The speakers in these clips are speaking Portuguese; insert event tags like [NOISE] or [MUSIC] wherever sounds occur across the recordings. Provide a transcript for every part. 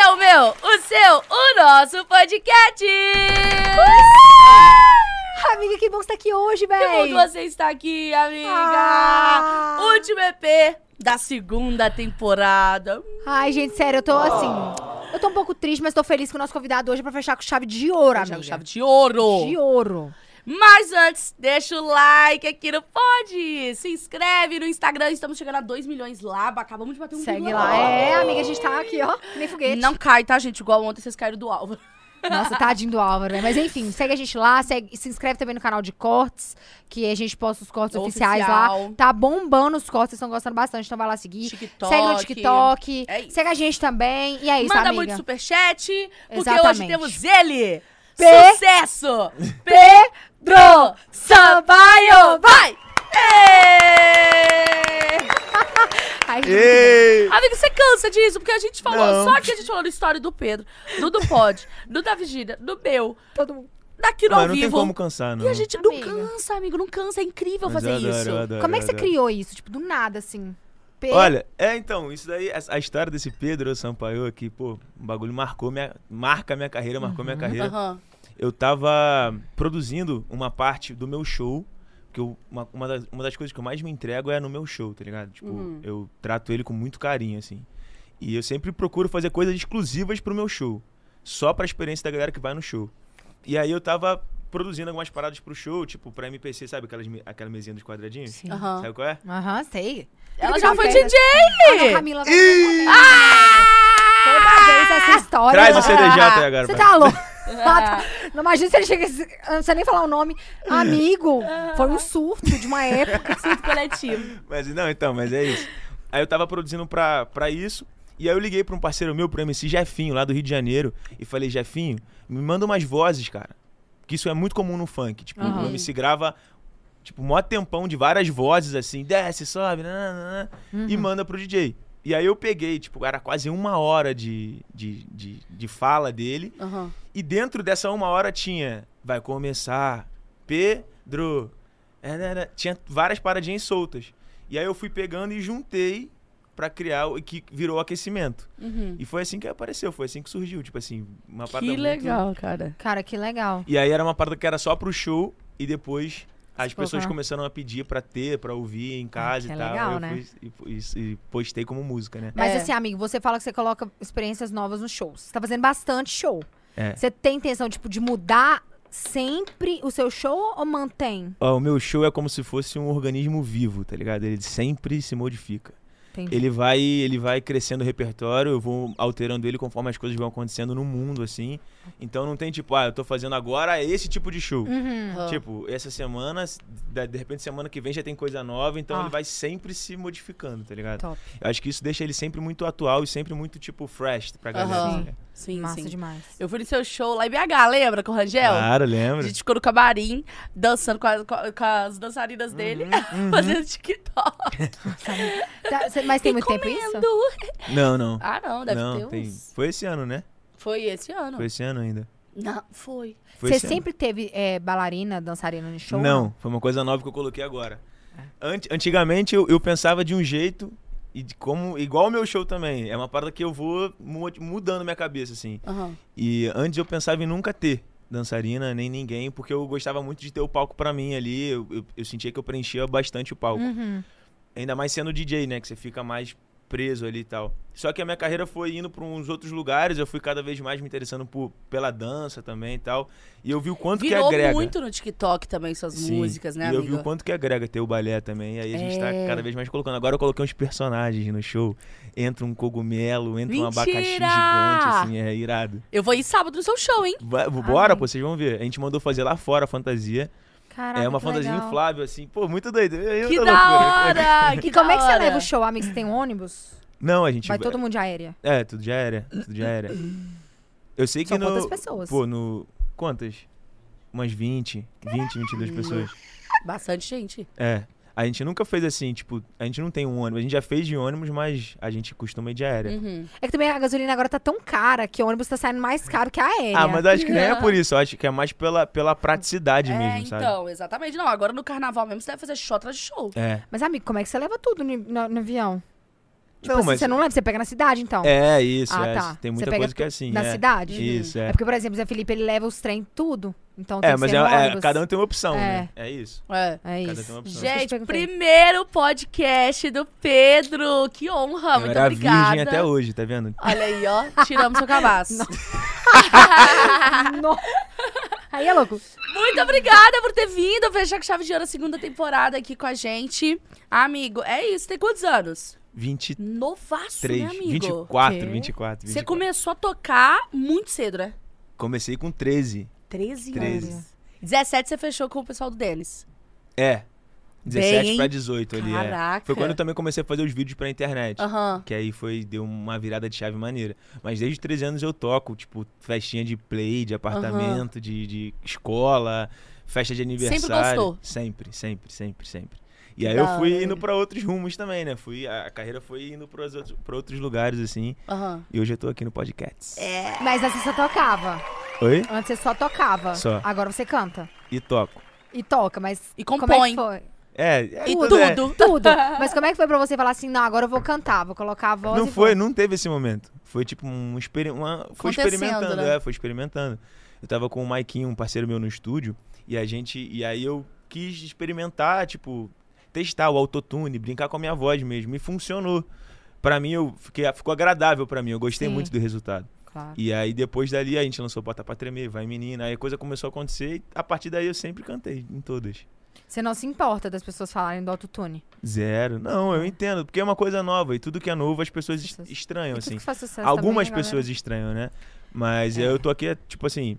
é o meu, o seu, o nosso podcast! Ah, Amiga, que bom estar aqui hoje, Que bom que velho. você está aqui, amiga! Ah. Último EP da segunda temporada. Hum, Ai, gente, sério, eu Ah. tô assim. Eu tô um pouco triste, mas tô feliz com o nosso convidado hoje pra fechar com chave de ouro, Thiago Tá, amiga. é Chave de ouro! de ouro. Mas antes, deixa o like aqui no Pod! Se inscreve no Instagram, estamos chegando a 2 milhões lá, acabamos de bater um Segue vírgula lá. nove. É, amiga, a gente tá aqui, ó. que Nem foguete. Não cai, tá, gente? Igual ontem vocês caíram do alvo. Nossa, tadinho do Álvaro, né? Mas enfim, segue a gente lá, segue, se inscreve também no canal de cortes, que a gente posta os cortes oficiais lá. Oficial. Tá bombando os cortes, vocês estão gostando bastante, então vai lá [LAUGHS] seguir. TikTok. Segue no TikTok, É isso. segue a gente também. E é isso, Manda amiga. muito superchat, porque hoje Exatamente. temos ele! Pe- Sucesso! Pedro Sampaio! Sampaio! Vai! Ê! Ai, gente, Ei! Amigo, você cansa disso, porque a gente falou, Não. só que a gente falou da história do Pedro, do do Pod, do da Virgínia, do meu, [LAUGHS] todo mundo. daqui no Ah, Mas ao não tem vivo. como cansar, não. E a gente Amiga. não cansa, amigo, não cansa, é incrível Mas fazer eu adoro, isso. eu adoro, Como é que eu você adoro. criou isso? Tipo, do nada, assim. Pe- Olha, é então, isso daí, a, a história desse Pedro Sampaio aqui, pô, um bagulho marcou minha, marca minha carreira, marcou Uhum. minha carreira. Aham. Eu tava produzindo uma parte do meu show, que eu- uma, uma das, uma das coisas que eu mais me entrego é no meu show, tá ligado? Tipo, Uhum. eu trato ele com muito carinho, assim. E eu sempre procuro fazer coisas exclusivas pro meu show, só pra experiência da galera que vai no show. E aí eu tava produzindo algumas paradas pro show, tipo, pra MPC, sabe aquelas, me- aquela mesinha dos quadradinhos? Sim. Aham. Sabe qual é? Aham, sei. Ela já foi Pedro. [LAUGHS] DJ! Ah, não, Camila vai Toda vez essa história. Traz o né? CDJ aí agora. Você vai. tá louco? [LAUGHS] Ah, tá. Não imagina se ele chega. esse- Eu não sei nem falar o nome. Amigo. Foi um surto de uma época. Surto coletivo. Mas não, então, mas é isso. Aí eu tava produzindo pra, pra isso. E aí eu liguei pra um parceiro meu, pro MC Jefinho, lá do Rio de Janeiro, e falei, Jefinho, me manda umas vozes, cara. Que isso é muito comum no funk. Tipo, Aham. o MC grava, tipo, mó tempão de várias vozes, assim, desce, sobe, nananana, [LAUGHS] né, e Uhum. manda pro DJ. E aí eu peguei, tipo, era quase uma hora de, de, de, de fala dele. Aham. E dentro dessa uma hora tinha. Vai começar. Pedro. É, né, né. Tinha várias paradinhas soltas. E aí eu fui pegando e juntei pra criar o que virou o aquecimento. Uhum. E foi assim que apareceu, foi assim que surgiu. Tipo assim, uma parada. Que muito- legal, cara. Cara, que legal. E aí era uma parada que era só pro show e depois. As Você pessoas colocou. começam a pedir pra ter, pra ouvir em casa Ah, que e tal. legal, eu né? fui, e, e- e postei como música, né? Mas É. assim, amigo, você fala que você coloca experiências novas nos shows. Você tá fazendo bastante show. É. Você tem intenção, tipo, de mudar sempre o seu show ou mantém? Ó, o meu show é como se fosse um organismo vivo, tá ligado? Ele sempre se modifica. Entendi. Ele vai, ele vai crescendo o repertório, eu vou alterando ele conforme as coisas vão acontecendo no mundo, assim. Então não tem tipo, ah, eu tô fazendo agora esse tipo de show. Uhum. Aham. Tipo, essa semana, s- da- de repente semana que vem já tem coisa nova, então Ah. ele vai sempre se modificando, tá ligado? Top. Eu acho que isso deixa ele sempre muito atual e sempre muito, tipo, fresh pra galera. Aham. tá ligado? Sim, Massa sim. demais. Eu fui no seu show lá em BH, lembra com É, o Rangel? Claro, A lembra? gente ficou no camarim, dançando com, a- com a- com as dançarinas Uhum. dele, fazendo TikTok. Tá, cê- mas tem muito tempo isso? comendo. Não, não. Ah, não, deve não, ter uns. tem- Foi esse ano, né? Foi esse ano. Foi esse ano ainda. Não, foi. Foi Você esse ano. sempre teve é, bailarina, dançarina no show? né? Não, foi uma coisa nova que eu coloquei agora. Ant- antigamente eu, eu pensava de um jeito e de como igual o meu show também. É uma parada que eu vou mu- mudando minha cabeça assim. Aham. E antes eu pensava em nunca ter dançarina nem ninguém, porque eu gostava muito de ter o palco pra mim ali. Eu, eu- eu sentia que eu preenchia bastante o palco. Hum. Uhum. Ainda mais sendo DJ, né? Que você fica mais preso ali e tal. Só que a minha carreira foi indo pra uns outros lugares, eu fui cada vez mais me interessando por, pela dança também e tal. E eu vi o quanto que Virou agrega. muito no TikTok também suas Sim, músicas, né, E eu vi um o amigo? quanto que agrega ter o balé também. E aí a gente É. tá cada vez mais colocando. Agora eu coloquei uns personagens no show. Entra um cogumelo, entra um abacaxi Mentira! gigante, assim, é irado. Eu vou ir sábado no seu show, hein? Vai- bora, Amei. pô, vocês vão ver. A gente mandou fazer lá fora a fantasia. Caraca, é uma que fantasia legal. inflável, assim. Pô, muito doido. É que muita da loucura. [LAUGHS] hora! Que E como da é que você hora. leva o show, amigo? Você tem um ônibus? Não, a gente... Vai todo mundo de aérea. É, tudo já era. Tudo já era. Eu sei que São no... quantas pessoas? Pô, no... Quantas? Umas 20. 20, 22 pessoas. Bastante gente. É. A gente nunca fez assim, tipo, a gente não tem um ônibus. A gente já fez de ônibus, mas a gente costuma ir de aérea. Uhum. É que também a gasolina agora tá tão cara que o ônibus tá saindo mais caro que a aérea. Ah, mas eu acho que nem é por isso. Eu acho que é mais pela, pela praticidade É, mesmo, sabe? então, exatamente. Não, agora no carnaval mesmo você deve fazer show atrás de show. É. Mas, amigo, como é que você leva tudo no, no- no avião? Tipo Não, assim, mas- você não leva, você pega na cidade, então. É, isso, Ah, é. tá. Tem Você muita pega coisa que é tu- assim. na é. cidade? Isso, É é. porque, por exemplo, o Zé Felipe, ele leva os trem tudo. Então tem É, que mas ser é, no é, ônibus. cada um tem uma opção, né? É. É isso. É. É Cada isso. tem uma opção. Deixa eu te Gente, perguntar. primeiro podcast do Pedro. Que honra, eu muito era obrigada. virgem até hoje, tá vendo? Olha aí, ó. Tiramos seu cabaço. No- [LAUGHS] Aí é louco. [LAUGHS] Muito obrigada por ter vindo fechar com chave de ouro a segunda temporada aqui com a gente. Amigo, é isso. Tem quantos anos? 23, Novaço, né, amigo? 24, Quê? 24, 24. Você começou a tocar muito cedo, né? Comecei com 13. 13 13. anos. 17 você fechou com o pessoal do Denis. É. 17 Bem, pra 18 ali, é. Caraca. Foi quando eu também comecei a fazer os vídeos pra internet. Aham. Que aí foi, deu uma virada de chave maneira. Mas desde os 13 anos eu toco, tipo, festinha de play, de apartamento, de, de escola, festa de aniversário. gostou? Sempre, sempre, sempre, sempre. Que E aí da eu hora. fui indo pra outros rumos também, né? Fui, a a carreira foi indo pros outros- pra outros lugares, assim. Aham. E hoje eu tô aqui no podcast. É. Mas antes você só tocava. Oi? Antes você só tocava. Só. Agora você canta. E toco. E toca, mas. E como é que compõe. foi? É, é E tudo, é. tudo. Tudo. Mas como é que foi pra você falar assim, não, agora eu vou cantar, vou colocar a voz Não e foi, vou... não teve esse momento. Foi tipo um experi uma, foi Acontecendo, experimentando, né? é, foi experimentando. Eu tava com o Maikinho, um parceiro meu no estúdio, e a gente e aí eu quis experimentar, tipo, testar o autotune, brincar com a minha voz mesmo, e funcionou. Pra mim eu fiquei, ficou agradável pra mim, eu gostei Sim. muito do resultado. Claro. E aí depois dali a gente lançou Bota Pra Tremer, Vai Menina, aí a coisa começou a acontecer e a partir daí eu sempre cantei em todas. Você não se importa das pessoas falarem do autotune. Zero. Não, eu entendo, porque é uma coisa nova e tudo que é novo as pessoas es- Pessoas- estranham E tudo assim. que faz sucesso Algumas também, a galera- É. pessoas estranham, né? Mas eu tô aqui, tipo assim,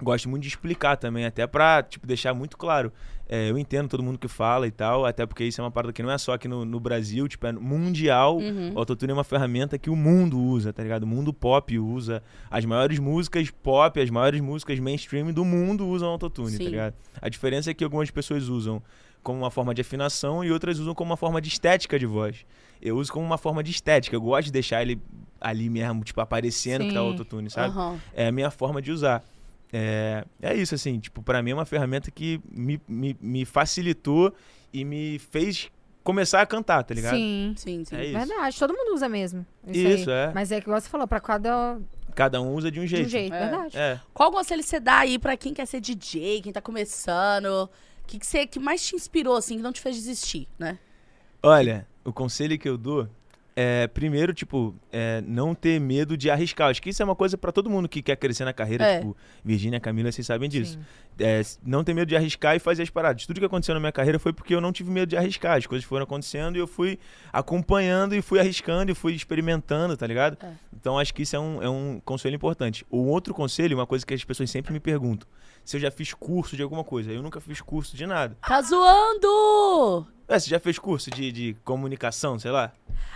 gosto muito de explicar também, até pra, tipo, deixar muito claro. É, eu entendo todo mundo que fala e tal, até porque isso é uma parada que não é só aqui no, no Brasil, tipo, é mundial. Uhum. Hum? O autotune é uma ferramenta que o mundo usa, tá ligado? O mundo pop usa. As maiores músicas pop, as maiores músicas mainstream do mundo usam autotune, Sim. tá ligado? A diferença é que algumas pessoas usam como uma forma de afinação e outras usam como uma forma de estética de voz. Eu uso como uma forma de estética. Eu gosto de deixar ele ali mesmo, tipo, aparecendo que tá o Sim. Ah. autotune, sabe? Aham. É a minha forma de usar. É, é isso, assim, tipo, pra mim é uma ferramenta que me, me, me facilitou e me fez começar a cantar, tá ligado? Sim. Sim, sim. É isso. Verdade, todo mundo usa mesmo. Isso, Isso, aí. é. Mas é que igual você falou, pra cada Cada um usa de um de jeito. um jeito, É. verdade. É. Qual conselho você dá aí pra quem quer ser DJ, quem tá começando? O que, que, você, que mais te inspirou, assim, que não te fez desistir, né? Olha, o conselho que eu dou é, primeiro, tipo, é, não ter medo de arriscar. Acho que isso é uma coisa pra todo mundo que quer crescer na carreira, É. tipo, Virgínia, Camila, vocês sabem disso. Sim. É, s- não ter medo de arriscar e fazer as paradas. Tudo que aconteceu na minha carreira foi porque eu não tive medo de arriscar. As coisas foram acontecendo e eu fui acompanhando e fui arriscando e fui experimentando, tá ligado? É. Então acho que isso é um, é um conselho importante. O outro conselho, uma coisa que as pessoas sempre me perguntam, se eu já fiz curso de alguma coisa. Eu nunca fiz curso de nada. Tá zoando! Ué, É, você já fez curso de, de comunicação, sei lá?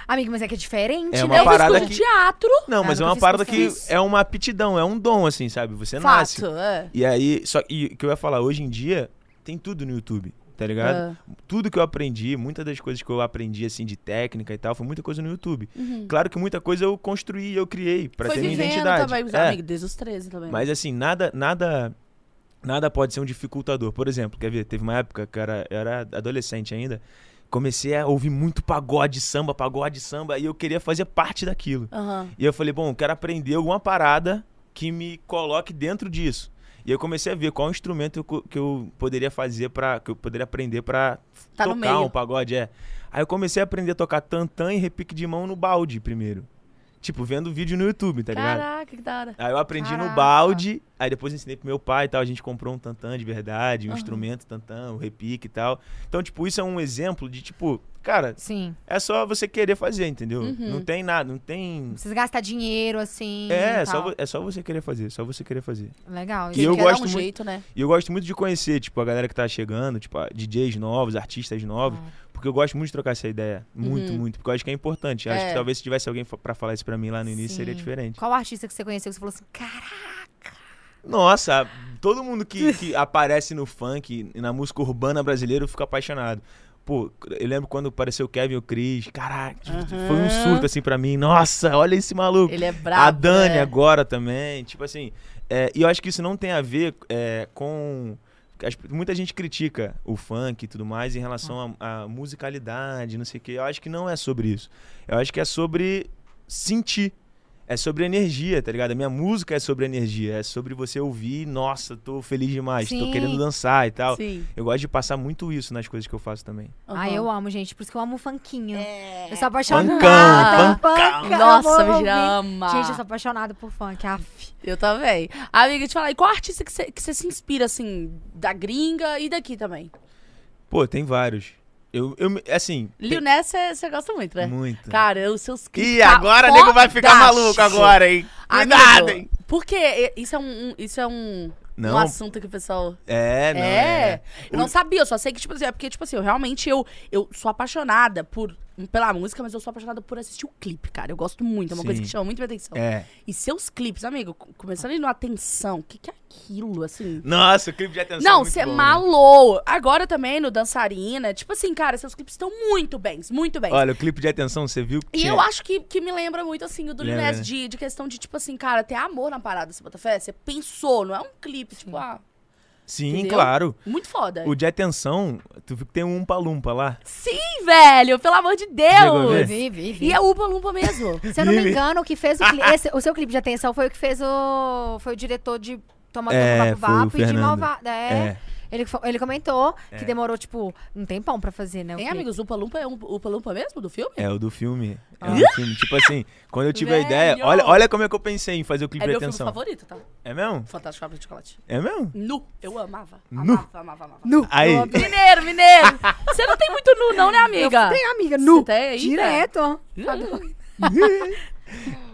Amigo, mas é que é diferente, É uma né? eu fiz parada curso de que- teatro. Não, mas nunca é uma fiz parada que curso. é uma aptidão, é um dom, assim, sabe? Você nasce. Fato, é. E aí, só e o que eu ia falar, hoje em dia, tem tudo no YouTube, tá ligado? É. Tudo que eu aprendi, muitas das coisas que eu aprendi, assim, de técnica e tal, foi muita coisa no YouTube. É. Uhum. Claro que muita coisa eu construí, eu criei, pra Foi ter minha vivendo identidade. também, os É. amigos, desde os 13 também. Mas assim, nada, nada, nada pode ser um dificultador. Por exemplo, quer ver? Teve uma época que eu era, eu era adolescente ainda. Comecei a ouvir muito pagode, samba, pagode, samba, e eu queria fazer parte daquilo. Aham. E eu falei, bom, eu quero aprender alguma parada que me coloque dentro disso. E eu comecei a ver qual instrumento eu co- que eu poderia fazer para que eu poderia aprender pra Tá no tocar meio. um pagode, é. Aí eu comecei a aprender a tocar tantã e repique de mão no balde primeiro. Tipo, vendo vídeo no YouTube, tá ligado? Caraca, que da hora. Aí eu aprendi Caraca. no balde, aí depois ensinei pro meu pai e tal. A gente comprou um tantã de verdade, um Aham. instrumento tantã, um repique e tal. Então, tipo, isso é um exemplo de, tipo, cara, Sim. é só você querer fazer, entendeu? Uhum. Não tem nada, não tem. Precisa gastar dinheiro, assim. É, e só, tal. vo- é só você querer fazer, só você querer fazer. Legal. E eu Quer gosto dar um muito- jeito, né? E eu gosto muito de conhecer, tipo, a galera que tá chegando, tipo, a DJs novos, artistas novos, porque eu gosto muito de trocar essa ideia. Muito, Ah. Uhum. muito, porque eu acho que é importante. Eu Acho É. que talvez se tivesse alguém fa- pra falar isso pra mim lá no início, seria Sim. diferente. Qual artista que você conheceu que você falou assim, cara, Nossa, todo mundo que, que aparece no funk, na música urbana brasileira, eu fico apaixonado. Pô, eu lembro quando apareceu o Kevin e o Chris, caraca, foi Aham. um surto assim pra mim. Nossa, olha esse maluco. Ele é brabo. a Dani né? agora também. Tipo assim, é, e eu acho que isso não tem a ver é, com as- muita gente critica o funk e tudo mais em relação Ah. à à musicalidade, não sei o quê. Eu acho que não é sobre isso. Eu acho que é sobre sentir. É sobre energia, tá ligado? A minha música é sobre energia. É sobre você ouvir, nossa, tô feliz demais, tô Sim. querendo dançar e tal. Sim. Eu gosto de passar muito isso nas coisas que eu faço também. Ai, Aham. É. eu amo, gente. Por isso que eu amo o funkinho. Eu sou apaixonada. Funkão, funkão. Nossa, eu amo me chama. ouvir. Gente, eu sou apaixonada por funk. Aff. Eu também. Amiga, deixa eu falar, e qual artista que você que você se inspira, assim, da gringa e daqui também? Pô, tem vários. Eu, eu me- assim. tem- Lil Ness, você gosta muito, né? Muito. Cara, os seus clipes Ih, tá agora o nego vai ficar fodástico. maluco agora, hein? Amigo, Cuidado, hein? Porque e- isso é um, um- isso é um, um Não, assunto que o pessoal... é, não. É, É. eu não sabia, eu só sei que, tipo assim, é porque, tipo assim, eu realmente, eu, eu sou apaixonada por, pela música, mas eu sou apaixonada por assistir o clipe, cara. Eu gosto muito, é uma coisa Sim. que chama muito minha atenção. É. E seus clipes, amigo, co- começando ali no Atenção, o que, que é aquilo, assim? Nossa, o clipe de atenção. é Não, é você você malou. Agora também no Dançarina. Tipo assim, cara, seus clipes estão muito bens, muito bens. Olha, o clipe de atenção, você viu? E Tinha- eu acho que, que me lembra muito, assim, o do Lembra, Linés né? de, de questão de, tipo assim, cara, ter amor na parada, você bota fé? Você pensou, não é um clipe, tipo, ah, Sim, entendeu? claro. muito foda. O de atenção, tu viu que tem um palumpa lá? Sim, velho, pelo amor de Chegou a Deus! ver? Vivi, vivi. E é Upa Lumpa mesmo. Se eu não me Vivi. engano, o que fez o, [LAUGHS] cli- esse- o seu clipe de atenção foi o que fez o. Foi o diretor de Toma É, Toma Papo Vapo foi o e de Fernando. É. Nova. É. Ele, fo- ele comentou que demorou, tipo, um tempão pra fazer, né? o Hein, clipe. amigos? Upa Lumpa é um Upa Lumpa mesmo do filme? É, o do filme. É Ah. o do filme. Tipo assim, quando eu tive a ideia, Velho! olha, olha como é que eu pensei em fazer o clipe É de meu filme atenção. favorito, tá? É mesmo? Fantástico Fábrica de Chocolate. É mesmo? Nu, eu amava. Nu. Amava, amava, amava. Nu. Aí. Eu abri- Mineiro, mineiro! Você não tem muito nu, não, né, amiga? Tem, amiga, nu. Você tem aí, Direto, ó. Tá Hum. doido.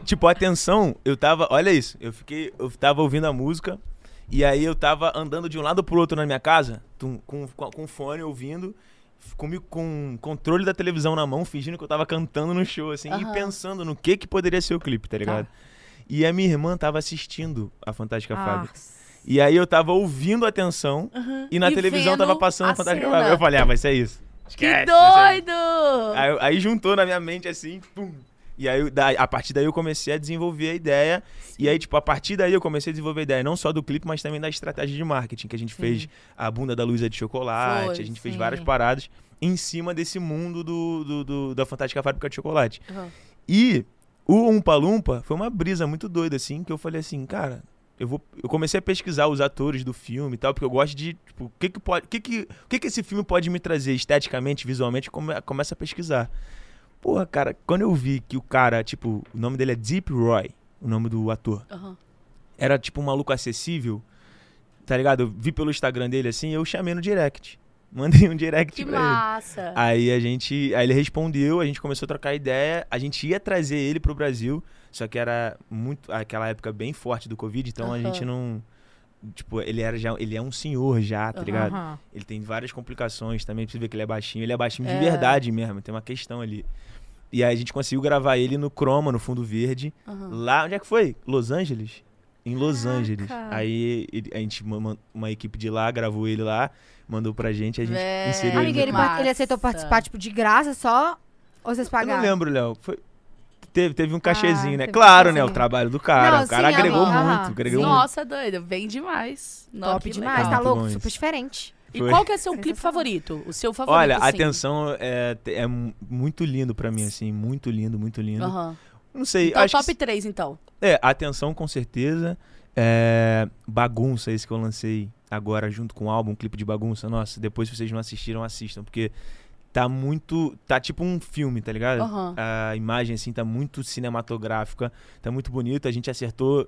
Tipo, atenção, eu tava. Olha isso, eu fiquei. Eu tava ouvindo a música. E aí eu tava andando de um lado pro outro na minha casa, tum, com, com, com fone ouvindo, comigo com controle da televisão na mão, fingindo que eu tava cantando no show, assim, Aham. e pensando no que que poderia ser o clipe, tá ligado? E a minha irmã tava assistindo a Fantástica Fábio. E aí eu tava ouvindo a atenção e na E televisão tava vendo passando a a Fantástica cena. Fábio. Eu falei, ah, vai ser isso. Que Esquece, né, vai ser isso. doido! Aí, aí juntou na minha mente assim, pum. E aí, da- a partir daí eu comecei a desenvolver a ideia. E aí, tipo, a partir daí eu comecei a desenvolver a ideia, não só do clipe, mas também da estratégia de marketing, que a gente fez a bunda da Luísa de chocolate, Foi, a gente fez sim. várias paradas em cima desse mundo do, do- do- da Fantástica Fábrica de Chocolate. Aham. E o Umpa Lumpa foi uma brisa muito doida, assim, que eu falei assim, cara, eu vou. Eu comecei a pesquisar os atores do filme e tal, porque eu gosto de, tipo, o que que pode. O que que, o que que esse filme pode me trazer esteticamente, visualmente, come, começa a pesquisar. Porra, cara, quando eu vi que o cara, tipo, o nome dele é Deep Roy, o nome do ator, Aham. era tipo um maluco acessível, tá ligado? Eu vi pelo Instagram dele assim, eu chamei no direct. [LAUGHS] Mandei um direct Que pra ele. massa! Aí a gente. Aí ele respondeu, a gente começou a trocar ideia. A gente ia trazer ele pro Brasil, só que era muito. aquela época bem forte do Covid, então a Aham. gente não. Tipo, ele era já. Ele é um senhor já, tá Aham. ligado? Aham. Ele tem várias complicações também, pra você ver que ele é baixinho. Ele é baixinho de É. verdade mesmo, tem uma questão ali. E aí a gente conseguiu gravar ele no Chroma, no fundo verde. Aham. Lá, onde é que foi? Los Angeles? Em Los Hum. Caraca. Angeles. Aí ele- a gente, uma, uma equipe de lá, gravou ele lá, mandou pra gente, a gente Véi. inseriu ele. Amiga, no ele, clipe. part- ele aceitou Massa. participar, tipo, de graça só? Ou vocês Eu não pagaram? lembro, Léo. Foi- Teve, teve um cachezinho, né? teve um Claro, né? O cachezinho. trabalho do cara. Não, o cara sim, agregou aham, muito. aham. Agregou muito. Nossa, doida, bem demais. Nossa, Top que demais, tá legal. Muito louco? bom Super isso. diferente. E Tá. Foi. qual que é seu clipe Sensacional. favorito? O seu favorito, Olha, assim? a atenção é, é mu- muito lindo pra mim, assim. Muito lindo, muito lindo. Aham. Não sei, Então, acho top que... três então. É, atenção com certeza. É, bagunça, esse que eu lancei agora junto com o álbum, um clipe de bagunça. Nossa, depois se vocês não assistiram, assistam, porque tá muito. Tá tipo um filme, tá ligado? Aham. A imagem, assim, tá muito cinematográfica, tá muito bonita. A gente acertou.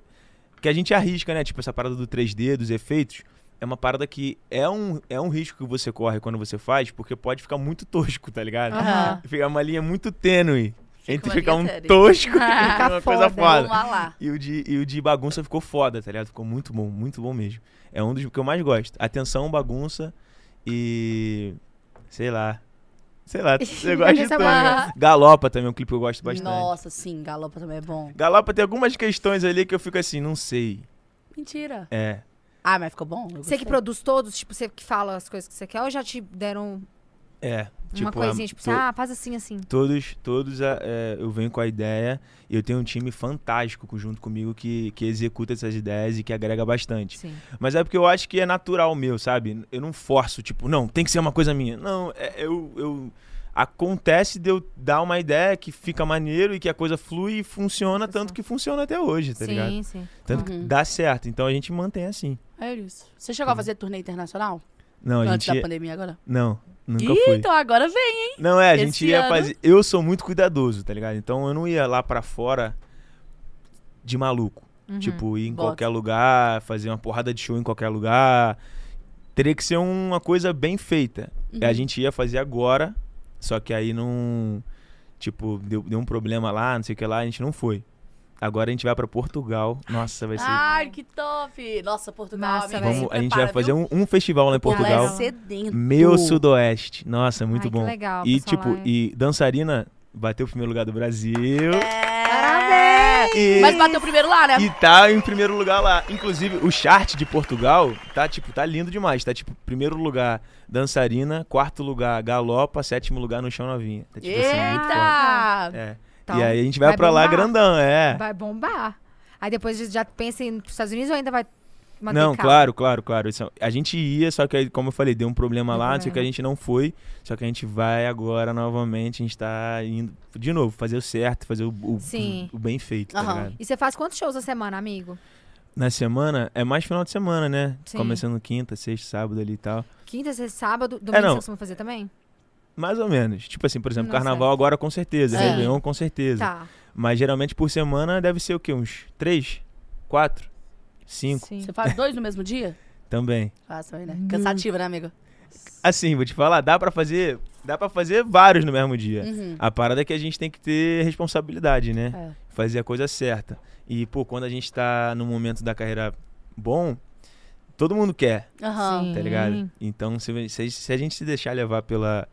Que a gente arrisca, né? Tipo, essa parada do 3D, dos efeitos. É uma parada que é um, é um risco que você corre quando você faz, porque pode ficar muito tosco, tá ligado? Aham. Fica uma linha muito tênue. entre uma ficar linha um tênue. [LAUGHS] tosco e Fica uma coisa foda. é foda. Vamos um lá. E o, de, e o de bagunça ficou foda, tá ligado? Ficou muito bom, muito bom mesmo. É um dos que eu mais gosto. Atenção, bagunça e. Sei lá. Sei [LAUGHS] lá, eu gosto de Essa é tudo. barra. né? Galopa também é um clipe que eu gosto bastante. Nossa, sim, Galopa também é bom. Galopa tem algumas questões ali que eu fico assim, não sei. Mentira. É. Ah, mas ficou bom? Eu Você que gostei. produz todos, tipo, você que fala as coisas que você quer, ou já te deram É. tipo, uma a- coisinha, tipo, to- assim, ah, faz assim, assim. Todos, todos a- é, eu venho com a ideia e eu tenho um time fantástico junto comigo que, que executa essas ideias e que agrega bastante. Sim. Mas é porque eu acho que é natural meu, sabe? Eu não forço, tipo, não, tem que ser uma coisa minha. Não, é- eu, eu. Acontece de eu dar uma ideia que fica maneiro e que a coisa flui e funciona, tanto que funciona até hoje, tá ligado? sim, sim. Tanto Uhum. que dá certo. Então a gente mantém assim. É isso. Você chegou a fazer turnê internacional? Uhum. Não, a Antes da gente. pandemia agora? Não, nunca Ih, fui. então agora vem. Não, é, a Esse gente ia ano- fazer. Eu sou muito cuidadoso, tá ligado? Então eu não ia lá pra fora de maluco. Tipo, ir em Uhum. Bota. qualquer lugar, fazer uma porrada de show em qualquer lugar. Teria que ser uma coisa bem feita. É, A Uhum. gente ia fazer agora, só que aí não. Tipo, deu, deu um problema lá, não sei o que lá, a gente não foi. Agora a gente vai pra Portugal. Nossa, vai ser. Ai, que top! Nossa, Portugal, Massa, amiga, velho. Ah, se Vamos- a gente prepara, vai fazer um, um festival lá viu? em O Portugal. Hum. Léo é sedento. Meu Sudoeste. Nossa, muito Ai, bom. Que legal, E pessoal tipo, lá, é. e dançarina bateu o primeiro lugar do Brasil. É. Parabéns! E, Mas bateu primeiro lá, é né? e tá em primeiro lugar lá. Inclusive, o chart de Portugal tá, tipo, tá lindo demais. Tá tipo, primeiro lugar, dançarina, quarto lugar, galopa, sétimo lugar no chão novinha. Tá tipo assim, muito foda. Eita! É. Então, e aí a gente vai, vai pra lá bombar. grandão, é. Vai bombar. Aí depois já pensa em ir pros Estados Unidos ou ainda vai manter Não, calma? claro, claro, claro. Isso- A gente ia, só que aí, como eu falei, deu um problema Deu lá, não sei o que a problema. gente não foi. Só que a gente vai agora novamente, a gente tá indo de novo, fazer o certo, fazer o, o- Sim. o bem feito, tá Aham. ligado? E você faz quantos shows a semana, amigo? Na semana, é mais final de semana, né? Sim. Começando quinta, sexta, sábado ali e tal. Quinta, sexta, sábado, domingo É, não. você costuma fazer também? Mais ou menos. Tipo assim, por exemplo, Não carnaval agora com certeza, Sim. Réveillon com certeza. É. Tá. Mas geralmente por semana deve ser o quê? Uns três? Quatro? Cinco? Tipo, Sim. Você faz dois no mesmo dia? Também. Faz também, né? Cansativo, né, amigo? Assim, vou te falar, dá pra fazer. Dá para fazer vários no mesmo dia. Hum. Uhum. A parada é que a gente tem que ter responsabilidade, né? É. Fazer a coisa certa. E, pô, quando a gente tá num momento da carreira bom, todo mundo quer, É. Aham. Sim. tá ligado? Então, se, se- se a gente se deixar levar pela.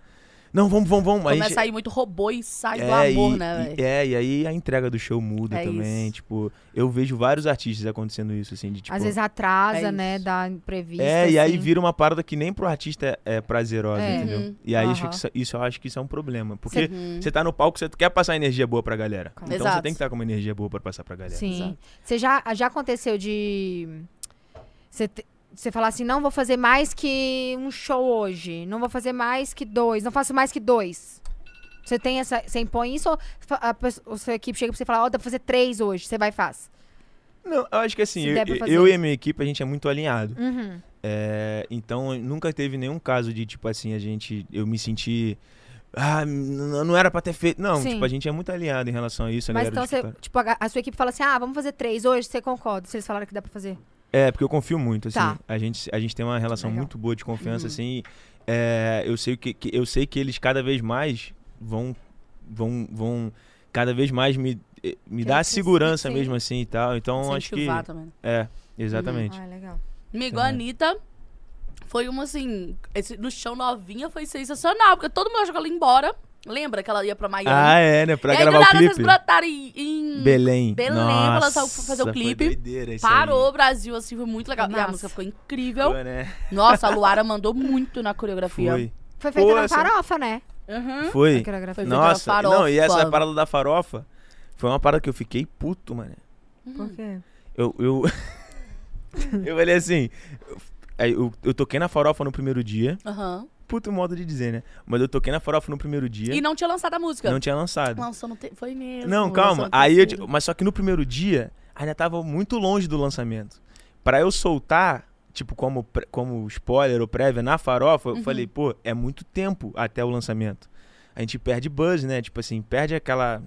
Não, vamos, vamos, vamos. Começa a gente... a ir muito robô e sai do É, amor, e, né, e- velho? é, e aí a entrega do show muda É também. isso. Tipo, eu vejo vários artistas acontecendo isso, assim, de tipo. Às vezes atrasa, é né? isso. Dá imprevisto. é, e aí assim. vira uma parada que nem pro artista é, é prazerosa, É. entendeu? Uhum. E aí acho Aham. que isso, isso eu acho que isso é um problema. Porque Uhum. você tá no palco, você quer passar energia boa pra galera. Claro. Então você Exato. tem que estar com uma energia boa pra passar pra galera. Sim. Exato. Você já, já aconteceu de. Você, te- você falar assim, não vou fazer mais que um show hoje. Não vou fazer mais que dois. Não faço mais que dois. Você tem essa. Você impõe isso ou fa- a, pes- ou sua equipe chega pra você e fala, ó, dá pra fazer três hoje. Você vai e faz. Não, eu acho que assim, Se eu, der pra fazer. eu e a minha equipe, a gente é muito alinhado. Uhum. É, então nunca teve nenhum caso de, tipo assim, a gente. Eu me sentir. Ah, n- não era pra ter feito. Não, Sim. tipo, a gente é muito alinhado em relação a isso. a Mas galera então do você. escritório. Tipo, a, a sua equipe fala assim, ah, vamos fazer três hoje. Você concorda? Se eles falaram que dá pra fazer. É, porque eu confio muito, assim. Tá. A, gente, a gente tem uma relação Legal. muito boa de confiança, Uhum. assim. é, eu, sei que, que- eu sei que eles cada vez mais vão. vão, vão cada vez mais me, eh, me Quer dar a que se- segurança sim. mesmo, assim e tal. Então acho que. Incentivar também. né? É, exatamente. Uhum. Ah, legal. Amigo, Também. a Anitta foi uma assim. esse- no chão novinha foi sensacional, porque todo mundo achou que ela ia embora. Lembra que ela ia pra Miami? Ah, é, né? Pra e aí, do gravar o nada, vocês clipe. brotaram em. em- Belém. Belém, pra Nossa, lançar o- fazer o foi clipe. doideira isso aí. Parou o Brasil, assim, foi muito legal. E a Massa. música ficou incrível. Foi, né? Nossa, a Luara mandou muito na coreografia. Foi. Foi feita Pô, na essa- farofa, né? Uhum. Foi. A coreografia. Foi feita na Nossa, não, e essa farofa. parada da farofa foi uma parada que eu fiquei puto, mano. Por quê? Eu. Eu, [LAUGHS] eu falei assim. aí Eu, eu toquei na farofa no primeiro dia. Aham. Puto modo de dizer, né? Mas eu toquei na farofa no primeiro dia. E não tinha lançado a música. não tinha lançado. Lançou no te... Foi mesmo. Não, lançou calma. no Aí eu, terceiro. di- mas só que no primeiro dia, ainda tava muito longe do lançamento. Pra eu soltar, tipo, como, pre- como spoiler ou prévia na farofa, Uhum. eu falei, pô, é muito tempo até o lançamento. A gente perde buzz, né? Tipo assim, perde aquela.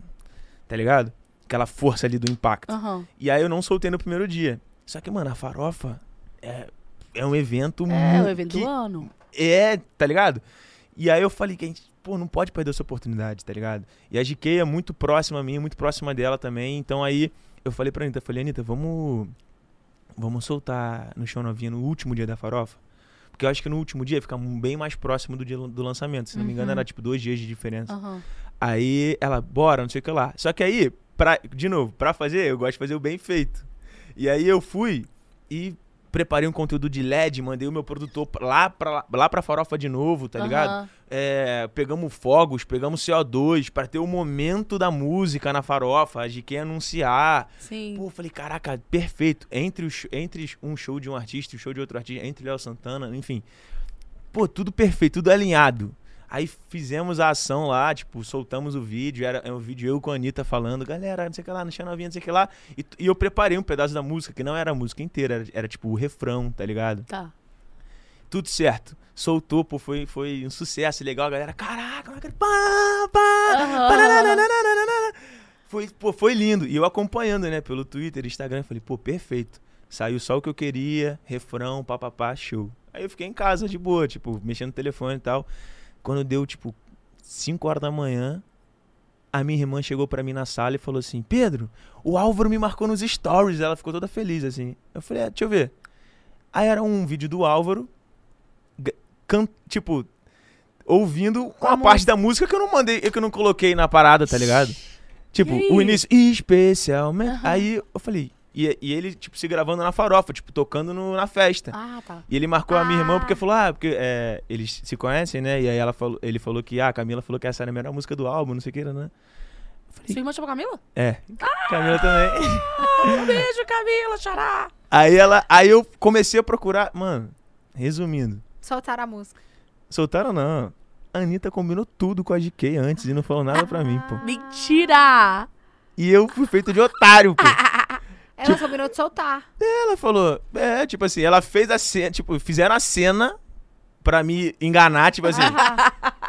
Tá ligado? Aquela força ali do impacto. Aham. E aí eu não soltei no primeiro dia. Só que, mano, a farofa é, é um evento É, mu- o evento que- do ano. é, tá ligado? E aí eu falei que a gente, pô, não pode perder essa oportunidade, tá ligado? E a GK é muito próxima a mim, muito próxima dela também. Então aí eu falei pra Anitta, eu falei, Anitta, vamos. Vamos soltar no show novinha no último dia da farofa. Porque eu acho que no último dia fica bem mais próximo do dia do lançamento. Se não me engano, era tipo dois dias de diferença. Aham. Aí ela, bora, não sei o que lá. Só que aí, pra, de novo, pra fazer, eu gosto de fazer o bem feito. E aí eu fui e preparei um conteúdo de LED, mandei o meu produtor pra- lá pra, lá pra farofa de novo, tá ligado? Aham. é, pegamos fogos, pegamos CO2 pra ter o momento da música na farofa, de quem anunciar. Sim. Pô, eu falei, caraca, perfeito. Entre, os, entre um show de um artista e um show de outro artista, entre Léo Santana, enfim. Pô, tudo perfeito, tudo alinhado. Aí fizemos a ação lá, tipo, soltamos o vídeo, era é um vídeo eu com a Anitta falando, galera, não sei o que lá, não tinha novinha, não sei o que lá. E, t- e eu preparei um pedaço da música, que não era a música inteira, era, era tipo o refrão, tá ligado? Tá. Tudo certo. Soltou, pô, foi, foi um sucesso legal, a galera, caraca, não acredito, pá, pá, Aham. paranananananana. foi, pô, foi lindo. E eu acompanhando, né, pelo Twitter, Instagram, falei, pô, perfeito. Saiu só o que eu queria, refrão, papapá, show. Aí eu fiquei em casa de boa, tipo, mexendo no telefone e tal. Quando deu, tipo, 5 horas da manhã, a minha irmã chegou pra mim na sala e falou assim: Pedro, o Álvaro me marcou nos stories. Ela ficou toda feliz, assim. Eu falei: é, deixa eu ver. Aí era um vídeo do Álvaro, g- can- tipo, ouvindo uma parte da música que eu não mandei, que eu não coloquei na parada, tá ligado? Tipo, E aí? o início, especialmente. Aham. Aí eu falei. E, e ele, tipo, se gravando na farofa, tipo, tocando no- na festa. Ah, tá. E ele marcou a minha irmã porque Ah. falou, ah, porque é, eles se conhecem, né? E aí ela falou, ele falou que, ah, a Camila falou que essa era a melhor música do álbum, não sei o que, né? Eu Sua falei, irmã chama Camila? é, Camila também. Um beijo, Camila, xará. Aí ela, aí eu comecei a procurar, mano, resumindo, Soltaram a música. soltaram não, a Anitta combinou tudo com a GK antes e não falou nada pra mim, pô. Mentira! E eu fui feito de otário, pô. Tipo Ela combinou de soltar. Ela falou, é, tipo assim, ela fez a cena, tipo, fizeram a cena pra me enganar, tipo assim,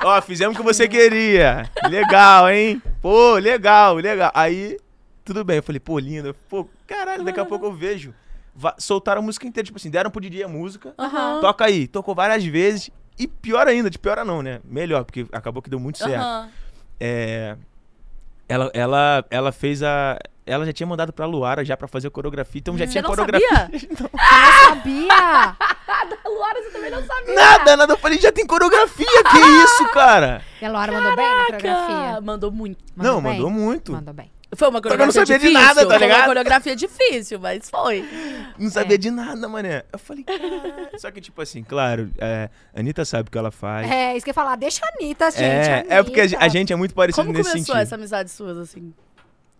Ó, fizemos o que você queria. Legal, hein? Pô, legal, legal. Aí, tudo bem. Eu falei, pô, linda. Pô, caralho, daqui a pouco eu vejo. Va- soltaram a música inteira, tipo assim, deram pro Didi a música. Aham. Toca aí. Tocou várias vezes. E pior ainda, de pior não, né? Melhor, porque acabou que deu muito certo. Aham. É, ela, ela, ela fez a... Ela já tinha mandado pra Luara já pra fazer a coreografia. Então já Você tinha não coreografia. [LAUGHS] Então, Não. Eu não sabia! A Luara, você também não sabia. Nada, nada. Eu falei, já tem coreografia? [LAUGHS] Que isso, cara? E a Laura mandou bem na coreografia? Mandou muito. não, bem? mandou muito. Mandou bem. Foi uma que eu coreografia não sabia de difícil. nada, tá Foi uma ligado? coreografia difícil, mas foi. Não É. sabia de nada, mané. Eu falei, caralho. Só que, tipo assim, claro, é, a Anitta sabe o que ela faz. É, É, isso que eu ia falar. Deixa a Anitta, gente. é, Anitta. porque a, gen- a gente é muito parecido Como nesse começou sentido. essa amizade suas, assim?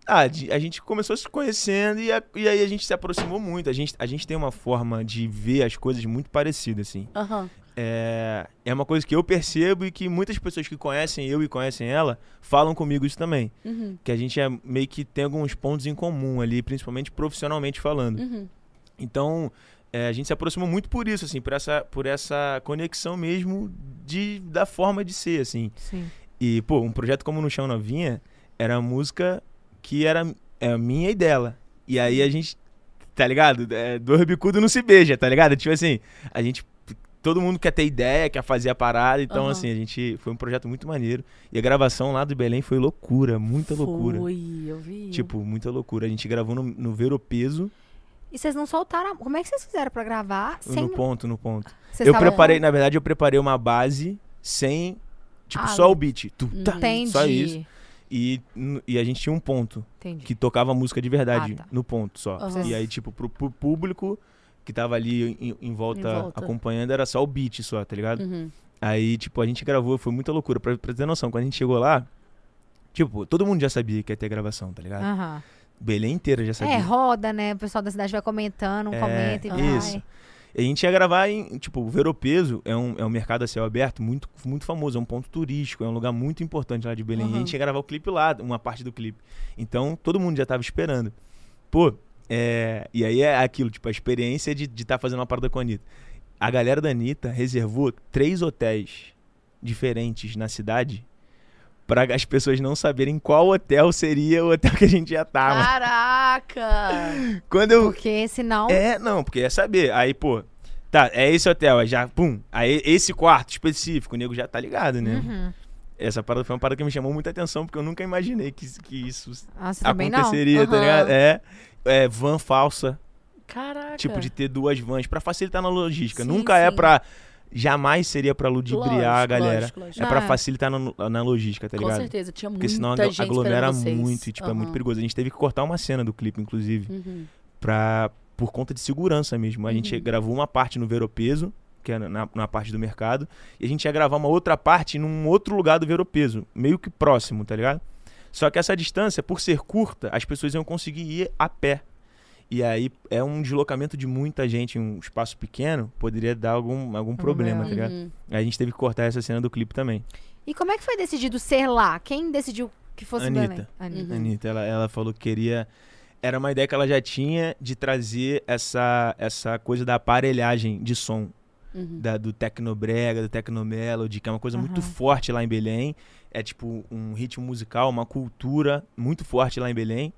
Ah, de- a gente começou se conhecendo e, a- e aí a gente se aproximou muito. A gente, a gente tem uma forma de ver as coisas muito parecida, assim. Aham. É, é uma coisa que eu percebo e que muitas pessoas que conhecem eu e conhecem ela falam comigo isso também. Uhum. Que a gente é meio que tem alguns pontos em comum ali, principalmente profissionalmente falando. Uhum. Então, é, a gente se aproximou muito por isso, assim, por essa, por essa conexão mesmo de, da forma de ser, assim. Sim. E, pô, um projeto como No Chão Novinha era a música que era é, minha e dela. E aí a gente, tá ligado? É, dois bicudos não se beija, tá ligado? Tipo assim, a gente... Todo mundo quer ter ideia, quer fazer a parada. Então, Aham. assim, a gente... Foi um projeto muito maneiro. E a gravação lá do Belém foi loucura, muita loucura. Foi, eu vi. Tipo, muita loucura. A gente gravou no, no Veropeso, E vocês não soltaram. a- Como é que vocês fizeram pra gravar sem. no ponto, no ponto. Vocês eu estavam- preparei, na verdade, eu preparei uma base sem. Tipo, Ah, só o beat. Tu, tá, Entendi. Só isso. E, n- e a gente tinha um ponto Entendi. que tocava música de verdade, Ah, tá. no ponto só. Aham. E aí, tipo, pro, pro público que tava ali em, em volta, Em volta. acompanhando, era só o beat só, tá ligado? Uhum. Aí, tipo, a gente gravou, foi muita loucura. Pra, pra ter noção, quando a gente chegou lá, tipo, todo mundo já sabia que ia ter gravação, tá ligado? Aham. Belém inteira já sabia. Ah. É, roda, né? O pessoal da cidade vai comentando, um É, comenta e vai. isso. A gente ia gravar em, tipo, o Veropeso é um, é um mercado a céu aberto muito, muito famoso, é um ponto turístico, é um lugar muito importante lá de Belém. E Aham. Uhum. a gente ia gravar o clipe lá, uma parte do clipe. Então, todo mundo já tava esperando. Pô, é, e aí é aquilo, tipo, a experiência de estar fazendo uma parada com a Anitta. A galera da Anitta reservou três hotéis diferentes na cidade para as pessoas não saberem qual hotel seria o hotel que a gente ia estar. mano. Caraca! Ah, Quando eu, Porque senão. é, não, porque ia saber. Aí, pô, tá, é esse hotel, aí já, pum, aí esse quarto específico, o nego já tá ligado, né? Uhum. Essa parada foi uma parada que me chamou muita atenção, porque eu nunca imaginei que, isso- que isso Ah, você também não? aconteceria, tá Aham. ligado? É, é, van falsa, Caraca! tipo, de ter duas vans, pra facilitar na logística. Sim, nunca é sim. pra. Jamais seria pra ludibriar a Lógico, galera. lógico, lógico. É pra Não. facilitar na, na logística, tá Com ligado? certeza, tinha muita Porque senão gente aglomera esperando vocês. muito e, tipo, é muito Aham. perigoso. A gente teve que cortar uma cena do clipe, inclusive Uhum. pra, por conta de segurança mesmo. A gente Uhum. gravou uma parte no Veropeso que é na, na parte do mercado, e a gente ia gravar uma outra parte num outro lugar do Veropeso, meio que próximo, tá ligado? Só que essa distância, por ser curta, as pessoas iam conseguir ir a pé. E aí é um deslocamento de muita gente em um espaço pequeno, poderia dar algum, algum problema, tá ligado? Uhum. Aí a gente teve que cortar essa cena do clipe também. E como é que foi decidido ser lá? Quem decidiu que fosse Anitta. Belém? Anitta. Uhum. Anitta, ela, ela falou que queria. Era uma ideia que ela já tinha de trazer essa, essa coisa da aparelhagem de som, Uhum. da, do Tecnobrega, do Tecnomelody, que é uma coisa muito Aham. forte lá em Belém. É tipo um ritmo musical, uma cultura muito forte lá em Belém.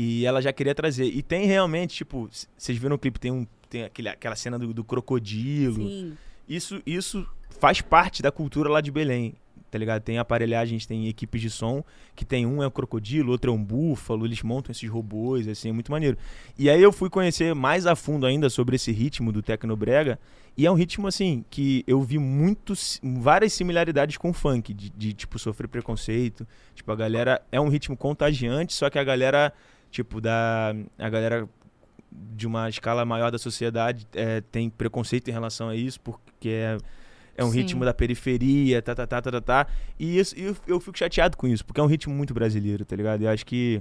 E ela já queria trazer. E tem realmente, tipo, c- vocês viram o clipe, tem, um, tem aquele, aquela cena do, do crocodilo. Sim. Isso, isso faz parte da cultura lá de Belém, tá ligado? Tem aparelhagens, tem equipes de som, que tem um é um crocodilo, outro é um búfalo, eles montam esses robôs, assim, é muito maneiro. E aí eu fui conhecer mais a fundo ainda sobre esse ritmo do Tecnobrega, e é um ritmo, assim, que eu vi muito, si- várias similaridades com o funk, de, de, tipo, sofrer preconceito, tipo, a galera, é um ritmo contagiante, só que a galera, tipo, da, a galera de uma escala maior da sociedade é, tem preconceito em relação a isso, porque é, é um Sim. ritmo da periferia, tá, tá, tá, tá, tá, tá. E isso, e eu, eu fico chateado com isso, porque é um ritmo muito brasileiro, tá ligado? Eu acho que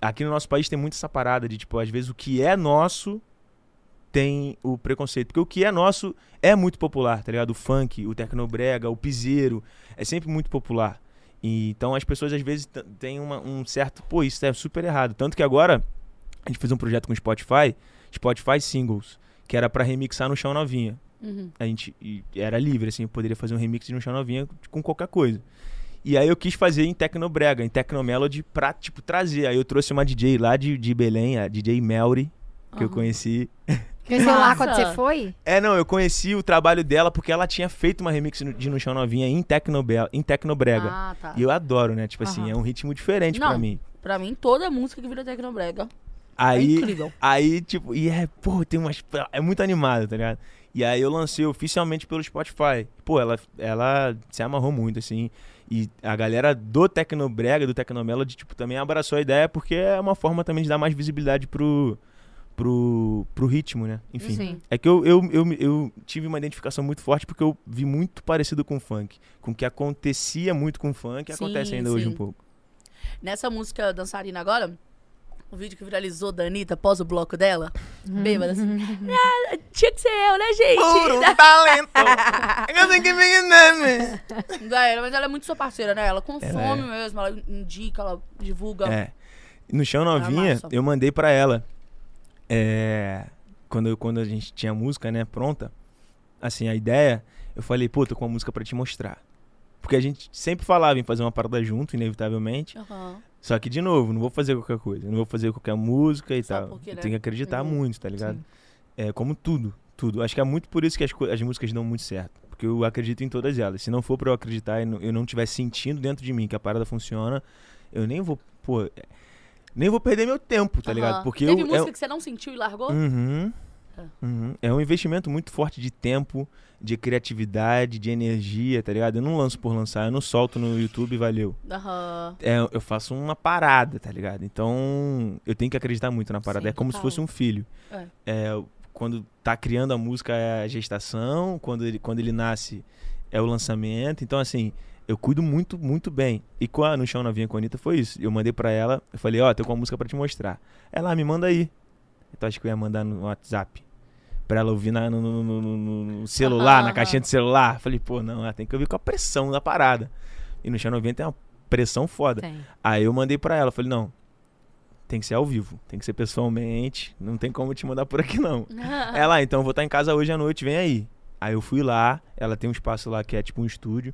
aqui no nosso país tem muito essa parada de, tipo, às vezes o que é nosso tem o preconceito. Porque o que é nosso é muito popular, tá ligado? O funk, o tecnobrega, o piseiro, é sempre muito popular. E, então as pessoas às vezes t- têm uma- um certo, pô, isso é super errado. Tanto que agora a gente fez um projeto com o Spotify, Spotify Singles, que era pra remixar no Chão Novinha Uhum. a gente e era livre, assim, eu poderia fazer um remix de um chão novinha com qualquer coisa. E aí eu quis fazer em Tecnobrega, em Tecnomelody, pra, tipo, trazer. Aí eu trouxe uma DJ lá de, de Belém, a DJ Melry, que eu Aham. conheci. Conheceu lá Massa. quando você foi? É, não, eu conheci o trabalho dela porque ela tinha feito uma remix no- de No Chão Novinha em, Tecnobe em Tecnobrega. Ah, tá. E eu adoro, né? Tipo assim, Aham. é um ritmo diferente pra Não. é mim. Pra mim, toda música que vira Tecnobrega é Aí, incrível. Aí, tipo, e é, pô, tem umas. É muito animado, tá ligado? E aí eu lancei oficialmente pelo Spotify. Pô, ela, ela se amarrou muito, assim. E a galera do Tecnobrega, do Tecnomelody, tipo, também abraçou a ideia, porque é uma forma também de dar mais visibilidade pro. pro. pro ritmo, né? Enfim. Sim. É que eu, eu, eu, eu tive uma identificação muito forte porque eu vi muito parecido com o funk. Com o que acontecia muito com o funk, Sim, acontece ainda hoje sim. um pouco. Nessa música Dançarina Agora, o vídeo que viralizou da Anitta após o bloco dela, bêbada assim. "Ah, Tinha que ser eu, né, gente? talento! Galera, mas ela é muito sua parceira, né? Ela consome é. mesmo, ela indica, ela divulga. É. No chão novinha, massa. eu mandei pra ela. É, quando, eu- quando a gente tinha a música, né, pronta, assim, a ideia, eu falei, pô, tô com uma música pra te mostrar. Porque a gente sempre falava em fazer uma parada junto, inevitavelmente. Aham. Só que, de novo, não vou fazer qualquer coisa. Não vou fazer qualquer música e Só tal. porque, Eu né? tenho que acreditar Uhum. muito, tá ligado? É, como tudo, tudo. Acho que é muito por isso que as, co- as músicas dão muito certo. Porque eu acredito em todas elas. Se não for pra eu acreditar e não- eu não tiver sentindo dentro de mim que a parada funciona, eu nem vou, pô, é- nem vou perder meu tempo, tá ligado? Aham. Porque Teve eu música é, que você não sentiu e largou? Uhum. Ah. Uhum. É um investimento muito forte de tempo, de criatividade, de energia, tá ligado? Eu não lanço por lançar, eu não solto no YouTube, valeu. Aham. [LAUGHS] É, eu faço uma parada, tá ligado? Então, eu tenho que acreditar muito na parada. Sim, é como total. se fosse um filho. É. É, quando tá criando a música é a gestação, quando ele, quando ele nasce é o lançamento. Então, assim, eu cuido muito, muito bem. E com a No Chão Novinha com a Anitta foi isso. Eu mandei pra ela, eu falei, ó, tô com uma música pra te mostrar. Ela, ah, me manda aí. Então, acho que eu ia mandar no WhatsApp. Pra ela ouvir na- no, no- no- no- no celular, Aham, na aham. caixinha de celular. Falei, pô, não, ela tem que ouvir com a pressão da parada. E no Chão Novinha tem uma pressão foda. Tem. Aí eu mandei pra ela, falei, não, tem que ser ao vivo, tem que ser pessoalmente, não tem como eu te mandar por aqui não. [LAUGHS] Ela, então eu vou estar em casa hoje à noite, vem aí. Aí eu fui lá, ela tem um espaço lá que é tipo um estúdio.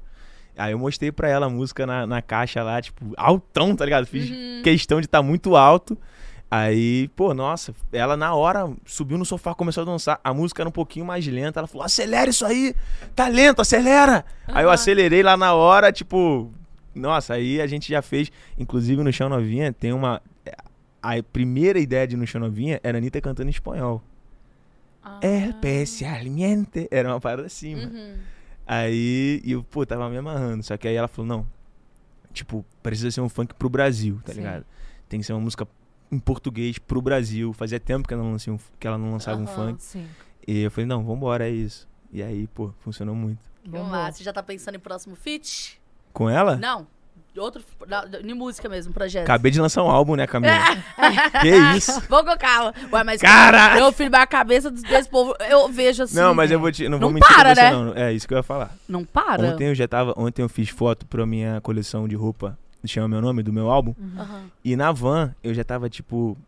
Aí eu mostrei pra ela a música na, na caixa lá, tipo, altão, tá ligado? Fiz questão de estar muito alto. Aí, pô, nossa, ela na hora subiu no sofá, começou a dançar. A música era um pouquinho mais lenta. Ela falou: acelera isso aí, tá lento, acelera. Aí eu Aham. acelerei lá na hora, tipo, nossa, aí a gente já fez. Inclusive no Chão Novinha tem uma. A primeira ideia de No Chão Novinha era a Anitta cantando em espanhol. Ah. Especialmente. Era uma parada assim, mano. Uhum. Aí eu, pô, tava me amarrando. Só que aí ela falou, não. Tipo, precisa ser um funk pro Brasil, tá Sim. ligado? Tem que ser uma música em português pro Brasil. Fazia tempo que ela não, lançava um- que ela não lançava um Aham. funk. Sim. E eu falei, não, vambora, é isso. E aí, pô, funcionou muito. um Vamos lá, você já tá pensando em próximo feat? Com ela? Não. Outro. na- Em música mesmo, projeto. Acabei de lançar um álbum, né, Camila? que isso? [LAUGHS] Vou com calma. Ué, mas. Cara! Eu firmar a cabeça dos- desse povo. Eu vejo assim. Não, mas eu vou te. Não, vou Não mentir para, pra você, né? não. É isso que eu ia falar. Não para. Ontem eu já tava. Ontem eu fiz foto pra minha coleção de roupa. Chama meu nome, do meu álbum. Aham. E na van, eu já tava tipo.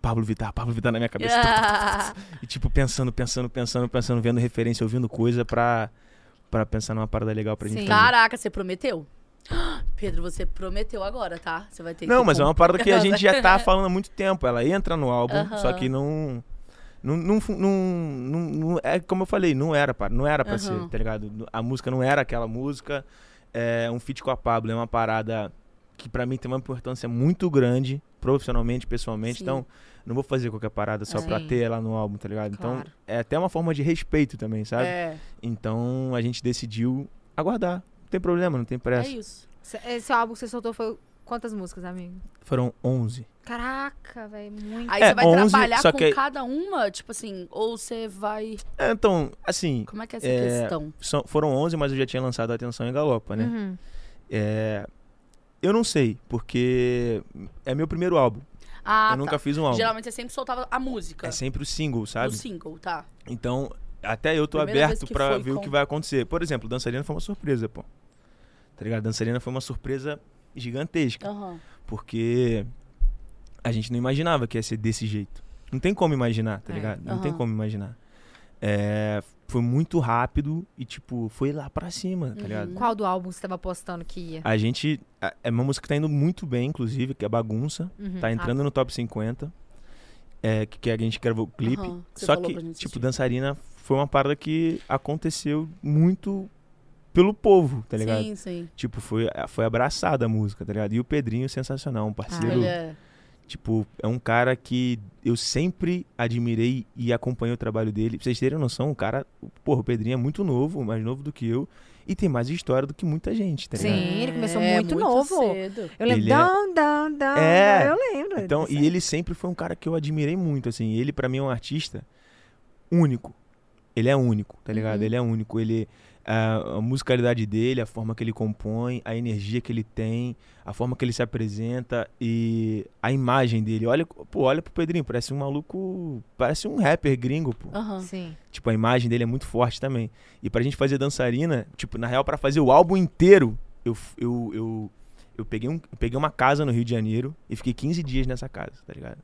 Pablo Vittar, Pablo Vittar na minha cabeça. Ah. Yeah. [LAUGHS] [LAUGHS] E tipo, pensando, pensando, pensando, pensando, vendo referência, ouvindo coisa pra, pra pensar numa parada legal pra gente Sim. fazer. Caraca, você prometeu? [GASPS] Pedro, você prometeu agora, tá? Você vai ter que. Não, mas é uma parada que a Não, gente já tá falando há muito tempo. Ela entra no álbum, Aham. só que não. Não, não, fu- não, não, não- É como eu falei, não era pra, não era pra Aham. ser, tá ligado? A música não era aquela música. É, um feat com a Pablo é uma parada que pra mim tem uma importância muito grande, profissionalmente, pessoalmente. Sim. Então, não vou fazer qualquer parada só pra Sim. ter ela no álbum, tá ligado? Claro. Então, é até uma forma de respeito também, sabe? É, Então a gente decidiu aguardar. Não tem problema, não tem é pressa. isso. Cê- Esse álbum que você soltou foi quantas músicas, amigo? Foram 11. Caraca, velho, muito. Aí É, você vai 11, trabalhar só com que aí- cada uma, tipo assim, ou você vai. É, Então, assim, Como é que é essa É, questão? são- foram 11, mas eu já tinha lançado Atenção em Galopa, né? Uhum. É, eu não sei, porque é meu primeiro álbum. Ah, eu nunca tá. fiz um álbum. Geralmente você sempre soltava a música. É sempre o single, o sabe? single, tá? Então, até eu tô Primeira vez aberto que pra foi ver com- o que vai acontecer. Por exemplo, Dançarina foi uma surpresa, pô. Tá ligado? Dançarina foi uma surpresa gigantesca. Aham. Porque a gente não imaginava que ia ser desse jeito. Não tem como imaginar, tá É, ligado? Não tem aham. como imaginar. É, foi muito rápido e, tipo, foi lá pra cima, tá ligado? Qual do álbum você tava postando que ia? A gente. a- É uma música que tá indo muito bem, inclusive, que é Bagunça. Hum, Uhum. Tá Ah, entrando no top 50. É, que, que a gente gravou o clipe. Aham, você Só falou que, pra gente tipo, assistir. dançarina foi uma parada que aconteceu muito pelo povo, tá ligado? Sim, sim. Tipo, foi, foi abraçada a música, tá ligado? E o Pedrinho, sensacional, um parceiro. Ele é. Tipo, é um cara que eu sempre admirei e acompanhei o trabalho dele. Pra vocês terem noção, o cara, porra, o Pedrinho é muito novo, mais novo do que eu, e tem mais história do que muita gente, tá ligado? Sim, ele começou É, muito novo. cedo. Eu lembro. Ele é- Down, down, down. É. Eu lembro. Então, dessa- e ele sempre foi um cara que eu admirei muito, assim. Ele, pra mim, é um artista único. Ele é único, tá ligado? Ele é único. Ele. A, a musicalidade dele, a forma que ele compõe, a energia que ele tem, a forma que ele se apresenta e a imagem dele. Olha, pô, olha pro Pedrinho, parece um maluco. Parece um rapper gringo, pô. Aham. Sim. Tipo, a imagem dele é muito forte também. E pra gente fazer dançarina, tipo, na real, pra fazer o álbum inteiro, eu, f- eu, eu, eu, peguei um, eu peguei uma casa no Rio de Janeiro e fiquei 15 dias nessa casa, tá ligado?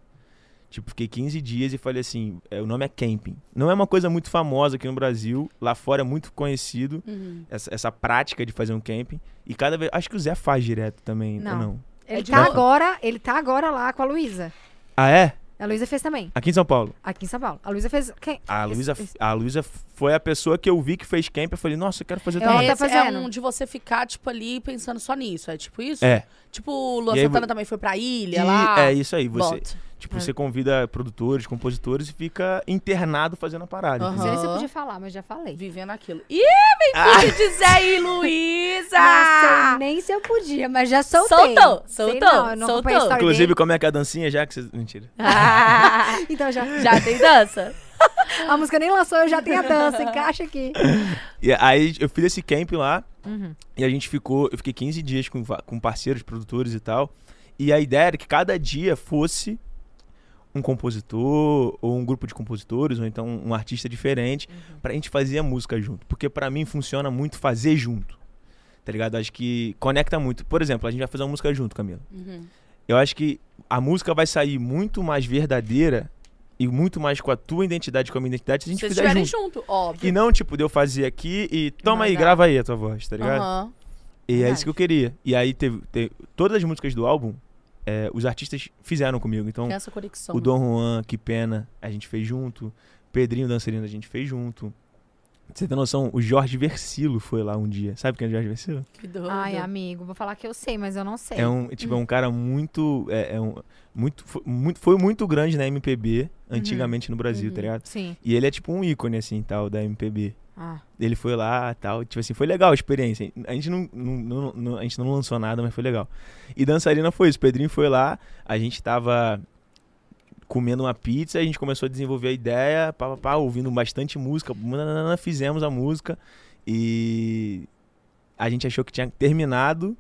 Tipo, fiquei 15 dias e falei assim, é, o nome é camping. Não é uma coisa muito famosa aqui no Brasil, lá fora é muito conhecido Uhum. essa, essa prática de fazer um camping. E cada vez, acho que o Zé faz direto também, Não. ou não? Ele É de tá novo? agora, ele tá agora lá com a Luísa. Ah, é? A Luísa fez também, Aqui em São Paulo. aqui em São Paulo. A Luísa fez. Quem? A Esse- Luísa, esse- a Luísa foi a pessoa que eu vi que fez camping. Eu falei, nossa, eu quero fazer É, também. tá Esse é fazendo? um de você ficar, tipo, ali pensando só nisso. É tipo isso? É. Tipo, o Luan E aí, Santana também foi pra ilha E- lá. É isso aí, você, Bota. tipo, É. você convida produtores, compositores e fica internado fazendo a parada. Aham. Não sei nem se eu Aham. podia falar, mas já falei. Vivendo aquilo. Ih, vem Ah. tudo de Zé e Luísa! Não sei nem se eu podia, mas já soltei. Soltou, Sei soltou, não, eu não acompanhei a soltou. história Inclusive, dele. como é que é a dancinha já que vocês... Mentira. Ah, Então já, já tem [LAUGHS] dança? a música nem lançou, eu já tenho a dança, encaixa aqui. E aí eu fiz esse camp lá Uhum. e a gente ficou... Eu fiquei 15 dias com, va- com parceiros, produtores e tal. E a ideia era que cada dia fosse um compositor ou um grupo de compositores ou então um artista diferente pra gente fazer a música junto. Porque pra mim funciona muito fazer junto. Tá ligado? Acho que conecta muito. Por exemplo, a gente vai fazer uma música junto, Camila. Uhum. Eu acho que a música vai sair muito mais verdadeira e muito mais com a tua identidade, com a minha identidade, se a gente Vocês fizer estiverem junto. junto, óbvio. E não, tipo, de eu fazer aqui e toma aí, Mandar. grava aí a tua voz, tá ligado? Aham. E é Verdade. isso que eu queria. E aí teve, teve- todas as músicas do álbum, é, os artistas fizeram comigo. Então, Tem essa conexão. o Dom Juan, Que Pena, a gente fez junto. Pedrinho Dançarino, a gente fez junto. Você tem noção, o Jorge Versilo foi lá um dia. Sabe quem é o Jorge Versilo? Que doido. Ai, amigo, vou falar que eu sei, mas eu não sei. É um, tipo, é um cara muito, é, é um, muito, foi, muito. Foi muito grande na MPB, antigamente no Brasil, tá ligado? Sim. E ele é tipo um ícone, assim, tal, da MPB. Ah. Ele foi lá tal, tipo assim, foi legal a experiência. A gente não, não- não- não- a gente não lançou nada, mas foi legal. E dançarina foi isso. Pedrinho foi lá, a gente tava comendo uma pizza, a gente começou a desenvolver a ideia, pá, pá, pá, ouvindo bastante música, nananana, fizemos a música e a gente achou que tinha terminado.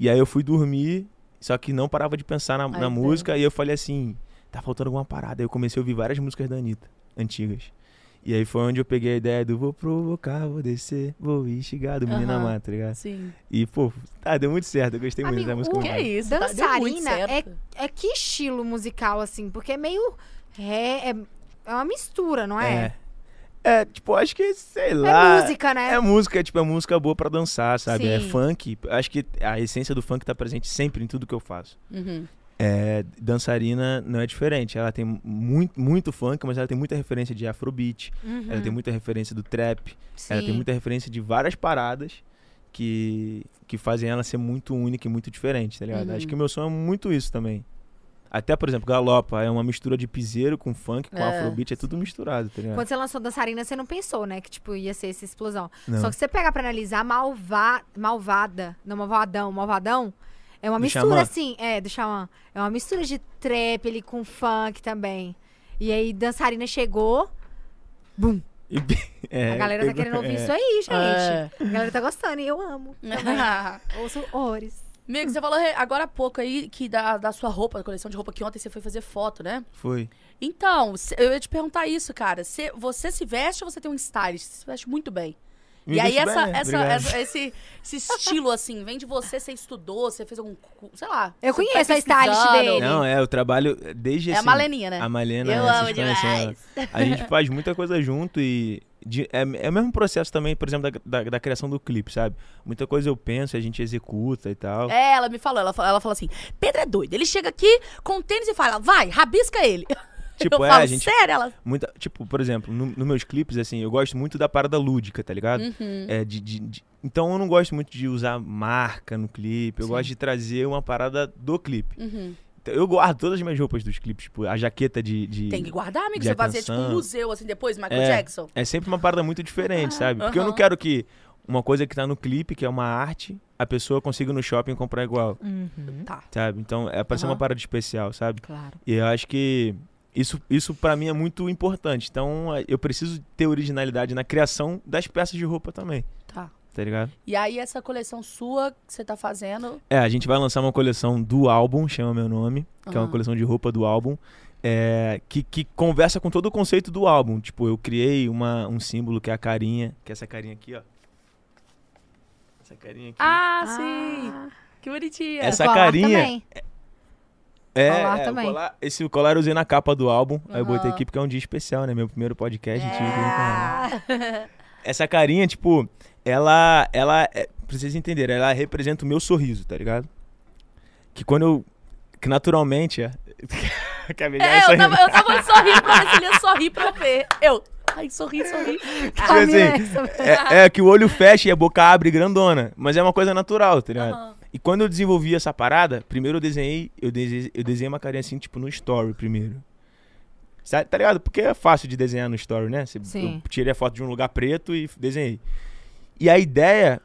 E aí eu fui dormir, só que não parava de pensar na, Ai, na bem. música e eu falei assim, tá faltando alguma parada. Aí eu comecei a ouvir várias músicas da Anitta, antigas. E aí foi onde eu peguei a ideia do vou provocar, vou descer, vou instigar, do Menina Aham. Mata, tá ligado? Sim. E, pô, tá, deu muito certo. Eu gostei muito Amigo, da música. o é Que Mano. isso? tá- deu muito Dançarina é, certo. é que estilo musical, assim? Porque é meio. É, é, é uma mistura, não é? É, tipo, acho que, sei É, lá. música, né? É música, tipo, é música boa pra dançar, sabe? É Sim. funk. Acho que a essência do funk tá presente sempre em tudo que eu faço. Uhum. É, dançarina não é diferente. Ela tem muito, muito funk, mas ela tem muita referência de afrobeat, Uhum, ela tem muita referência do trap, ela é, tem sim. muita referência de várias paradas que, que fazem ela ser muito única e muito diferente, tá ligado? Uhum. Acho que o meu som é muito isso também. Até, por exemplo, Galopa é uma mistura de piseiro com funk, com É. afrobeat, é tudo misturado, tá ligado? Quando você lançou Dançarina, você não pensou, né? Que, tipo, ia ser essa explosão. Não. Só que se você pegar pra analisar, malva... Malvada, não, Malvadão, Malvadão... É uma Do mistura, Xamã? assim, é, do Xamã. É uma mistura de trap ali com funk também. E aí, Dançarina chegou, E- [LAUGHS] é, a galera tá pegou- querendo ouvir [LAUGHS] é. isso aí, gente. É. A galera tá gostando e eu amo. [LAUGHS] Ouço horrores. Amigo, É. você falou re- agora há pouco aí que da, da sua roupa, da coleção de roupa que ontem você foi fazer foto, né? Foi. Então, se- eu ia te perguntar isso, cara. Se, você se veste ou você tem um stylist? Você se veste muito bem. Me e aí, vesti bem, essa, né? essa- Obrigado. essa- esse, esse estilo, assim, vem de você, você estudou, você fez algum. cu- Sei lá. Eu você tá conheço a stylist pesquisando. dele. Não, é, eu trabalho desde É assim, a Maleninha, né? A Malena, eu vocês amo conhecem ela. demais. A gente faz muita coisa junto e de- é, é o mesmo processo também, por exemplo, da, da, da criação do clipe, sabe? Muita coisa eu penso, a gente executa e tal. É, [LAUGHS] ela me falou, ela fala, ela fala assim: Pedro é doido. Ele chega aqui com o tênis e fala, vai, rabisca ele. [LAUGHS] Tipo, eu é, falo, a gente- sério? Ela. Muita, tipo, por exemplo, no- nos meus clipes, assim, eu gosto muito da parada lúdica, tá ligado? Uhum. É, de, de- de- então eu não gosto muito de usar marca no clipe, eu gosto de trazer uma parada do clipe. Uhum. Então, eu guardo todas as minhas roupas dos clipes, tipo, a jaqueta de. de- Tem que guardar, amigo. de Você vai fazer tipo um atenção. museu assim depois, Michael É. Jackson. É sempre uma parada muito diferente, sabe? Porque eu não Ah, aham. quero que uma coisa que tá no clipe, que é uma arte, a pessoa consiga ir no shopping comprar igual, Tá. sabe? Então é pra ser uma Aham. parada especial, sabe? Claro. E eu acho que isso, isso para mim é muito importante. Então eh, eu preciso ter originalidade na criação das peças de roupa também, Tá. tá ligado? E aí, essa coleção sua que você tá fazendo. É, a gente vai lançar uma coleção do álbum, chama meu nome, que é uma Aham. coleção de roupa do álbum, é, que, que conversa com todo o conceito do álbum. Tipo, eu criei uma, um símbolo que é a carinha, que é essa carinha aqui, ó. Essa carinha aqui. Ah, sim. Que bonitinha. Essa Colar carinha- Também. é, colar é, o também. colar- esse colar eu usei na capa do álbum, aí eu Aham. É. botei aqui porque é um dia especial, né? Meu primeiro podcast, a gente veio com- Ah. essa carinha, tipo, ela. Ela. É, pra vocês entenderem, ela representa o meu sorriso, tá ligado? Que quando eu. Que naturalmente. É, [LAUGHS] que a Bia É, já eu sorriu. tava, eu tava sorrindo pra ver se ele ia sorrir pra eu ver. Eu. Ai, sorri, sorri. Tipo A assim, minha é essa. é, é que o olho fecha e a boca abre grandona. Mas é uma coisa natural, tá ligado? Aham. E quando eu desenvolvi essa parada, primeiro eu desenhei. Eu desenhei, eu desenhei uma carinha assim, tipo, no story primeiro. Sa- Tá ligado? Porque é fácil de desenhar no story, né? Você- Sim. Eu tirei a foto de um lugar preto e desenhei. E a ideia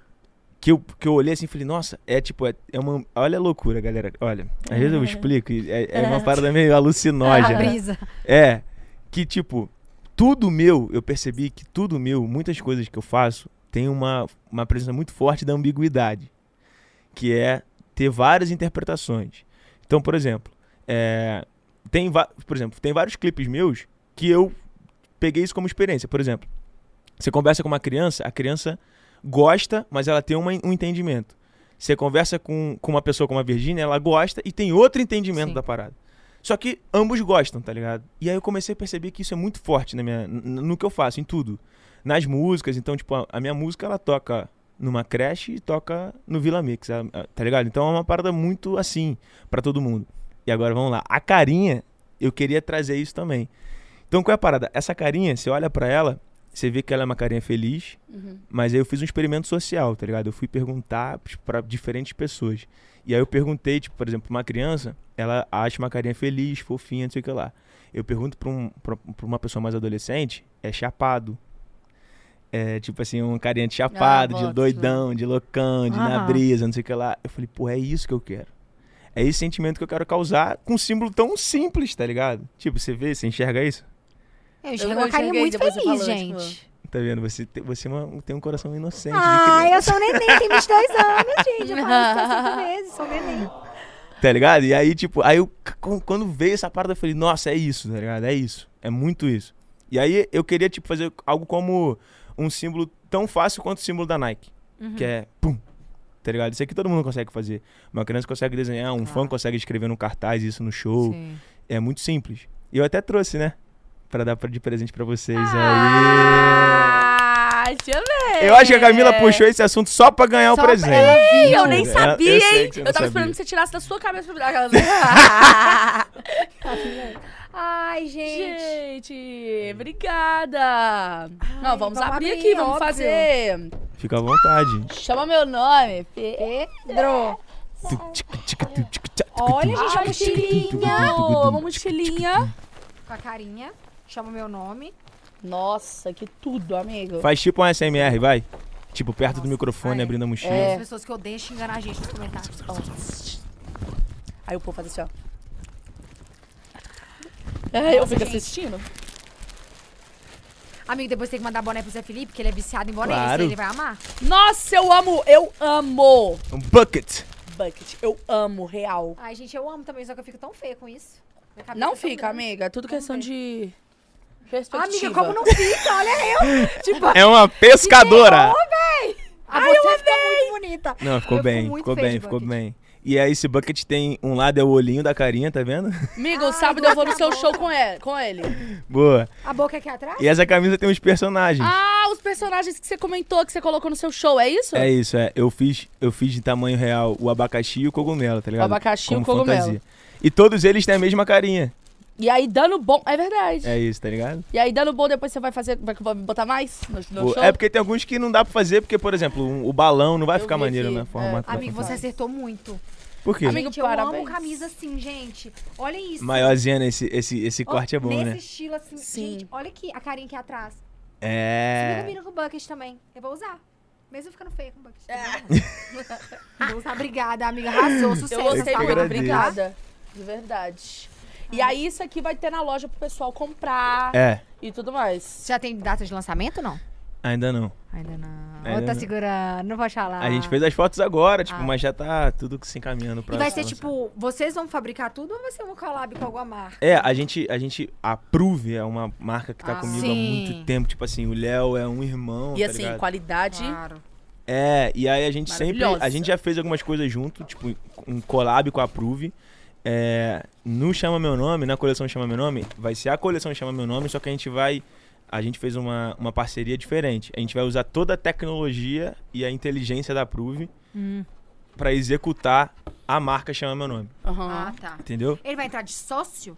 que eu, que eu olhei assim e falei, nossa, é tipo, é, é uma. Olha a loucura, galera. Olha, às vezes eu explico, e é, é uma parada [LAUGHS] meio A alucinógena. brisa. É. Que, tipo, tudo meu, eu percebi que tudo meu, muitas coisas que eu faço, tem uma, uma presença muito forte da ambiguidade. Que é ter várias interpretações. Então, por exemplo, é, tem, va- por exemplo, tem vários clipes meus que eu peguei isso como experiência. Por exemplo, você conversa com uma criança, a criança gosta, mas ela tem uma- um entendimento. Você conversa com, com uma pessoa como a Virgínia, ela gosta e tem outro entendimento Sim. da parada. Só que ambos gostam, tá ligado? E aí eu comecei a perceber que isso é muito forte na minha, n- no que eu faço, em tudo. Nas músicas, então, tipo, a, a minha música ela toca numa creche e toca no Vila Mix, a- a- tá ligado? Então é uma parada muito assim pra todo mundo. E agora vamos lá. A carinha, eu queria trazer isso também. Então qual é a parada? Essa carinha, você olha pra ela, você vê que ela é uma carinha feliz, Uhum. mas aí eu fiz um experimento social, tá ligado? Eu fui perguntar pra diferentes pessoas. E aí eu perguntei, tipo, por exemplo, pra uma criança, ela acha uma carinha feliz, fofinha, não sei o que lá. Eu pergunto pra, um, pra, pra uma pessoa mais adolescente, é chapado. É tipo assim, um carinha de chapado, Ah, boto de doidão, de loucão, de na Aham. brisa, não sei o que lá. Eu falei, pô, é isso que eu quero. É esse sentimento que eu quero causar com um símbolo tão simples, tá ligado? Tipo, você vê, você enxerga isso? Eu Eu enxergo não a Karine enxerguei, muito depois feliz, você falou, tipo, gente. Tá vendo? Você, te- você é uma- tem um coração inocente. de Ai, criança. eu sou neném, tem [LAUGHS] 22 anos, gente. Eu falo isso há cinco meses, sou neném. Tá ligado? E aí, tipo, aí eu, c- qu- quando veio essa parada, eu falei, nossa, é isso, tá ligado? É isso. É muito isso. E aí eu queria, tipo, fazer algo como um símbolo tão fácil quanto o símbolo da Nike. Uhum. Que é pum. Tá ligado? Isso aqui todo mundo consegue fazer. Uma criança consegue desenhar, um fã Claro. consegue escrever no cartaz isso no show. Sim. É muito simples. E eu até trouxe, né? Pra dar pra- de presente pra vocês Ah, te aí. amei. Eu acho que a Camila puxou esse assunto só pra ganhar Só É o pra- presente. É. ela Ih, viu. Eu nem Eu- eu sabia, sei hein? que você Eu não tava sabia. esperando que você tirasse da sua cabeça. Ai, gente. Gente, obrigada. Não, vamos vamos abrir, abrir aqui, vamos óbvio. fazer. Fica à vontade. Chama meu nome. Pe- Pedro. Tu, tchic, tchic, tu, tchic, tchac, tu, Olha, tu. gente, a Ai, mochilinha. mochilinha. Ô, Uma mochilinha. Com a carinha. Chama o meu nome. Nossa, que tudo, amigo. Faz tipo um SMR, vai. Tipo, perto do Nossa, microfone, ai. abrindo a mochila. É. As pessoas que odeiam xingar a gente nos comentários. Aí o povo faz assim, ó. É, eu fico gente. assistindo. Amigo, depois tem que mandar boné pro Zé Felipe, porque ele é viciado em boné. Claro. Esse aí ele vai amar. Nossa, eu amo, eu amo. Um bucket. Bucket, eu amo, real. Ai, gente, eu amo também, só que eu fico tão feia com isso. Minha cabeça é Não tão fica, grande. amiga. É tudo Vamos questão ver. de perspectiva. Amiga, como não fica? [LAUGHS] Olha eu. Tipo, É uma pescadora. a você fica muito bonita. Não, ficou Eu fico bem, muito ficou feia bem, de ficou bucket. bem. E aí, esse bucket tem um lado é o olhinho da carinha, tá vendo? [LAUGHS] Amiga, o Ai, sábado eu vou no tá seu bom. show com ele. Com ele. Boa. A boca aqui atrás? E essa camisa tem uns personagens. Ah, os personagens que você comentou, que você colocou no seu show, é isso? É isso, é. Eu fiz, eu fiz de tamanho real o abacaxi e o cogumelo, tá ligado? abacaxi e o Como cogumelo. fantasia. E todos eles têm a mesma carinha. E aí, dando bom. É verdade. É isso, tá ligado? E aí, dando bom, depois você vai fazer. Vai vai botar mais no, no Boa. show? É porque tem alguns que não dá pra fazer, porque, por exemplo, um- o balão não vai Eu ficar vi maneiro aqui, na é formato. da é, Amigo, você fantasia. acertou muito. Por quê? Amigo, gente, eu parabéns. amo camisa assim, gente. Olha isso. Maiorzinha nesse esse, esse Ó, corte é bom, Nesse né? estilo assim. Sim. Gente, olha aqui a carinha aqui atrás. Se me É. combina com o bucket também. Eu vou usar. Mesmo ficando feia com o bucket. [LAUGHS] Vou usar. Obrigada, amiga. Arrasou. Sucesso. tá? Eu que gostei essa muito, aula. agradeço. obrigada. De verdade. E aí, isso aqui vai ter na loja pro pessoal comprar É, e tudo mais. Já tem data de lançamento, não? ainda não. Ainda não. Ainda Ou tá não. segurando, não vou falar. A gente fez as fotos agora, tipo, Ah. mas já tá tudo se encaminhando pra. E vai ser lançar. tipo, vocês vão fabricar tudo ou vai ser um collab com alguma marca? É, a gente, a gente. A Prove é uma marca que tá Ah, comigo há sim. muito tempo. Tipo assim, o Léo é um irmão. E tá assim, ligado? qualidade. É, e aí a gente sempre. Maravilhosa. A gente já fez algumas coisas junto, tipo, um collab com a Prove. É, no Chama Meu Nome, na coleção Chama Meu Nome, vai ser a coleção Chama Meu Nome, só que a gente vai. A gente fez uma, uma parceria diferente. A gente vai usar toda a tecnologia e a inteligência da Prove Hum. pra executar a marca Chama Meu Nome. Aham. Ah, tá. Entendeu? Ele vai entrar de sócio?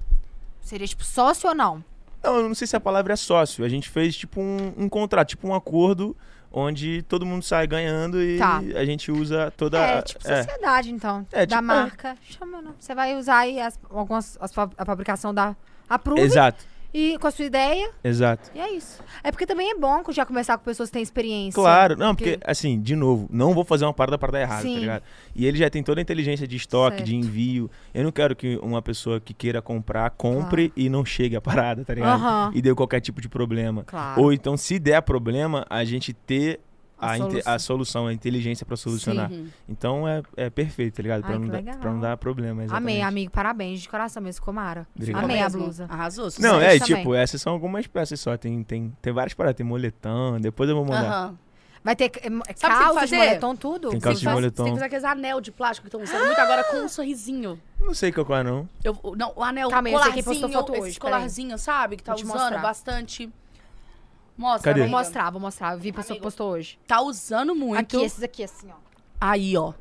Seria tipo sócio ou não? Não, eu não sei se a palavra é sócio. A gente fez tipo um, um contrato, tipo um acordo onde todo mundo sai ganhando e Tá. a gente usa toda. é, tipo sociedade, então. É, da tipo, é. marca. Chama, não. Você vai usar aí as, algumas, as fa- a fabricação da Approve Exato, e com a sua ideia, exato. e é isso. É porque também é bom já começar com pessoas que têm experiência. Claro, não, porque assim, de novo, não vou fazer uma parada para dar errado, é Sim. tá ligado? E ele já tem toda a inteligência de estoque, de Certo. envio. Eu não quero que uma pessoa que queira comprar compre e não chegue a parada, tá ligado? Aham. E deu qualquer tipo de problema. Claro. Ou então, se der problema, a gente ter a, A inte- a solução. solução. a inteligência para solucionar. Uhum. Então é, é perfeito, tá ligado? Pra Ai, não, que dar, legal. pra não dar problema. Exatamente. Amei, amigo. Parabéns de coração mesmo. Ficou mara. Obrigado. Amei a Mesmo. blusa. Arrasou. sucesso. Não, é, Sucesso também. tipo, essas são algumas peças só. Tem, tem, tem várias paradas. Tem moletão, depois eu vou mandar. Aham. Vai ter eh, mo- que tem que calça de fazer? moletom, tudo? Tem Tem calça que de fazer- moletom. Tem que usar aqueles anel de plástico que estão usando muito agora com um sorrisinho. Não sei qual é, não. Eu, não, o anel, Calma aí, eu sei colarzinho, quem postou foto hoje, esse peraí. colarzinho, sabe? Que tá Vou te usando mostrar. bastante. Mostra, Cadê? Vou amiga. mostrar, vou mostrar. Eu vi a pessoa que Amigo, postou hoje. Tá usando muito. Aqui, esses aqui, assim, ó. Aí, ó.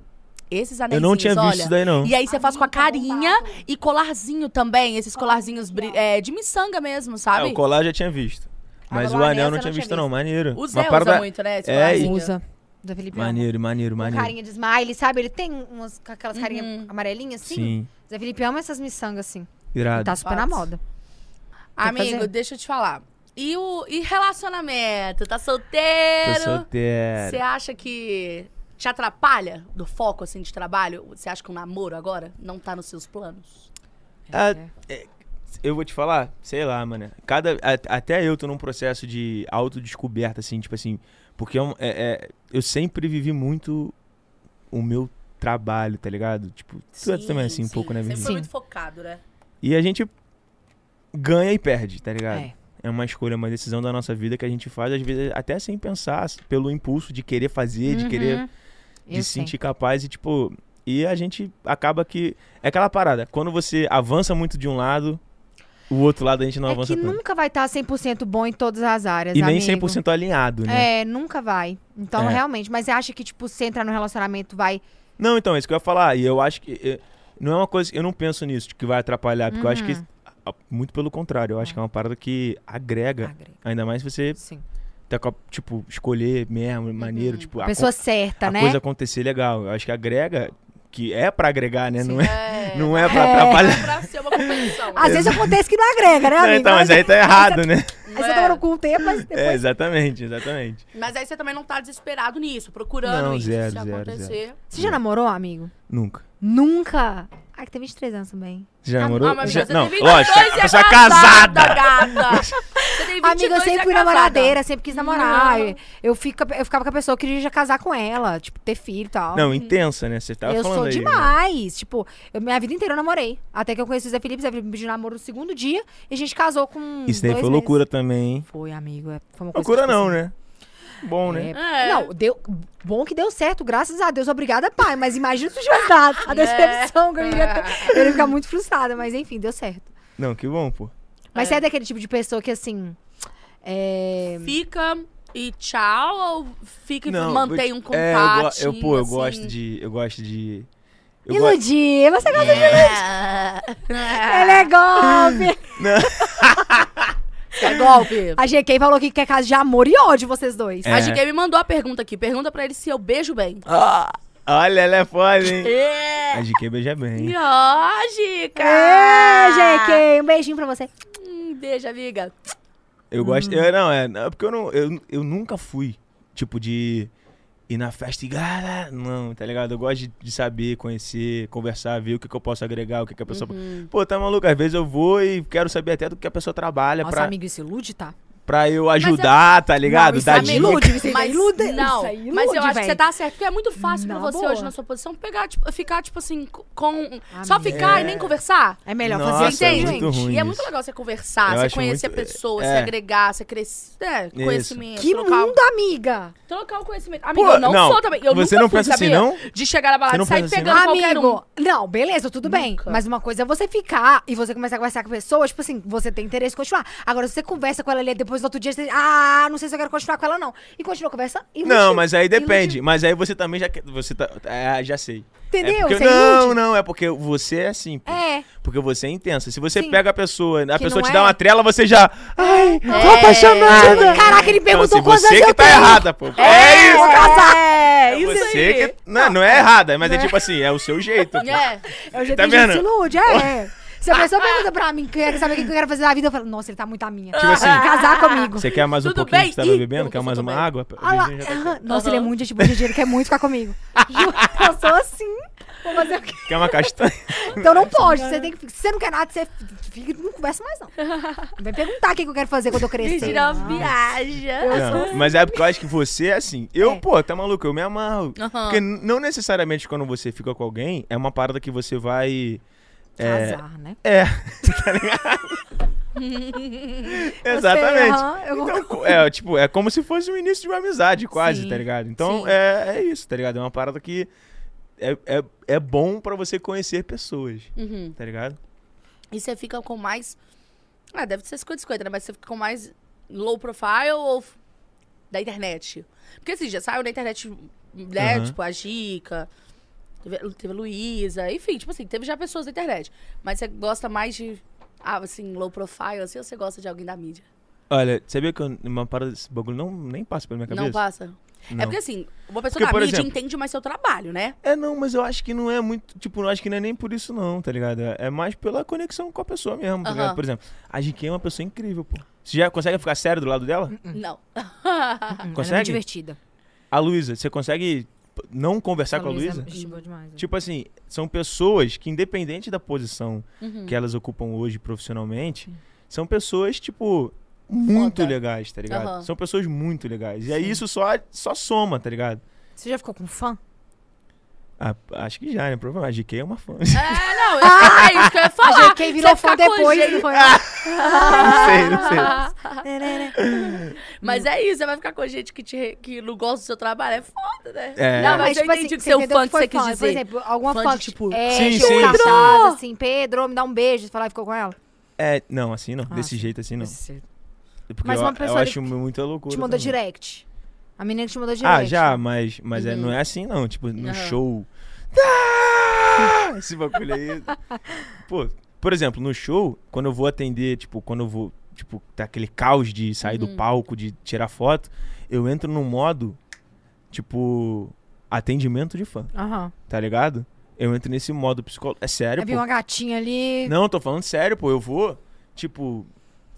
Esses Eu anéis, não tinha visto isso daí, não. E aí você faz com a Amigo, tá carinha bombado. e colarzinho também. Esses colarzinhos bri- é, de miçanga mesmo, É, sabe? o colar eu já tinha visto. Agora, Mas o o anel anel você eu não tinha visto, não. Maneiro. O Uma Zé usa parada- muito, né? Esse É, colarzinho. Usa. Da Felipe ama. Maneiro, maneiro, Com maneiro. então. carinha de smile, sabe? Ele tem umas, com aquelas carinhas amarelinhas, assim. Sim, Ah, Zé Felipe ama essas miçangas, assim. irado. Tá super na Fato. moda. Tem que Amigo, fazer. deixa eu te falar. E, o, e relacionamento? Tá solteiro? Tô solteiro. Você acha que Te atrapalha do foco, assim, de trabalho? Você acha que o namoro agora não tá nos seus planos? Ah, é, eu vou te falar, sei lá, mano. Cada, a- até eu tô num processo de autodescoberta, assim, tipo assim. Porque é um- é- é- eu sempre vivi muito o meu trabalho, tá ligado? Tipo, tu é também assim um sim. pouco, né, Sempre Virginia? foi Sim. muito focado, né? E a gente ganha e perde, tá ligado? É. É uma escolha, uma decisão da nossa vida que a gente faz, às vezes, até sem pensar, pelo impulso de querer fazer, de querer Uhum. Eu de se sei. sentir capaz e tipo e a gente acaba que é aquela parada quando você avança muito de um lado o outro lado a gente não é avança que tanto nunca vai estar 100% bom em todas as áreas, e nem amigo. 100% alinhado né É, nunca vai. Então, É. realmente. Mas você acha que, tipo, se entrar no relacionamento, vai. não então é isso que eu ia falar e eu acho que eh, não é uma coisa eu não penso nisso de que vai atrapalhar porque eu acho que Uhum. ah, muito pelo contrário eu acho que é uma parada que agrega Agrega. ainda mais se você Sim. tá com a- tipo escolher mesmo maneiro tipo A a, Uhum. pessoa co- certa, a né? coisa acontecer legal eu acho que agrega que é pra agregar né não é É, não é pra É. atrapalhar é pra ser uma competição. né? Às vezes acontece que [LAUGHS] não agrega, né, [LAUGHS] Não, amiga? então, mas aí tá errado, né? Aí não você é. demorou com o tempo, mas depois. É, exatamente, exatamente. Mas aí você também não tá desesperado nisso, procurando Não, isso. zero, se zero, acontecer. Ah, Você já namorou, amigo? Nunca. Nunca? Ah, que tem 23 anos também. Já namorou? Ah, mas Já- você não, tem 22 lógico, e a é pessoa casada, casada. gata. Você tem 22 Amiga, eu e é sempre fui casada. namoradeira, sempre quis namorar. Não. Eu, eu fico- eu ficava com a pessoa que queria já casar com ela, tipo, ter filho e tal. Não, intensa, né? Você tava eu falando sou aí. né? demais. Tipo, eu- minha vida inteira eu namorei. Até que eu conheci o Zé Felipe, o Zé Felipe me pediu namoro no segundo dia e a gente casou com. Isso daí dois foi meses. loucura também, hein? Foi, amigo. é- Foi uma coisa Loucura tipo não, assim, né? Bom, né? É. Não, deu, bom que deu certo, graças a Deus. Obrigada, pai. Mas imagina se tivesse dado [LAUGHS] É. a decepção que eu ia ter. Eu ia ficar muito frustrada, mas enfim, deu certo. Não, que bom, pô. Mas É. você é daquele tipo de pessoa que, assim. É. Fica e tchau ou fica e Não, mantém um assim? É, eu go- contato? eu, pô, eu gosto de. Eu gosto de. Eu go- assim. Iludir, você gosta de. É. Ela é golpe! [LAUGHS] É golpe. A GK falou que quer caso de amor e ódio, vocês dois. É. A GK me mandou a pergunta aqui. Pergunta pra ele se eu beijo bem. Ah, olha, ela é foda, hein? É. A GK beija bem. hein? Lógica. É, GK, um beijinho pra você. Hum, beijo, amiga. Eu Hum. gosto. Eu, não, é. não, é porque eu não. Eu, eu nunca fui. Tipo, de. Ir na festa e. galera, Não, tá ligado? Eu gosto de, de saber, conhecer, conversar, ver o que, que eu posso agregar, o que, que a pessoa. Uhum. Pô, tá maluco? Às vezes eu vou e quero saber até do que a pessoa trabalha é pra, amigo, isso ilude, tá? pra eu ajudar, tá ligado? isso Dar é dica. meio ilude, isso aí Mas ilude, não, isso aí ilude, mas eu acho que véi. você tá certo, porque é muito fácil pra Na você boa. hoje na sua posição pegar, tipo, ficar, tipo assim, co- com. Só Amiga. ficar e nem conversar. É melhor Nossa, fazer é assim, muito gente. ruim e é isso. muito legal você conversar, Eu você acho conhecer muito- a pessoa, é. se agregar, você crescer. É, conhecimento. Que trocar, mundo, amiga! trocar o conhecimento. Amigo, Pô, eu não, sou também. Eu você nunca não fui, pensa assim, sabia? não? De chegar na Você balada não e sair pensa assim, pegando qualquer um. Amigo, não, beleza, tudo bem. Nunca. Mas uma coisa é você ficar e você começar a conversar com a pessoa, tipo assim, você tem interesse em continuar. Agora, se você conversa com ela ali, depois no outro dia, você ah, não sei se eu quero continuar com ela, não. E continua conversando. e Não, ilude, mas aí ilude. depende. Mas aí você também já. quer- Você tá. Ah, já sei. Entendeu? É porque- Você não, ilude. não, é porque você é assim. pô. É. Porque você é intensa. Se você Sim. pega a pessoa, a Que pessoa não te é. dá uma trela, você já. Ai, tô É. apaixonada. Tipo, Caraca, ele perguntou não, se quantos Então, você anos que eu tá tenho. errada, pô. É, isso. É, isso você aí. que. Não, não é errada, mas é tipo assim, é o seu jeito. pô. [LAUGHS] É. É o jeito Tá que a gente se vendo? ilude, é. Se a pessoa pergunta pra mim, quer saber o que eu quero fazer na vida, eu falo, nossa, ele tá muito a minha. Tipo assim. Casar comigo. Você quer mais um Tudo pouquinho bem? que você tava Ih, bebendo? Quer perguntou mais se eu tô uma bem. água? A Ah lá, Virgínia já tá- aham. Nossa, ele é Aham. muito gente boa de dinheiro, quer muito ficar comigo. [LAUGHS] Juro, eu sou assim. Vou fazer o quê? tá. Quer uma castanha? Então não pode. Você tem que, se você não quer nada, você fica, não conversa mais, não. Vem perguntar o que que eu quero fazer quando eu crescer. Mentira, viaja. Não, mas é porque eu acho que você é assim. Eu, É. pô, tá maluco, eu me amarro. Aham. Porque n- não necessariamente quando você fica com alguém, é uma parada que você vai. É, Azar, né? é tá ligado? Exatamente. aham, eu concordo. [LAUGHS] Então, é, tipo, é como se fosse o início de uma amizade, quase, Sim, tá ligado? Então sim. é, é isso, tá ligado? É uma parada que é, é, é bom pra você conhecer pessoas, Uhum. tá ligado? E você fica com mais. Ah, deve ser 50-50, né? Mas você fica com mais low profile ou f- da internet? Porque esses dias saiu na internet, né? Aham. Tipo, a Gica. Teve, teve a Luísa. Enfim, tipo assim, teve já pessoas da internet. Mas você gosta mais de. Ah, assim, low profile, assim, ou você gosta de alguém da mídia? Olha, sabia que eu- uma parada desse bagulho não, nem passa pela minha cabeça? Não passa? É Não. porque assim, uma pessoa Porque, da por mídia exemplo- entende mais seu trabalho, né? É, não, mas eu acho que não é muito. Tipo, eu acho que não é nem por isso, não, tá ligado? É é mais pela conexão com a pessoa mesmo, tá Aham. ligado? Por exemplo, a GK é uma pessoa incrível, pô. Você já consegue ficar Uhum. Hum. sério do lado dela? Não. [LAUGHS] Ela é muito Consegue? divertida. A Luísa, você consegue p- não conversar Tá com a é Luísa. estimulou é demais. né? Tipo assim, são pessoas que, independente da posição Uhum. que elas ocupam hoje profissionalmente, são pessoas, tipo, muito Foda. legais, tá ligado? Aham. São pessoas muito legais. E aí isso só, só soma, tá ligado? Você já ficou com fã? Ah, acho que já, né? Provavelmente. A GK é uma fã. É, não, é isso que eu ia A Hum. falar. GK virou você fã ficar com depois, jeito. não foi? não sei, não sei. Mas é isso, você vai ficar com gente que, te, re- que não gosta do seu trabalho. É foda, né? É. Não, mas, eu tipo assim, entendi que seu entendeu fã que você foi quis fã. dizer. Por exemplo, alguma Fã fã, de, que, tipo, é, Sim, chegou sim. na Pedro! casa, assim, Pedro, me dá um beijo. Você falar e ficou com ela? É, não, assim não. Ah, Desse sim. jeito assim não. Você Porque Mas eu, uma eu pessoa acho muita loucura. te mandou também. direct. A menina que te mandou direct. Ah, já, mas, mas é, Uhum. não é assim não. Tipo, no Aham. show. Ah! Esse bagulho aí. Pô, por exemplo, no show, quando eu vou atender, tipo, quando eu vou. Tipo, tá aquele caos de sair do palco, de tirar foto, eu entro num modo, tipo, atendimento de fã, Aham. tá ligado? Eu entro nesse modo psicológico. É sério, Aí vi pô. uma gatinha ali. Não, tô falando sério, pô. Eu vou, tipo,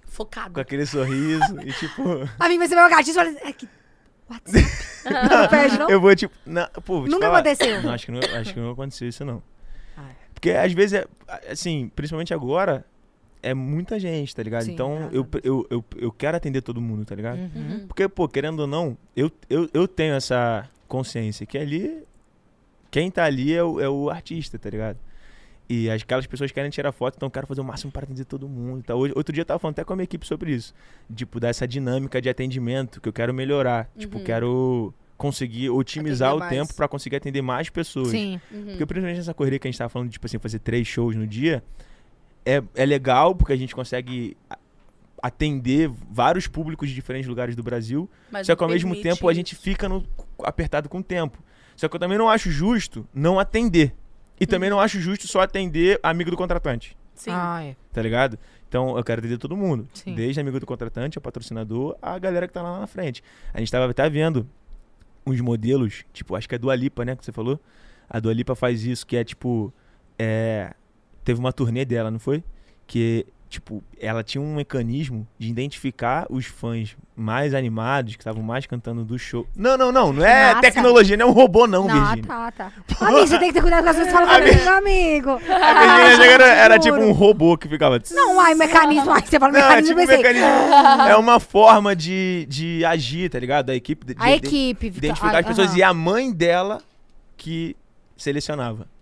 com Focado. aquele sorriso e tipo. A mim, você vê uma gatinha e fala... "Ah, [LAUGHS] que WhatsApp. Não pede, não? Eu vou, tipo. na- pô, vou te Nunca falar. aconteceu. Não, acho que não, acho que não aconteceu isso, não. Ah. Porque às vezes, é, assim, principalmente agora, é muita gente, tá ligado? Sim, então tá. eu, eu, eu, eu quero atender todo mundo, tá ligado? Uhum. Porque, pô, querendo ou não, eu, eu, eu tenho essa consciência que ali. Quem tá ali é o, é o artista, tá ligado? E as- aquelas pessoas querem tirar foto, então eu quero fazer o máximo para atender todo mundo. Tá? Hoje, outro dia eu tava falando até com a minha equipe sobre isso. Tipo, dar essa dinâmica de atendimento que eu quero melhorar. Tipo, quero conseguir otimizar Uhum. Atender o mais. tempo para conseguir atender mais pessoas. Sim. Porque principalmente nessa correria que a gente tava falando, tipo assim, fazer três shows no dia, é, é legal porque a gente consegue a- atender vários públicos de diferentes lugares do Brasil, Mas só não que ao mesmo permite- tempo a gente fica no- apertado com o tempo. Só que eu também não acho justo não atender. E também Uhum. não acho justo só atender amigo do contratante, Sim. Ah, é. tá ligado? Então eu quero atender todo mundo. Sim. Desde amigo do contratante, ao patrocinador, a galera que tá lá na frente. A gente tava até vendo uns modelos, tipo, acho que é do Alipa, né? Que você falou. A Dua Lipa faz isso, que é tipo. é, Teve uma turnê dela, não foi? Que, tipo, ela tinha um mecanismo de identificar os fãs mais animados, que estavam mais cantando do show. Não, não, não. Não é Massa. tecnologia, não é um robô, não, Não, Virgínia. tá, [LAUGHS] tá. Amigo, você tem que ter cuidado com as pessoas que falam A pra mim, meu amigo. A [LAUGHS] Virgínia chega, era, era tipo juro. um robô que ficava. Não, ai, [LAUGHS] mecanismo. Ai, você fala Não, é mecanismo, tipo um eu pensei. "Ah." mecanismo. É uma forma de, de agir, tá ligado? Da equipe. De, A de- equipe. de Vitor. identificar Ai, as pessoas. aham. E a mãe dela que selecionava.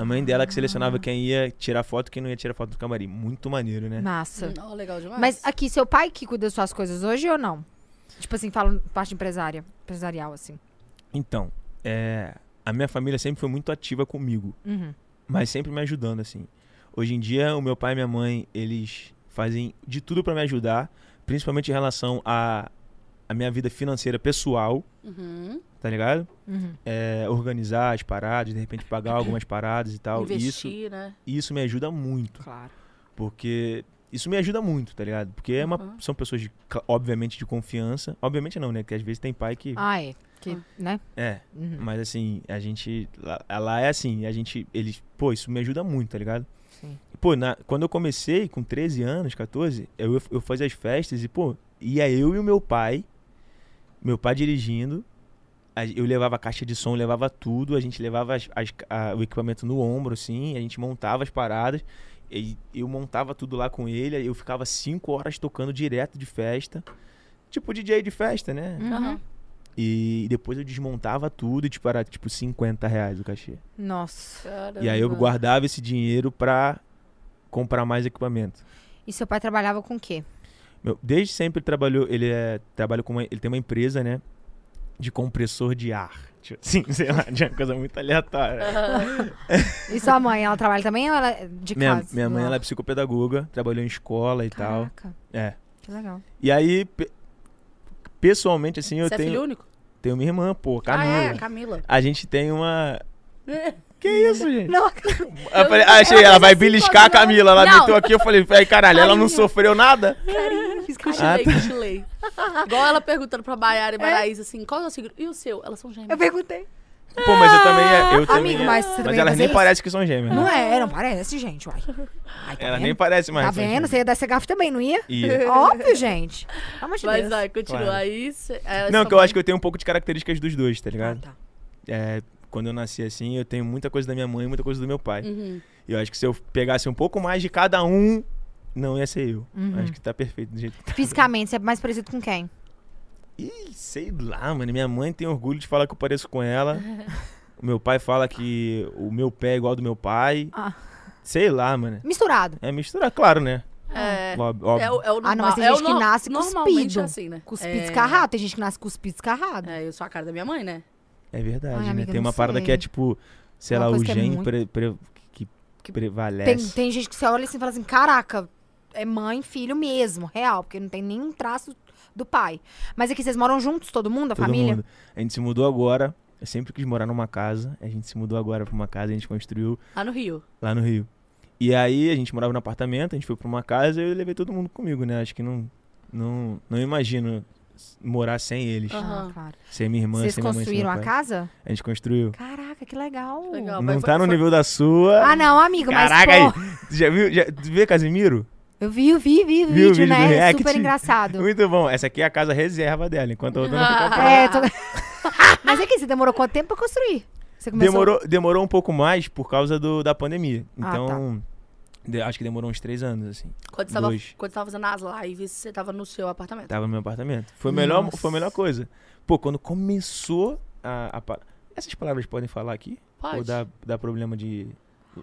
A mãe dela que selecionava quem ia tirar foto e quem não ia tirar foto do camarim. Muito maneiro, né? Massa. Não, Hum, legal demais. Mas aqui, seu pai que cuida das suas coisas hoje ou não? Tipo assim, fala parte empresária, empresarial, assim. Então, é, a minha família sempre foi muito ativa comigo. Uhum. mas sempre me ajudando assim. Hoje em dia, o meu pai e minha mãe, eles fazem de tudo pra me ajudar, principalmente em relação à a minha vida financeira pessoal, Uhum. tá ligado? Uhum. É, organizar as paradas, de repente pagar algumas paradas e tal. E Isso, Investir, né? isso me ajuda muito, Claro. porque isso me ajuda muito, tá ligado? Porque é uma- Uhum. são pessoas, de- cla- obviamente, de confiança. Obviamente não, né? Porque às vezes tem pai que... Ah, é. Que, né? É, Uhum. Mas assim, a gente. Lá, lá é assim, a gente. Eles. Pô, isso me ajuda muito, tá ligado? Sim. Pô, na, quando eu comecei, com 13 anos, 14, eu, eu fazia as festas e, pô, ia eu e o meu pai. Meu pai dirigindo. a- Eu levava a caixa de som, levava tudo, a gente levava as- as ca- a- o equipamento no ombro, assim, a gente montava as paradas, e eu montava tudo lá com ele, aí eu ficava cinco horas tocando direto de festa. Tipo DJ de festa, né? Uhum. E depois eu desmontava tudo e, tipo, era tipo 50 reais o cachê. Nossa. Caramba. E aí eu guardava esse dinheiro pra comprar mais equipamento. E seu pai trabalhava com o quê? Meu, desde sempre ele trabalhou, ele é, trabalha com uma, ele tem uma empresa, né, de compressor de ar. Tipo, [LAUGHS] Sim, sei lá, de uma coisa muito É, aleatória. E sua mãe, ela trabalha também ou ela é de Minha, casa? minha mãe, né? Não. ela é psicopedagoga, trabalhou em escola e tal. Caraca, É. que [LAUGHS] legal. E aí, pe- pessoalmente, assim, eu Você é tenho, filho único? tenho minha irmã, pô, Camila. Ah, é, a [LAUGHS] Camila. A gente tem uma... Que isso, gente? Não, [LAUGHS] Aí eu falei, Eu- "Ah, eu achei, ela fiz vai assim, beliscar a quando ela- Camila. Ela Não. meteu aqui, eu falei, ai, caralho, ela não Carinha. sofreu nada? Cochilei, Ah, tá. cochilei. Igual ela perguntando pra Baiara e Maraísa assim, qual é o signo? E o seu? Elas são gêmeas. eu perguntei. Pô, mas eu também. é- Eu também Amigo, é. mas você Mas também elas faz nem isso? parecem que são gêmeas. Não né? é, não parece, gente, uai. Ai, tá Elas vendo? nem parecem mais. Tá que são vendo? gêmeas. Você ia dar essa gafe também, não [LAUGHS] ia? [LAUGHS] E- Óbvio, gente. Pelo amor de Mas Deus. vai, continua Claro. aí. cê- elas Não, são que eu acho que eu tenho um pouco de características dos dois, tá Ah, ligado? tá. é, quando eu nasci assim, eu tenho muita coisa da minha mãe e muita coisa do meu pai. Uhum. E eu acho que se eu pegasse um pouco mais de cada um, não ia ser eu. Uhum. Acho que tá perfeito do jeito que tá. Fisicamente, você é mais parecido com quem? Ih, sei lá, mano. Minha mãe tem orgulho de falar que eu pareço [LAUGHS] com ela. o meu pai fala que o meu pé é igual ao do meu pai. Ah. Sei lá, mano. Misturado. É misturar, claro, né? É. Óbvio, É o, é o normal. Ah, não, mas tem é o gente que no- nasce normalmente cuspido. é assim, né? Cuspido é... escarrado. Tem gente que nasce cuspido escarrado. É, eu sou a cara da minha mãe, né? É verdade, Ai, né? amiga, Tem não uma parada que sei. é tipo, sei Uma lá, o coisa que é gene muito- pre- pre- que, que- prevalece. Tem, tem gente que você olha assim e fala assim: caraca, é mãe, e filho mesmo, real, porque não tem nenhum traço do pai. Mas aqui vocês moram juntos, todo mundo, a todo família? mundo. A gente se mudou agora. Eu sempre quis morar numa casa. A gente se mudou agora pra uma casa, a gente construiu Lá no Rio. lá no Rio. E aí a gente morava no apartamento, a gente foi pra uma casa e eu levei todo mundo comigo, né? Acho que não não, não imagino s- morar sem eles. Aham. Ah, claro. Sem minha irmã, Vocês sem minha mãe, sem meu construíram a pai. casa? A gente construiu. Caraca, que legal. Legal. não mas tá foi- no foi- nível da sua. Ah, não, amigo, Caraca mas. Pô, aí. Tu já viu? Já, tu vê Casimiro? Eu vi, eu vi, vi o Viu o vídeo, vídeo do né? react? Super [LAUGHS] engraçado. Muito bom. Essa aqui é a casa reserva dela, enquanto a outra não fica Ah. pronta. É, tô... [LAUGHS] Mas é que você demorou quanto tempo pra construir? Você começou... Demorou, demorou um pouco mais por causa do, da pandemia. Ah, Então, de- acho que demorou uns três anos, assim. Quando você, tava, Dois. Tá. quando você tava fazendo as lives, você tava no seu apartamento. Tava no meu apartamento. Foi, a melhor, Nossa. foi a melhor coisa. Pô, quando começou a. a pa- Essas palavras podem falar aqui? Ou Pode. dá, dá problema de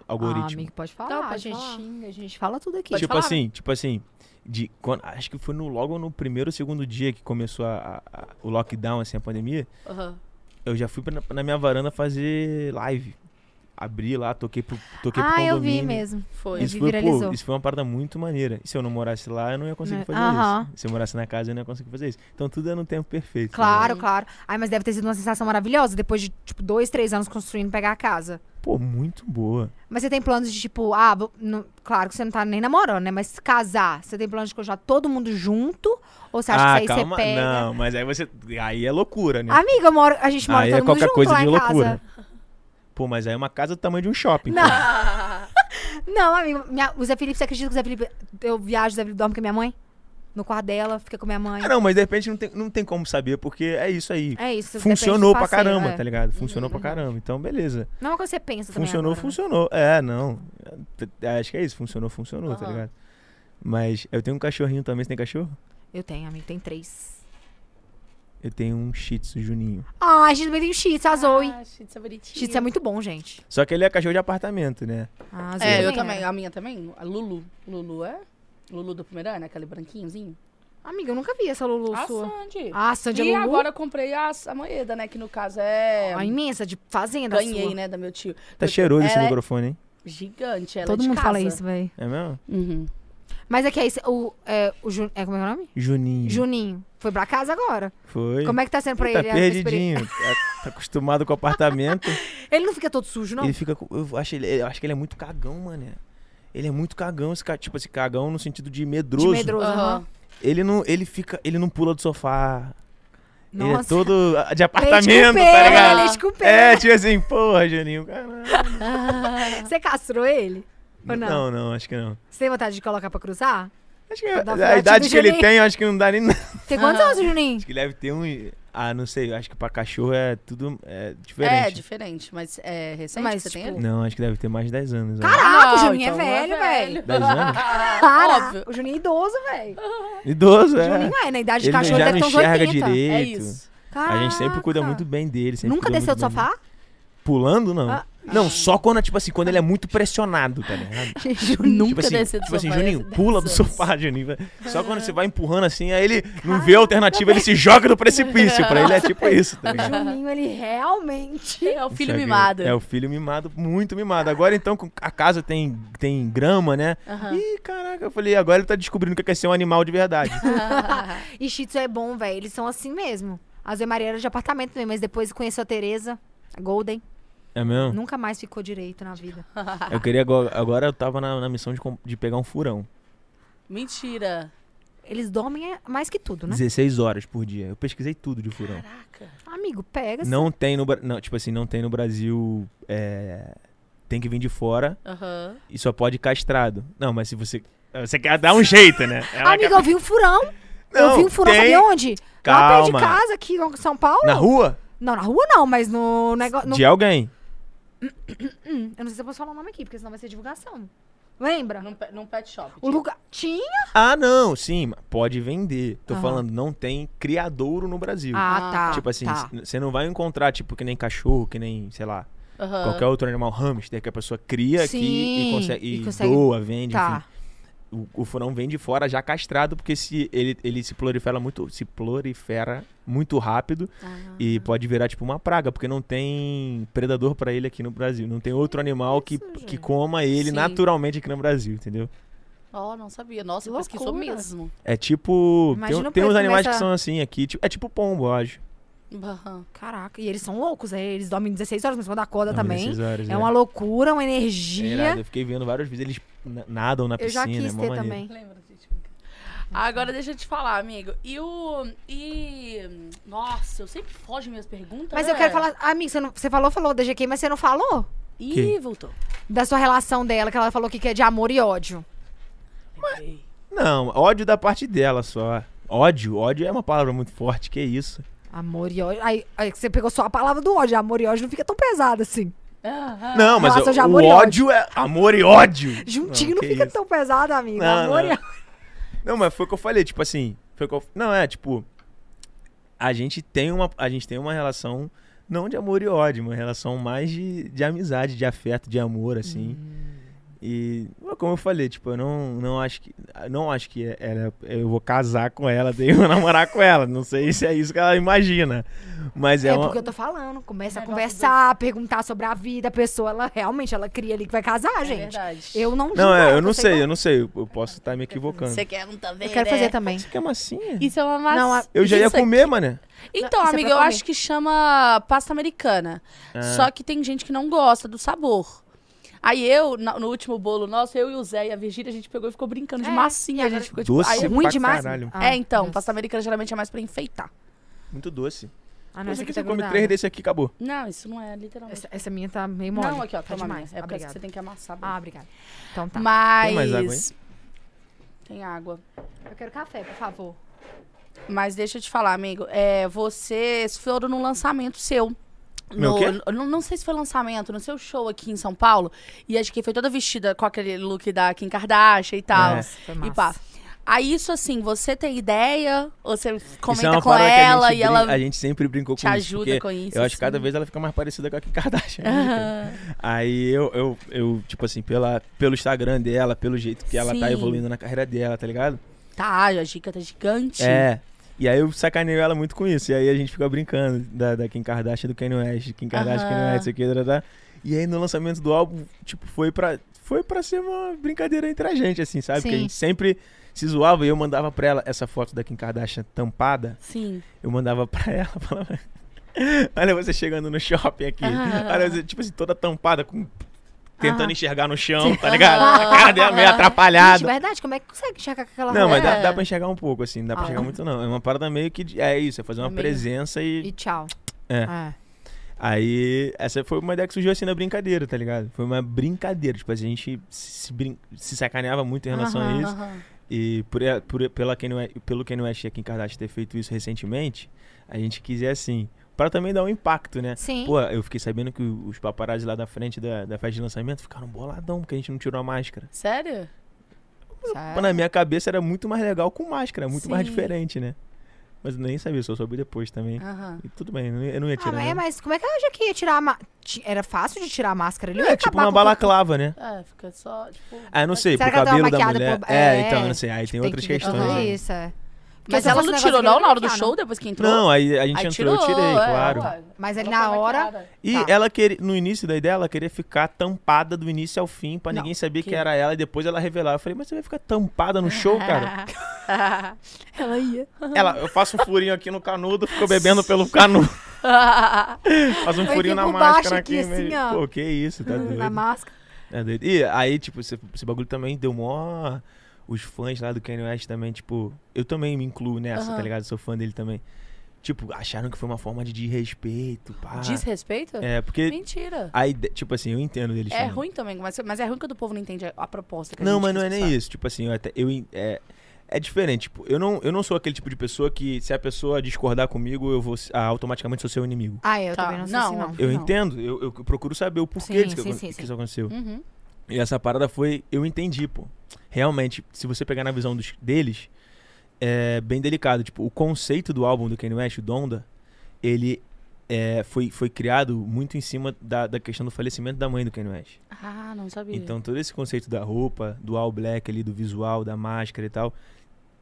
Ah, algoritmo? amigo, pode falar. Tá, pode a gente falar. xinga, a gente fala tudo aqui. Pode tipo falar. assim, tipo assim. De quando, acho que foi no, logo no primeiro ou segundo dia que começou a- a- a- o lockdown, assim, a pandemia. Aham. Eu já fui pra- na minha varanda fazer live. Abri lá, toquei pro, toquei pro ah, eu vi condomínio. mesmo. Foi. Isso vi, foi, pô, viralizou. isso foi uma parada muito maneira. E se eu não morasse lá, eu não ia conseguir Né? fazer Aham. isso. Se eu morasse na casa, eu não ia conseguir fazer isso. Então tudo é no tempo perfeito. tá ligado? Claro, claro. Ai, mas deve ter sido uma sensação maravilhosa depois de, tipo, dois, três anos construindo pegar a casa. Pô, muito boa. Mas você tem planos de, tipo, ah, vou- não- claro que você não tá nem namorando, né? Mas casar, você tem planos de colocar todo mundo junto? Ou você acha ah, que isso aí calma. você pega? Não, mas aí você. Aí é loucura, né? Amiga, eu moro, a gente mora aí todo é mundo qualquer junto coisa lá de em loucura. casa. Pô, mas aí é uma casa do tamanho de um shopping. Não. pô. [LAUGHS] Não, amigo, minha- o Zé Felipe, você acredita que o Zé Felipe, eu viajo, o Zé Felipe dorme com a minha mãe? No quarto dela, fica com a minha mãe. Ah, não, mas de repente não tem, não tem como saber, porque é isso aí. É isso. depende do Funcionou pra parceiro, caramba, é. tá ligado? Funcionou pra caramba. Então, beleza. Não é uma coisa que você pensa também Funcionou, agora, né? funcionou. É, não. T- t- Acho que é isso. Funcionou, funcionou, tá Aham. ligado? Mas eu tenho um cachorrinho também. Você tem cachorro? Eu tenho, amigo, tem três. Eu tenho um Shih Tzu Juninho. Ah, a gente também tem o Shih Tzu, a Zoe. Ah, Shih Tzu é bonitinho. Shih Tzu é muito bom, gente. Só que ele é cachorro de apartamento, né? Ah, a Zoe É, eu era. também. A minha também. A Lulu. Lulu é? Lulu do primeiro ano, aquele branquinhozinho. Amiga, eu nunca vi essa Lulu A sua. Sandy. Ah, Sandy e é Lulu. agora eu comprei a, a moeda, né? Que no caso é. A imensa, de fazenda ganhei, sua. né? Da meu tio. Tá Eu- cheiroso esse ela é microfone, hein? Gigante, ela é Todo de mundo fala casa. isso, véi. É mesmo? Uhum. Mas é que aí, cê- o, é, o Ju- é, como é o nome? Juninho. Juninho. Foi pra casa agora. Foi. Como é que tá sendo pra tá ele? a experiência? perdidinho. tá, tá acostumado com o apartamento. Ele não fica todo sujo, [LAUGHS] não? Ele fica. com- Eu acho, ele, eu acho que ele é muito cagão, mano. Ele é muito cagão, esse cara. Tipo, esse cagão no sentido de medroso. De medroso, aham. Aham. Ele não. Ele fica. Ele não pula do sofá. Ele é Nossa. todo ah, de leite com apartamento, tá pera, ligado? Leite com pera. É, tipo assim, porra, Juninho, caralho. Você castrou ele? Ou não? É. Não, não, acho que não. Você tem vontade de colocar pra cruzar? Acho que Pra dar a, filhote idade do que ele Tá Juninho. tem, acho que não dá nem nada. Tem quantos anos, Juninho? Acho que ele deve ter um. Ah, não sei, acho que pra cachorro é tudo é, É, diferente. diferente, mas é recente Mas, que você tipo, tem ele? Não, acho que deve ter mais de 10 anos. ó. Caraca, o Não, Juninho então é velho, velho. [LAUGHS] Dez anos? Para! Óbvio. O Juninho é idoso, velho. Idoso, O é. Juninho é, na idade de Ele cachorro, já deve não ter uns enxerga 80. direito. É isso. Ah, A gente sempre cuida Caraca. muito bem dele. sempre Nunca cuidou desceu do muito bem sofá? dele. Pulando, não. Ah. Não, só quando, tipo assim, quando ele é muito pressionado, tá ligado? [LAUGHS] Nunca Tipo assim, desci do tipo assim, sofá, Juninho, desce- pula do desce- sofá, Juninho. vai. [LAUGHS] Só quando você vai empurrando assim, aí ele Ah, não vê a alternativa, ele se joga do precipício. Pra ele [LAUGHS] é tipo isso, tá [LAUGHS] ligado? Juninho, ele realmente. É o filho Isso é mimado. É o filho mimado, muito mimado. Agora então com- a casa tem, tem grama, né? Aham. Ih, caraca, eu falei, agora ele tá descobrindo o que é ser um animal [LAUGHS] de verdade. E Shih Tzu é bom, velho. Eles são assim mesmo. A Zoe Maria era de apartamento mesmo, mas depois conheceu a Tereza, a Golden. É mesmo? Nunca mais ficou direito na vida. Ah. Eu queria agora, agora eu tava na, na missão de, com- de pegar um furão. Mentira. Eles dormem é mais que tudo, né? 16 horas por dia. Eu pesquisei tudo de furão. Caraca. Amigo, pega. Não tem no Bra- não, tipo assim, não tem no Brasil, é, tem que vir de fora. Aham. E só pode castrado. Não, mas se você. Você quer dar um jeito, né? Ela Amigo, eu vi um furão. quer- Não, eu vi um furão, tem- sabe onde? Lá perto de Calma. casa, aqui em São Paulo. Na rua? Não, na rua não, mas no negócio. De alguém. Eu não sei se eu posso falar o nome aqui, porque senão vai ser divulgação. Lembra? Num, pe- num pet shop. O tipo. lugar. Tinha? Ah, não, sim, mas pode vender. Tô Aham. falando, não tem criadouro no Brasil. Ah, tá. tipo assim, tá. você não vai encontrar, tipo, que nem cachorro, que nem, sei lá, Aham. qualquer outro animal hamster que a pessoa cria aqui Ah. Sim, e consegue, e e consegue- doa, vende, enfim. Tá. O, o furão vem de fora já castrado, porque se ele, ele se prolifera muito, se prolifera muito rápido Ah. e pode virar tipo uma praga, porque não tem predador pra ele aqui no Brasil, não tem outro animal que, gente. que coma ele Sim. naturalmente aqui no Brasil, entendeu? Oh, não sabia. Nossa, eu Loucura. pesquisou mesmo. É tipo, tem, Imagina o tem uns preço animais nessa- que são assim aqui, tipo, é tipo pombo, eu acho. Aham. Caraca, e eles são loucos, é, eles dormem 16 horas, mas quando acorda Não, também. nesses horas, É uma loucura, uma É irado, energia. eu fiquei vendo vários vídeos, eles na- nadam na eu já piscina, é quis mó ter maneiro. também. Lembra, tipo gente? Agora deixa eu te falar, amigo. E o. E. Nossa, eu sempre foge minhas perguntas. Mas né? eu quero falar. Ah, Amigo, você, não- você falou, falou da GK, mas você não falou Ih, Que? voltou. da sua relação dela, que ela falou que que é de amor e ódio. Lembrei. Não, ódio da parte dela só. Ódio, ódio é uma palavra muito forte, que isso. Amor e ódio. Aí, aí você pegou só a palavra do ódio. Amor e ódio não fica tão pesado assim. Aham. Não, mas Relação eu- de o amor e ódio é amor e ódio. Juntinho não, que fica isso. tão pesado, amigo. Não, amor não. e ódio. Não, mas foi o que eu falei, tipo assim, foi o que eu- não é, tipo, a gente tem uma a gente tem uma relação não de amor e ódio, uma relação mais de, de amizade, de afeto, de amor assim. E como eu falei, tipo, eu não, não acho que não acho que ela, eu vou casar com ela, [LAUGHS] tenho que namorar com ela, não sei se é isso que ela imagina. Mas é, É uma, porque eu tô falando. Começa É, a gosto conversar, perguntar sobre a vida, a pessoa, ela realmente ela cria ali que vai casar, É gente. verdade. Eu não julgo Não, é, ela, eu não sei, igual- eu não sei, eu eu posso estar me equivocando. Você quer um também? Eu quero né? fazer também. Isso aqui é massinha? Isso é uma massa. Não, a- Eu já ia Isso aqui- comer, mané. Então, Não, isso é amiga, pra eu comer. acho que chama pasta americana. É. Só que tem gente que não gosta do sabor. Aí eu, na- no último bolo nosso, eu e o Zé e a Virgínia, a gente pegou e ficou brincando de É, massinha. e A gente agora- ficou tipo. Doce aí eu- ruim pra demais? caralho. Ah, é, então, Deus. pasta americana geralmente é mais pra enfeitar. Muito doce. Ah, Mas essa aqui aqui você tá come grudada. três desse aqui, acabou. Não, isso não é, literalmente. Essa, essa minha tá meio mole. Não, aqui, ó, tá toma a minha. demais. É porque Obrigada. você tem que amassar. bem. Ah, obrigada. Então tá. Mas. Tem mais água, hein? Tem água. Eu quero café, por favor. Mas deixa eu te falar, amigo. É, vocês foram num lançamento seu. Meu No- quê? no- Não, sei se foi lançamento, no seu show aqui em São Paulo. E a GK foi toda vestida com aquele look da Kim Kardashian e tal. É. Ah, foi E pá. Aí isso assim, você tem ideia? Ou você comenta com é parada que ela a gente e ela brin- A gente sempre brincou com te isso, ajuda porque com isso, Eu acho que assim. [LAUGHS] cada vez ela fica mais parecida com a Kim Kardashian. Aí eu, eu, eu, tipo assim, pela, pelo Instagram dela, pelo jeito que ela tá Sim. evoluindo na carreira dela, tá ligado? tá, a dica tá gigante? É. E aí eu sacaneio ela muito com isso. E aí a gente fica brincando da, da Kim Kardashian do Kanye West, Kim Kardashian, Kanye Aham. West, isso aqui, tá, tá. E aí no lançamento do álbum, tipo, foi pra, foi pra ser uma brincadeira entre a gente, assim, sabe? Porque a Sim. gente sempre se zoava e eu mandava pra ela essa foto da Kim Kardashian tampada. Sim. Eu mandava pra [LAUGHS] ela, falava... Olha você chegando no shopping aqui. Aham. Olha você, tipo assim, toda tampada, com... tentando Aham. enxergar no chão, tá ligado? A cara dela meio Gente, atrapalhada. verdade, como é que consegue enxergar com aquela Não, mas roupa? dá, dá pra enxergar um pouco, assim, não dá É. Ah, pra enxergar tá. muito, não. É uma parada meio que. de- É isso, é fazer uma É meio- presença e. E tchau. É. Ah. Aí. Essa foi uma ideia que surgiu assim na brincadeira, tá ligado? Foi uma brincadeira. Tipo, a gente se, brin- se sacaneava muito em relação a Aham, isso. E por, é, por, pela Kanye West, pelo Kanye West e a Kim Kardashian ter feito isso recentemente, a gente quis ir assim. Pra também dar um impacto, né? Sim. Ah, Pô, eu fiquei sabendo que os paparazzi lá da frente da, da festa de lançamento ficaram boladão, porque a gente não tirou a máscara. Sério? Ah, Mas é. na minha cabeça era muito mais legal com máscara, muito mais Sim. diferente, né? Mas eu nem sabia, só soube depois também. Aham. E tudo bem, eu não ia- eu não ia Ah, tirar. mas, né? mas como é que ela já queria tirar a ma... Ti- Era fácil de tirar a máscara ali? ou É, ia tipo acabar uma com balaclava, né? É, fica só, tipo... Ah, eu não sei, Será pro que ela tava cabelo da maquiada mulher. por- É, é, então, eu não sei. Aí tem tudo? outras que ver questões. né? tudo Aham. aí. Isso, é. Porque Mas se eu ela fosse não um negócio tirou ali, eu não na hora do maquiar, show, depois que entrou? Não, aí a gente Aí entrou, eu tirei, é, claro. ué. Mas ali Ela na foi hora- maquiada. E Tá. ela queria, no início da ideia, ela queria ficar tampada do início ao fim, pra Não, ninguém saber que... que- era ela, e depois ela revelar. Eu falei, mas você vai ficar tampada no show, [LAUGHS] cara? ela ia. ela, eu faço um furinho aqui no canudo, fico bebendo [LAUGHS] pelo canudo. Faço um Foi aqui furinho na por baixo, máscara aqui, aqui. meio- assim, ó. Pô, que isso, tá [LAUGHS] doido. Na máscara. É doido. E aí, tipo, esse, esse bagulho também deu mó. Os fãs lá do Kanye West também, tipo. Eu também me incluo nessa, Aham. tá ligado? Sou fã dele também. Tipo, acharam que foi uma forma de desrespeito, pá. Desrespeito? Ah. É, porque. Mentira. Aí, tipo assim, eu entendo eles É também. ruim também, mas, mas é ruim quando o povo não entende a, a proposta que a Não, gente mas não quis é nem passar. isso. Tipo assim, eu até. Eu, en- é, É diferente, tipo, eu não, eu não sou aquele tipo de pessoa que se a pessoa discordar comigo, eu vou ah, automaticamente sou seu inimigo. Ah, eu Tá. também não sou assim, Não, não. Eu Não. entendo, eu, eu procuro saber o porquê Sim, disso que, sim, acon- sim, que sim. isso aconteceu. Uhum. E essa parada foi, eu entendi, pô. Realmente, se você pegar na visão dos, deles, é bem delicado. Tipo, o conceito do álbum do Kanye West, o Donda, ele é, foi, foi criado muito em cima da, da questão do falecimento da mãe do Kanye West. Ah, não sabia. Então todo esse conceito da roupa, do all black ali, do visual, da máscara e tal,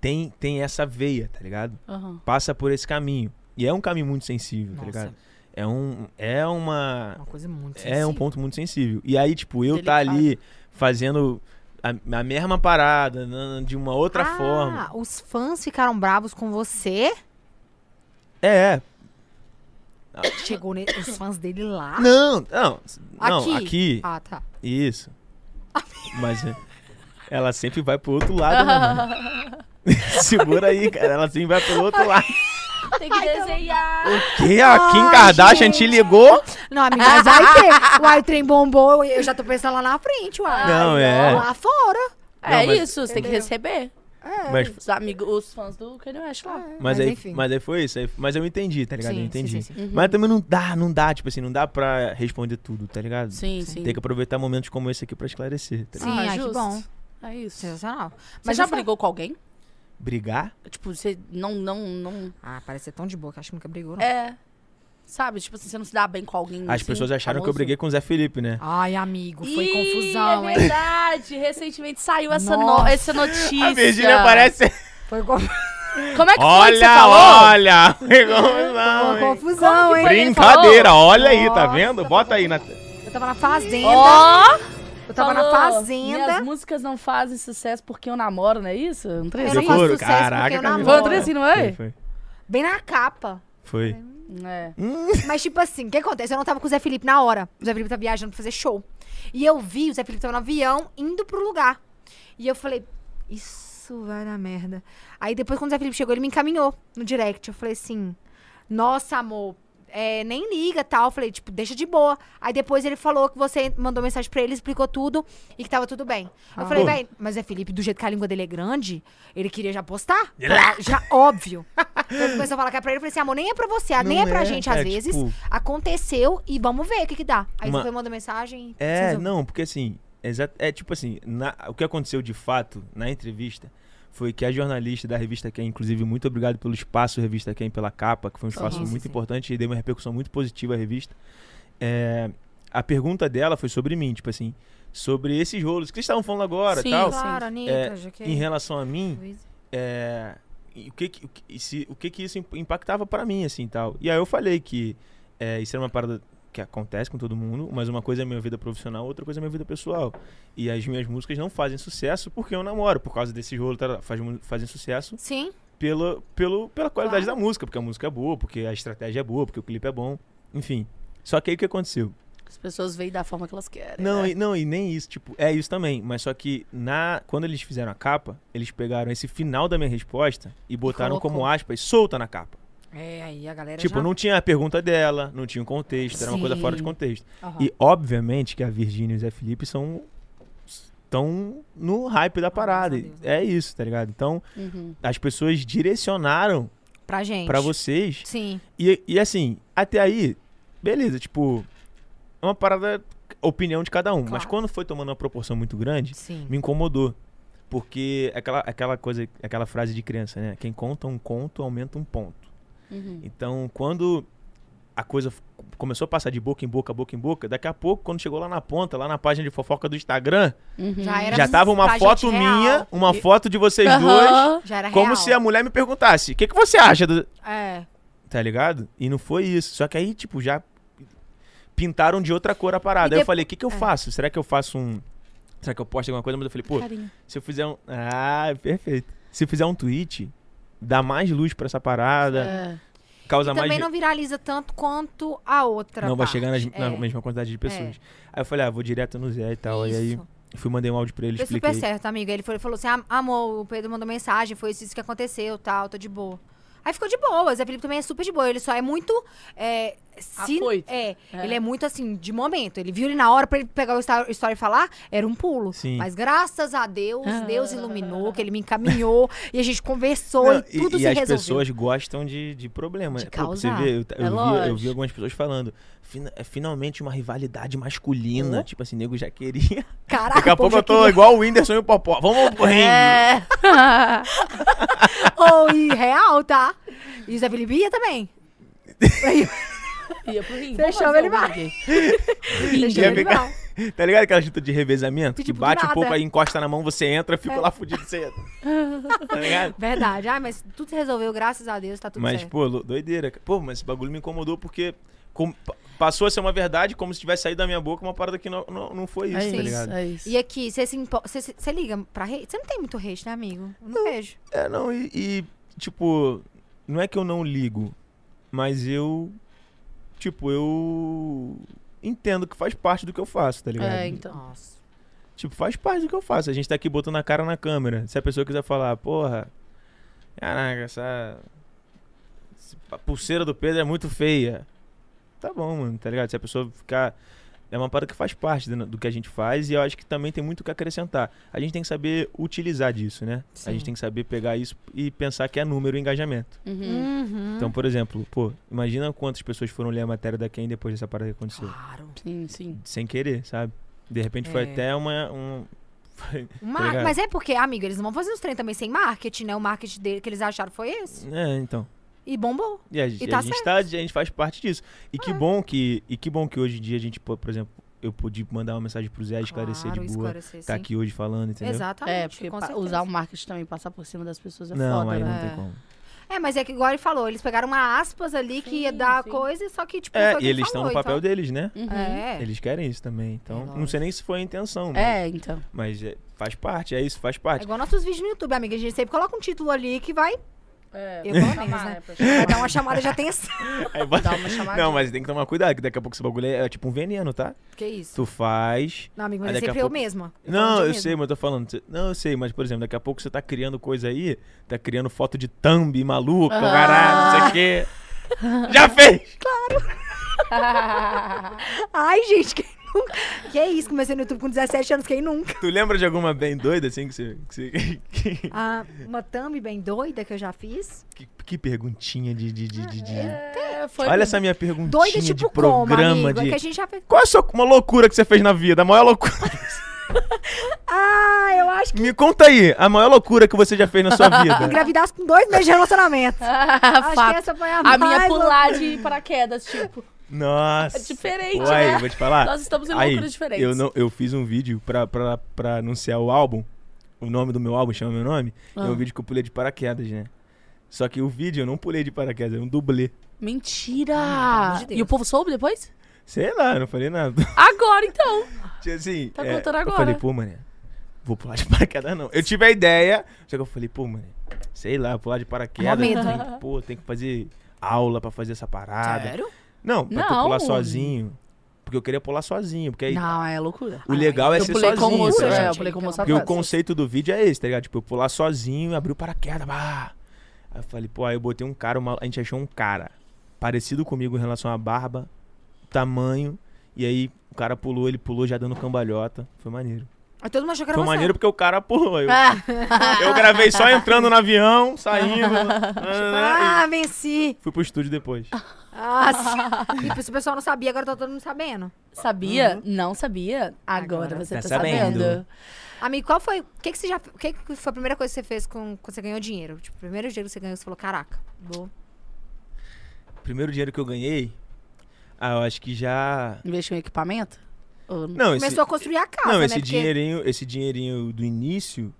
tem, tem essa veia, tá ligado? Aham. Passa por esse caminho. E é um caminho muito sensível, tá Nossa, ligado? É, um, é uma, uma coisa muito é um sensível. ponto muito sensível. E aí, tipo, eu tá Delicado. ali fazendo a, a mesma parada, na- de uma outra ah, forma. os fãs ficaram bravos com você? É, é. Chegou ne- os fãs dele lá? Não, não. Não, Aqui? aqui. Ah, tá. Isso. Mas é, ela sempre vai pro outro lado, né, mano? [LAUGHS] [LAUGHS] Segura aí, cara. Ela sempre vai pro outro lado. [LAUGHS] Tem que desenhar. O quê? A Kim Ai, Kardashian te ligou? Não, amiga, mas vai ter. Uai, o trem bombou, eu já tô pensando lá na frente, uai. Não, é. Lá fora. É Não, mas- isso, você tem que Entendeu? receber. Mas, Os amigos, os fãs do Kanye West lá. É, mas, aí, enfim. mas aí foi isso. aí- mas eu entendi, tá ligado? Sim, eu sim, entendi. sim, sim. Mas também não dá, não dá, tipo assim, não dá pra responder tudo, tá ligado? Sim, sim. Tem que aproveitar momentos como esse aqui pra esclarecer. Tá ligado? Sim, Ah, ai, que justo. bom. É isso. Você Sensacional. já eu fa- brigou com alguém? Brigar? Tipo, você não, não, não... Ah, parece ser tão de boa que acho que nunca brigou, não. É... Sabe? Tipo, assim, você não se dá bem com alguém As assim, pessoas acharam que eu famoso? briguei com o Zé Felipe, né? Ai, amigo, foi Ih, confusão, é hein? verdade. Recentemente saiu essa, no- Nossa. essa notícia. A Virgília parece. Foi co- Como é que foi que você Olha, falou? olha! [LAUGHS] Foi confusão, foi hein? confusão, hein? foi? ele Brincadeira, olha aí, tá Nossa, vendo? Bota aí na. te- Eu tava na fazenda. Ó, eu tava na falou, fazenda. Minhas músicas não fazem sucesso porque eu namoro, não é isso? Não tem Eu isso? não faço Decoro? sucesso porque Caraca, eu Camila. Foi um namoro. trem assim, não é? Foi. Bem na capa. Foi. É. Mas, tipo assim, o que acontece? Eu não tava com o Zé Felipe na hora. O Zé Felipe tá viajando pra fazer show. E eu vi, o Zé Felipe tava no avião, indo pro lugar. E eu falei, isso vai na merda. Aí depois, quando o Zé Felipe chegou, ele me encaminhou no direct. Eu falei assim, nossa, amor, é, nem liga tal. Eu falei, tipo, deixa de boa. Aí depois ele falou que você mandou mensagem pra ele, explicou tudo e que tava tudo bem. Eu falei, Pô. véi, mas Zé Felipe, do jeito que a língua dele é grande, ele queria já postar. Pra- já, óbvio. Ele começou a falar que é pra ele, eu falei assim, amor, nem é pra você, nem é Não pra é, gente é, às vezes. tipo- Aconteceu e vamos ver o que que dá. Aí Uma- você foi mandou mensagem. e É, vocês- não, porque assim, exa- é tipo assim, na- o que aconteceu de fato na entrevista foi que a jornalista da revista Quem, inclusive, muito obrigado pelo espaço, revista Quem, pela capa, que foi um espaço sim, muito sim. importante e deu uma repercussão muito positiva à revista. É, a pergunta dela foi sobre mim, tipo assim, sobre esses rolos que vocês estavam falando agora Sim, e tal. Claro, sim. Anitta, É, já que- Em relação a mim, Luiz. é, e o que que, o que- e se- o que que isso imp- impactava pra mim assim tal e aí eu falei que é, isso era uma parada que acontece com todo mundo mas uma coisa é minha vida profissional outra coisa é minha vida pessoal e as minhas músicas não fazem sucesso porque eu namoro por causa desse rolo tarará, faz mu- fazem sucesso Sim, pelo, pelo, pela qualidade da música porque a música é boa porque a estratégia é boa porque o clipe é bom enfim só que aí o que aconteceu As pessoas veem da forma que elas querem. não, É. né? e, não, e nem isso, tipo, é isso também. Mas só que na, quando eles fizeram a capa, eles pegaram esse final da minha resposta e botaram como colocou. aspas, solta na capa. é, aí a galera tipo, já... não tinha a pergunta dela, não tinha o contexto, era uma coisa fora de Sim. contexto. Aham. E obviamente que a Virgínia e o Zé Felipe são. estão no hype da parada. Ah, Deus, É isso, tá ligado? Então, Uhum. as pessoas direcionaram Pra gente. pra vocês Sim. e, e, assim, até aí, beleza, tipo, é uma parada, opinião de cada um. Mas Claro. quando foi tomando uma proporção muito grande, Sim. me incomodou. Porque aquela, aquela coisa, aquela frase de criança, né? Quem conta um conto aumenta um ponto. Uhum. Então, quando a coisa f- começou a passar de boca em boca, boca em boca, daqui a pouco, quando chegou lá na ponta, lá na página de fofoca do Instagram, Uhum. Já era já tava uma pra foto gente minha, real. uma foto de vocês dois, Aham. Já era como real. se a mulher me perguntasse: o que, que você acha do, É. Tá ligado? E não foi isso. Só que aí, tipo, já pintaram de outra cor a E parada. Aí eu depo- falei, o que, que eu É. faço? Será que eu faço um. Será que eu posto alguma coisa? Mas eu falei, pô, Carinho. se eu fizer um. Ah, perfeito. Se eu fizer um tweet, dá mais luz pra essa parada, É. causa tá mais. Também não viraliza tanto quanto a outra não vai parte. chegar nas- É. na mesma quantidade de pessoas. Aí eu falei, ah, vou direto no Zé e tal. E aí Isso. fui, mandei um áudio pra ele, Foi expliquei. super certo, amiga. Ele foi- falou assim: "Ah, amor, o Pedro mandou mensagem, foi isso, isso que aconteceu, tal, tô de boa. Aí ficou de boa. O Zé Felipe também é super de boa. Ele só é muito. é, se- Afoito. é, É. ele é muito assim, de momento. Ele viu ele na hora, pra ele pegar o sta- story e falar, era um pulo. Sim. Mas graças a Deus, Ah. Deus iluminou, que ele me encaminhou e a gente conversou e, Não, tudo e se as resolveu. pessoas gostam de, de problema. De Pô, pra causar. Você vê, eu, ta- eu É vi, eu vi lógico. algumas pessoas falando. "Fina- é finalmente uma rivalidade masculina. Tipo assim, nego já queria. Caraca, Daqui Hum? a Ah, o povo pouco eu já tô igual o Whindersson e o Popó. Vamos pro ringue. É. Ou e real, tá? E o Zé Felipe ia também. Ia pro ringue. Você Vamos chama fazer ele um vai. ringue. Você Ia chama ele ficar- vai. Tá ligado aquela chuta de revezamento? Tipo, que do bate um nada. É. pouco, aí encosta na mão, você entra, fica lá fudido, você entra. tá ligado? Verdade. Ah, mas tudo se resolveu, graças a Deus, tá [LAUGHS] tudo Mas, certo. pô, lo- doideira. Pô, mas esse bagulho me incomodou porque com- pa- passou a ser uma verdade como se tivesse saído da minha boca uma parada que não, não, não foi isso, É tá isso, ligado? é isso. E aqui, você se impo- você- você- você liga pra rede? Você não tem muito rede, né, amigo? Eu não vejo. É, não, e, e, tipo, não é que eu não ligo, mas eu, tipo, eu entendo que faz parte do que eu faço, tá ligado? É, então. Nossa. Tipo, faz parte do que eu faço. A gente tá aqui botando a cara na câmera. Se a pessoa quiser falar, porra, caraca, essa, essa pulseira do Pedro é muito feia. Tá bom, mano, tá ligado? Se a pessoa ficar. É uma parada que faz parte do, do que a gente faz e eu acho que também tem muito o que acrescentar. A gente tem que saber utilizar disso, né? A Sim. gente tem que saber pegar isso e pensar que é número e engajamento. Uhum. Uhum. Então, por exemplo, pô, imagina quantas pessoas foram ler a matéria da Ken depois dessa parada que aconteceu. Claro. Sim, sim. Sem querer, sabe? De repente foi É. até uma. Um, foi- Mar- Tá ligado? Mas é porque, amigo, eles não vão fazer os trem também sem marketing, né? O marketing dele que eles acharam foi esse. É, então. E bombou. E a, gente- tá Ah. a gente tá, a gente faz parte disso. E que bom que e que bom que hoje em dia a gente, pô, por exemplo, eu pude mandar uma mensagem pro Zé esclarecer claro, de boa. esclarecer, Tá sim. aqui hoje falando, entendeu? Exatamente. É, porque Tá com pa- certeza. usar o marketing também, passar por cima das pessoas é não, foda, aí né? não É. tem como. É, mas é que igual ele falou, eles pegaram uma aspas ali que ia Sim, dar sim. coisa, só que, tipo, É, foi o e que ele eles estão falou, no papel deles, né? Uhum. então... É. Eles querem isso também. Então, não lógico. sei nem se foi a intenção, mas, É, então. mas é- faz parte, é isso, faz É parte. igual nossos vídeos no YouTube, amiga. A gente sempre coloca um título ali que vai, É, Eu, pra pelo chamar, menos, né? pra vai chamar. [LAUGHS] dar uma chamada de atenção. [LAUGHS] Aí bota- Dá uma chamadinha. Não, mas tem que tomar cuidado, que daqui a pouco esse bagulho é, é tipo um veneno, tá? que isso? Tu faz. Não, amigo, Aí mas é daqui a sempre eu pouco- mesma. falando de Não, eu mim mesma. sei, mas eu tô falando. cê- Não, eu sei, mas, por exemplo, daqui a pouco você tá criando coisa aí, tá criando foto de thumb maluca, Ah. caralho, não sei [LAUGHS] o quê. Já fez! [LAUGHS] Ai, gente, quem nunca? Que isso? Comecei no YouTube com 17 anos, quem [LAUGHS] nunca? Tu lembra de alguma bem doida, assim, que você. Que, você- que- Ah, uma thumb bem doida que eu já fiz. [LAUGHS] que- que perguntinha de. de, de, de- de- Tá. É, foi Olha [LAUGHS] essa minha perguntinha Doida tipo de como, programa amigo? É de. que a gente já fez. Qual é a sua, uma loucura que você fez na vida? A maior loucura. [LAUGHS] Ah, eu acho que Me conta aí, a maior loucura que você já [LAUGHS] fez na sua vida. engravidasse com dois meses de relacionamento. acho Ah, Fato. que essa foi a, A mais minha louca. pular de paraquedas, tipo. Nossa. É diferente, Pô, Aí, né? vou te falar. Nós estamos em Ah, Aí, loucuras diferentes. eu, não, eu fiz um vídeo pra, pra, pra anunciar o álbum. O nome do meu álbum chama meu nome. É Ah. um vídeo que eu pulei de paraquedas, né? Só que o vídeo eu não pulei de paraquedas, é um dublê. Mentira! Ah, pelo amor de Deus. e o povo soube depois? Sei lá, eu não falei nada. [LAUGHS] Agora então! Tinha assim. Tá contando Eu agora. falei, pô, mané, vou pular de [LAUGHS] paraquedas não. Eu tive a ideia, só que eu falei, pô, mané, sei lá, pular de paraquedas. Momento. Tem, que- pô, tem que fazer aula pra fazer essa parada. Sério? Não, pra tu Não. pular sozinho. Porque eu queria pular sozinho. Porque aí Não, é loucura. o legal é eu ser pulei sozinho. com o moço, tá ligado? é, eu pulei com o moço Porque Porque o atrás. conceito do vídeo é esse, tá ligado? Tipo, eu pular sozinho, abrir o paraquedas, bah. Aí eu falei, pô, aí eu botei um cara, uma- a gente achou um cara parecido comigo em relação à barba, tamanho, e aí o cara pulou, ele pulou já dando cambalhota. Foi maneiro. Aí todo mundo achou que era Foi você. maneiro porque o cara pulou. Eu, Ah. eu gravei só entrando no avião, saindo. nananã, Ah, venci. e fui pro estúdio depois. Ah, sim. Tipo, se o pessoal não sabia, agora tá todo mundo sabendo. Sabia? Não sabia? Agora, Uhum. Agora você tá tá, sabendo. sabendo. Amigo, qual foi. O que, que você já. O que, que foi a primeira coisa que você fez com, quando você ganhou dinheiro? Tipo, o primeiro dinheiro que você ganhou, você falou, caraca, vou. Primeiro dinheiro que eu ganhei, ah, eu acho que já. Investiu em equipamento? Ou não? Não, esse- Começou a construir a casa. Não, né? esse Porque- dinheirinho, esse dinheirinho do início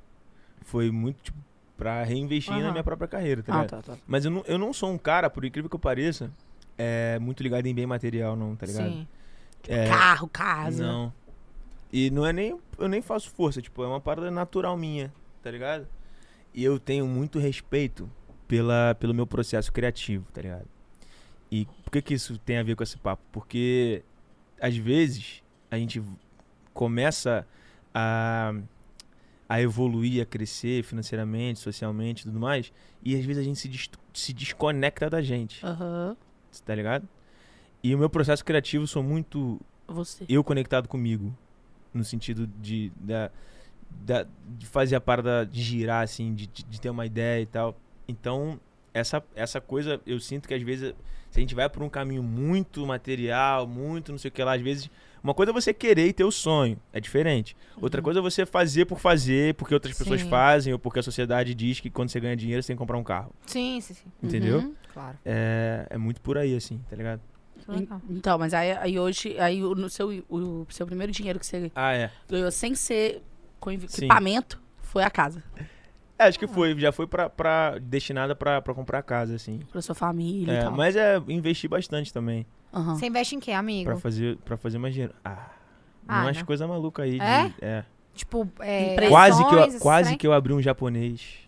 foi muito tipo, pra reinvestir na Aham. minha própria carreira, tá Ah, ligado? tá, tá. Mas eu não, eu não sou um cara, por incrível que eu pareça, é, muito ligado em bem material, não, tá ligado? Sim. Tipo, É, Carro, casa. Não. E não é nem. Eu nem faço força, tipo, é uma parada natural minha, tá ligado? E eu tenho muito respeito pela, pelo meu processo criativo, tá ligado? E por que, que isso tem a ver com esse papo? Porque às vezes a gente começa a, a evoluir, a crescer financeiramente, socialmente e tudo mais, e às vezes a gente se, des- se desconecta da gente Aham. tá ligado? E o meu processo criativo sou muito Você. eu conectado comigo. No sentido de, da, da- de fazer a parada de girar, assim, de, de- de ter uma ideia e tal. Então, essa, essa coisa, eu sinto que às vezes, se a gente vai por um caminho muito material, muito não sei o que lá, às vezes. Uma coisa é você querer e ter o sonho, é diferente. Outra coisa é você fazer por fazer, porque outras pessoas Sim. fazem, ou porque a sociedade diz que quando você ganha dinheiro você tem que comprar um carro. Sim, sim, sim. Entendeu? Uhum. Claro. É, é muito por aí, assim, tá ligado? Isso é legal. Então, mas aí, aí hoje, aí o, no seu, o seu primeiro dinheiro que você Ah, é. ganhou sem ser com equi- Sim. equipamento foi a casa. É, acho que Ah. foi, já foi pra, pra, destinada pra, pra comprar casa, assim. Pra sua família e É, tal. mas é investir bastante também. Aham. Você investe em quê, amigo? Pra fazer, pra fazer mais dinheiro. Ah, Ah, umas não. coisas malucas aí. de- É? é. Tipo, é, Empresa. Quase, que ações, eu, esses quase trem? que eu abri um japonês.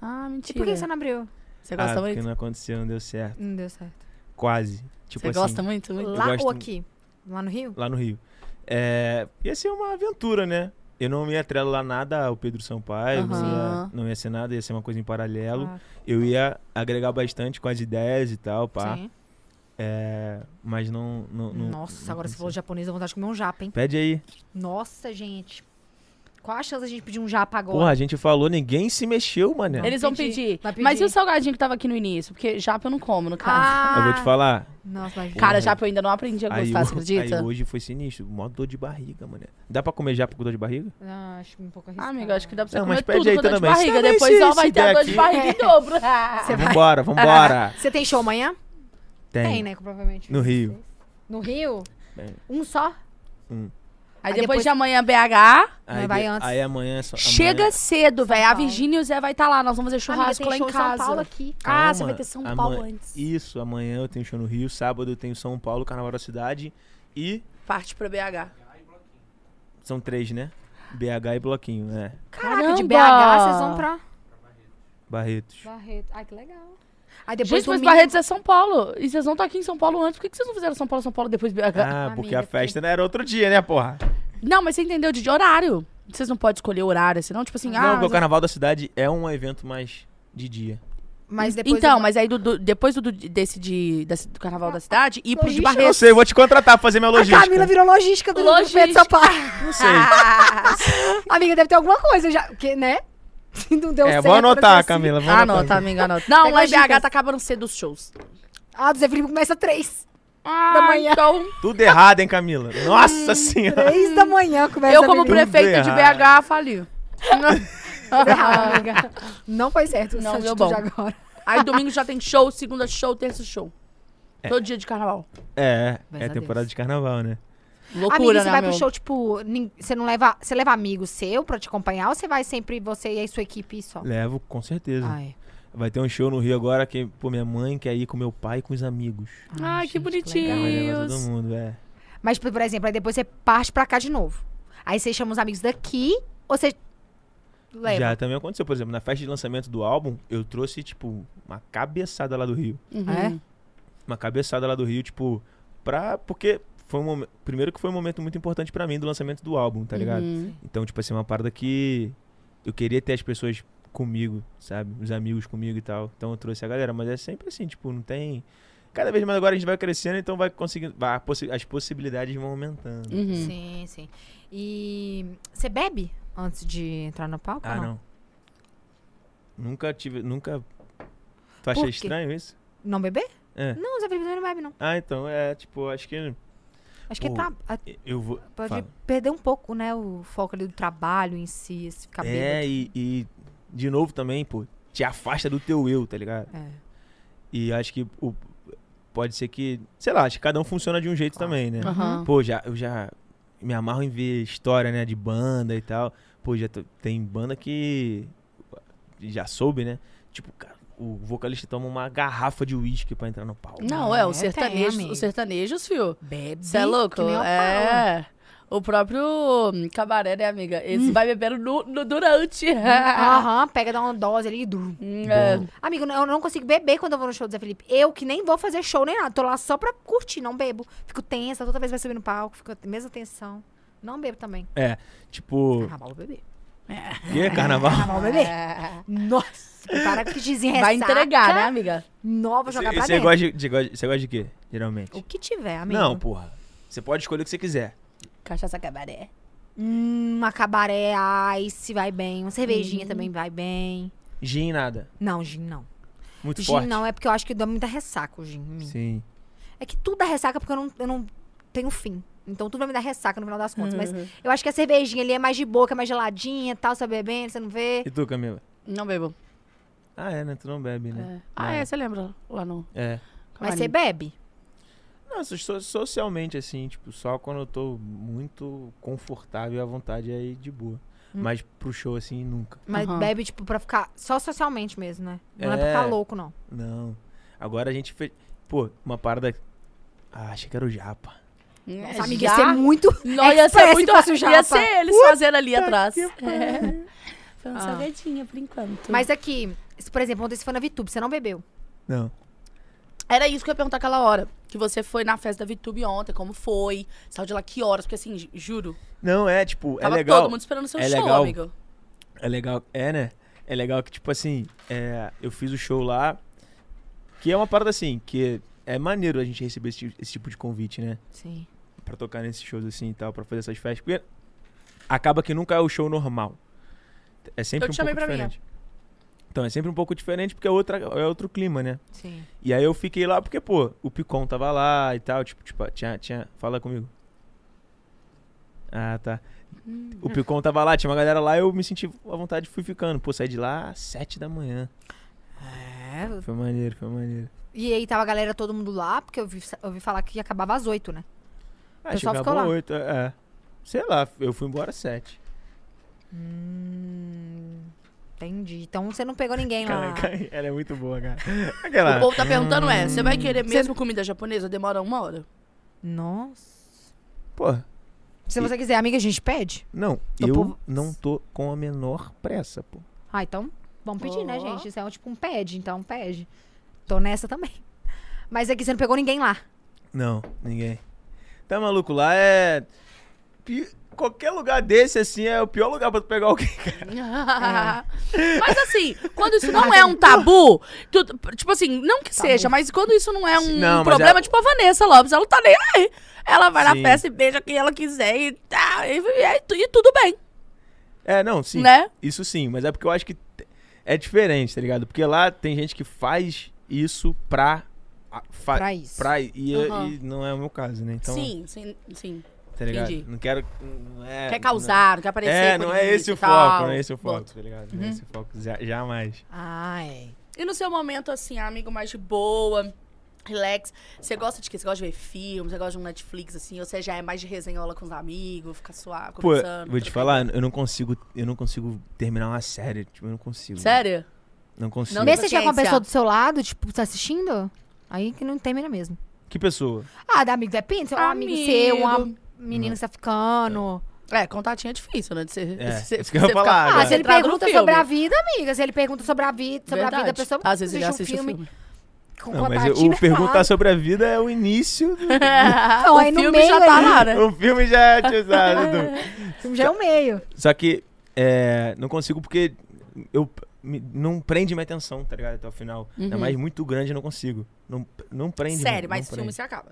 Ah, E mentira. por que você não abriu? Você Ah, gosta porque muito? não aconteceu, não deu certo. Não deu certo. Quase. Tipo você assim, gosta muito, muito? Lá gosto- ou aqui? Lá no Rio? lá no Rio. É, ia ser uma aventura, né? Eu não me atrelo lá nada ao Pedro Sampaio, não, Aham. ia, não ia ser nada, ia ser uma coisa em paralelo. Ah, Eu ia agregar bastante com as ideias e tal, pá. Sim. É, mas não. não, não- Nossa, não agora você aconteceu. falou de japonês, dá vontade de comer um japa, hein? Pede aí. Nossa, gente. Qual a chance da gente pedir um japa agora? Porra, a gente falou, ninguém se mexeu, mané. Eles vão pedir, pedir. vai Mas pedir. e o salgadinho que tava aqui no início? Porque japa eu não como, no caso. ah, Eu vou te falar. Nossa, mas... Cara, porra. japa eu ainda não aprendi a aí, gostar, ho- você acredita? [LAUGHS] aí hoje foi sinistro. Mó dor de barriga, mané. Dá pra comer japa com dor de barriga? Ah, acho um pouco Ah, arriscado. amigo, acho que dá pra você Não, mas comer pede tudo aí com dor de também. barriga. Também Depois se- só se vai ter der a dor de aqui. barriga [LAUGHS] em dobro. Você vai- Ah, Vambora, vambora. Você tem show amanhã? Tem. né? Provavelmente. No Rio. É. No Rio? Tem. Um só? Aí Aí depois, depois- de amanhã, BH. Mas Aí, vai de- antes. aí amanhã é só. amanhã- Chega cedo, velho. A Paulo. Virgínia e o Zé vai estar lá. Nós vamos fazer Amiga, churrasco tem lá show em em São Paulo casa. aqui. Ah, você Calma, vai ter São Paulo amanhã- antes. Isso, amanhã eu tenho show no Rio, sábado eu tenho São Paulo, Carnaval da Cidade e Parte pra BH. são três, né? BH e Bloquinho, né? Caraca, de BH Caramba! vocês vão pra... Barretos. Barreto. Ai, que legal. Aí depois Gente, mas Barretos é São Paulo. E vocês vão estar aqui em São Paulo antes. Por que que vocês não fizeram São Paulo, São Paulo depois BH? Ah, porque amiga, a festa não era outro dia, né, porra? Não, mas você entendeu de de horário. Vocês não podem escolher horário, senão, tipo assim, não, ah. porque o Carnaval da Cidade é um evento mais de dia. Mas depois... então, eu- mas aí do- do- depois do, do- desse de, desse- do carnaval da cidade, ir pro de Logística, Ah, Eu Barretos. sei, eu vou te contratar pra fazer minha A logística. Camila Ah, virou logística do do Logística. Pedro Sampaio. Não sei. Amiga, deve ter alguma coisa já, porque, né? [LAUGHS] Se não deu é, certo. vou anotar, assim. Camila. Vou anotar. Anota, amiga, anota. Não, Pega lá em as dicas. BH tá acabando cedo os shows. Ah, do Zé Felipe começa três. Ah, manhã. então. Tudo errado, hein, Camila? Hum, Nossa senhora. Três da manhã começa Eu, como Zé Felipe. prefeita de BH, fali. Ah, amiga. Não foi certo. Não essa deu atitude bom. Agora. aí domingo já tem show, segunda show, terça show. Todo dia de carnaval. É, Graças é a temporada Deus. de carnaval, né? Loucura, amiga, você né, vai meu? pro show, tipo, nin- você não leva. Você leva amigo seu pra te acompanhar ou você vai sempre você e a sua equipe só? Levo, com certeza. Ai. Vai ter um show no Rio agora que, pô, minha mãe quer ir com meu pai e com os amigos. Ai, que gente, Vai bonitinho. levar todo Deus. mundo, é. Mas, por por exemplo, aí depois você parte pra cá de novo. Aí você chama os amigos daqui ou você leva? Já também aconteceu, por exemplo, na festa de lançamento do álbum, eu trouxe, tipo, uma cabeçada lá do Rio. É, Uhum. Uma cabeçada lá do Rio, tipo, pra. Porque foi um momento. Primeiro que foi um momento muito importante pra mim do lançamento do álbum, tá ligado? Uhum. Então, tipo assim, uma parada que eu queria ter as pessoas comigo, sabe? Os amigos comigo e tal. Então eu trouxe a galera, mas é sempre assim, tipo, não tem. Cada vez mais agora a gente vai crescendo, então vai conseguindo. vai- a possi- As possibilidades vão aumentando. Hum. Uhum. Sim, sim. E você bebe antes de entrar no palco? Ah, ou não. Nunca tive. Nunca. Tu Por acha quê? estranho isso? Não beber? É. Não, Zé Felipe não bebe, não. Ah, então, é, tipo, acho que. Acho que é Pô, pra, a- Eu vou. pode fala. perder um pouco, né, o foco ali do trabalho em si, esse Tá ficar É, bêbado. e, e de novo também, pô, te afasta do teu eu, tá ligado? É. E acho que o, pode ser que, sei lá, acho que cada um funciona de um jeito também, né? Aham. Pô, já, eu já me amarro em ver história, né, de banda e tal. Pô, já tô- tem banda que já soube, né? Tipo, cara, o vocalista toma uma garrafa de uísque pra entrar no palco. Não, é, É, o sertanejo, tem, amigo. os sertanejos, fio. Bebe. Você é louco? que nem uma bala. É. O próprio hum, cabaré, né, amiga? Esse vai bebendo no, no- durante. [LAUGHS] Hum. ah. Aham, pega, dá uma dose ali e durma. Hum, Bom, é. Amigo, eu não consigo beber quando eu vou no show do Zé Felipe. Eu que nem vou fazer show nem nada. Tô lá só pra curtir, não bebo. Fico tensa, toda vez que vai subir no palco, fico com a mesma tensão. Não bebo também. Tipo, Carnaval, vou beber. que carnaval? Carnaval, vou beber. Nossa, [LAUGHS] para que dizem Vai entregar, né, amiga? Nova jogar pra Você dentro. gosta, de- você gosta, você gosta de quê? geralmente. O que tiver, amigo. Não, porra. Você pode escolher o que você quiser. Cachaça cabaré. Hum, uma cabaré ice vai bem. Uma Uhum. cervejinha também vai bem. Gin nada. Não, gin não. Muito gin forte. não, é porque eu acho que dá muita ressaca o gin. em mim. Sim. É que tudo dá ressaca porque eu não, eu não tenho fim. Então tudo vai me dar ressaca no final das contas. Mas eu acho que a cervejinha ali é mais de boca, é mais geladinha e tal, você vai bebendo, você não vê. E tu, Camila? Não bebo. Ah, é, né? Tu não bebe, né? É. Ah, é, você lembra lá no. É. Mas camarim. você bebe. É. Não, so- so- socialmente, assim, tipo, só quando eu tô muito confortável e à vontade, é aí de boa. Hum. Mas pro show, assim, nunca. Mas Aham. bebe, tipo, pra ficar só socialmente mesmo, né? Não é, pra É. ficar louco, não. Não. Agora a gente fez. Pô, uma parada. Ah, achei que era o Japa. É, Nossa, amiga, já- É ia ser muito. Não, ia ser express é muito fosse o Ia Japa. ser eles fazendo ali atrás. [LAUGHS] É. Foi uma Ah. salgadinha por enquanto. Mas Mas aqui, se, por exemplo, ontem você foi na VTube, você não bebeu. Não. era isso que eu ia perguntar aquela hora. Que você foi na festa da VTube ontem, como foi? Saiu de lá que horas? Porque assim, ju- juro, Não, é, tipo, tava é legal. todo mundo esperando o seu é show, legal. amigo. É legal, é, né? É legal que, tipo assim, é, eu fiz o show lá, que é uma parada assim, que é maneiro a gente receber esse, ti- esse tipo de convite, né? Sim. Pra tocar nesses shows assim e tal, pra fazer essas festas, porque acaba que nunca é o show normal. É sempre Eu te um chamei pouco pra mim, ó. diferente. Então, é sempre um pouco diferente porque é, outra, é outro clima, né? Sim. E aí eu fiquei lá porque, pô, o Picon tava lá e tal, tipo, tipo, tinha, tinha, fala comigo. Ah, tá. O Picon tava lá, tinha uma galera lá, eu me senti à vontade e fui ficando. Pô, saí de lá às sete da manhã. É. Foi maneiro, foi maneiro. E aí tava a galera, todo mundo lá, porque eu vi, eu vi falar que acabava às oito, né? Ah, pessoal ficou chegava lá. oito, é. é. Sei lá, eu fui embora às sete. Hum. Entendi. Então você não pegou ninguém lá. Cara, [LAUGHS] ela é muito boa, cara. Aquela. O povo tá perguntando, é, você vai querer mesmo comida japonesa? Demora uma hora. Nossa. Pô, Se E- você quiser, amiga, a gente pede? não, O eu povo- não tô com a menor pressa, pô. Ah, então vamos pedir, né, Ó. gente? Isso é um, tipo um pede, então pede. Tô nessa também. [LAUGHS] Mas aqui você não pegou ninguém lá. Não, ninguém. Tá maluco? Lá é. pi- Qualquer lugar desse, assim, é o pior lugar pra tu pegar alguém. [LAUGHS] [LAUGHS] É. Mas assim, quando isso Ah, não é um tabu, tu- tipo assim, não que seja, mas quando isso não é um Não, mas problema, ela- tipo a Vanessa Lopes, ela não tá nem aí. Ela vai Sim. na festa e beija quem ela quiser e, tá, e, e- e tudo bem, É, não, sim. né? Isso sim, mas é porque eu acho que te- é diferente, tá ligado? Porque lá tem gente que faz isso pra. a- fa- Pra isso. Ah, pra- e, Aham. e não é o meu caso, né? Então, sim, sim, sim. tá ligado? entendi. Não quero. não é- Quer causar, Ah, não quer Não, aparecer. é, não é bonito esse e o foco, tal. não é esse o foco, Boto. tá ligado? Uhum. Não é esse o foco, ja- jamais. Ah, é. E no seu momento, assim, amigo mais de boa, relax, você gosta de quê? Você gosta de ver filmes? Você gosta de um Netflix, assim? Ou você já é mais de resenhola com os amigos, ficar suave, Pô, conversando? tá vou te falar, eu não consigo, eu não consigo terminar uma série, tipo, eu não consigo. Sério? Não consigo. Não Mesmo se tiver com uma paciência. pessoa do seu lado, tipo, tá assistindo, aí que não termina mesmo. Que pessoa? Ah, da amigo depende, se é um amigo seu, um Amigo. menino que tá ficando. É, contatinho é difícil, né? De ser, É, [LAUGHS] de ser- isso que eu ia você ficar falar, Ah, Ah, agora. se ele concentrado no pergunta um filme. sobre a vida, amiga, se ele pergunta sobre a vida, sobre a vida, a Verdade. pessoa Às vezes ele assiste um assiste o [LAUGHS] filme. com Não, mas eu- contatinho, o perguntar errado. sobre a vida é o início do Não, aí o no filme meio já tá ali. lá, né? [LAUGHS] o filme já é [LAUGHS] atiçado. O filme já é o meio. Só que é, não consigo porque eu me- não prende minha atenção, tá ligado? Até o final. Ainda mais muito grande, eu não consigo. Não, não prende. Uhum. Sério, não mas prende. filme você acaba.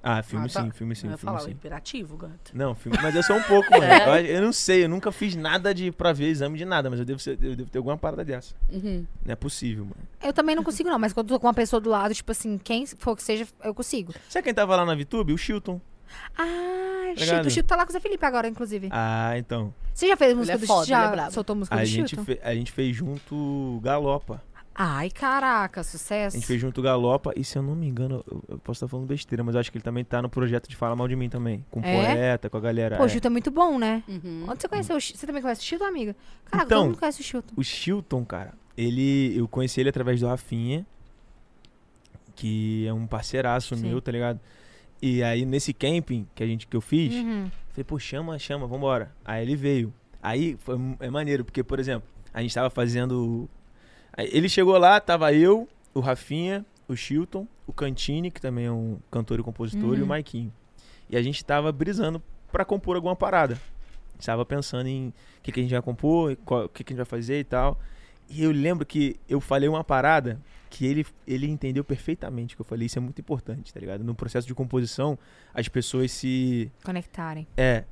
Ah, filme Ah, tá. sim, filme eu sim, ia filme falar, o sim. imperativo, gato. Não, filme, mas eu sou um pouco, [LAUGHS] mano. É. Eu acho- Eu, não sei, eu nunca fiz nada de pra ver exame de nada, mas eu devo, ser- eu devo ter alguma parada dessa. Uhum, Não é possível, mano. Eu também não consigo, não, mas quando eu tô com uma pessoa do lado, tipo assim, quem for que seja, eu consigo. Sabe quem tava lá na VTube? O Chilton. Ah, Obrigado. Chito, o Chito tá lá com o Zé Felipe agora, inclusive. Ah, então. Você já fez música é do foda, Chito? Já ele é brabo. soltou música A do gente, Chito? fe- a gente fez junto Galopa. Ai, caraca, A sucesso. gente fez junto Galopa, e se eu não me engano, eu, eu posso estar falando besteira, mas eu acho que ele também tá no projeto de Fala Mal de Mim também. Com o É? poeta, com a galera. Pô, o é. Chito é muito bom, né? Uhum. Onde você conheceu o Chito? Você também conhece o Chito, amiga? Caraca, Então. todo mundo conhece o Chito. O Chilton, cara, ele. Eu conheci ele através do Rafinha, que é um parceiraço Sim. meu, tá ligado? E aí, nesse camping que, a gente, que eu fiz, Uhum. falei, pô, chama, chama, vambora. Aí ele veio. Aí foi, é maneiro, porque, por exemplo, a gente tava fazendo. aí Ele chegou lá, tava eu, o Rafinha, o Chilton, o Cantini, que também é um cantor e compositor, Uhum. e o Maikinho. E a gente tava brisando pra compor alguma parada. A gente tava pensando em o que, que a gente vai compor, qual- o que, que a gente vai fazer e tal. E eu lembro que eu falei uma parada que ele, ele entendeu perfeitamente o que eu falei. Isso é muito importante, tá ligado? No processo de composição, as pessoas se. Conectarem. É.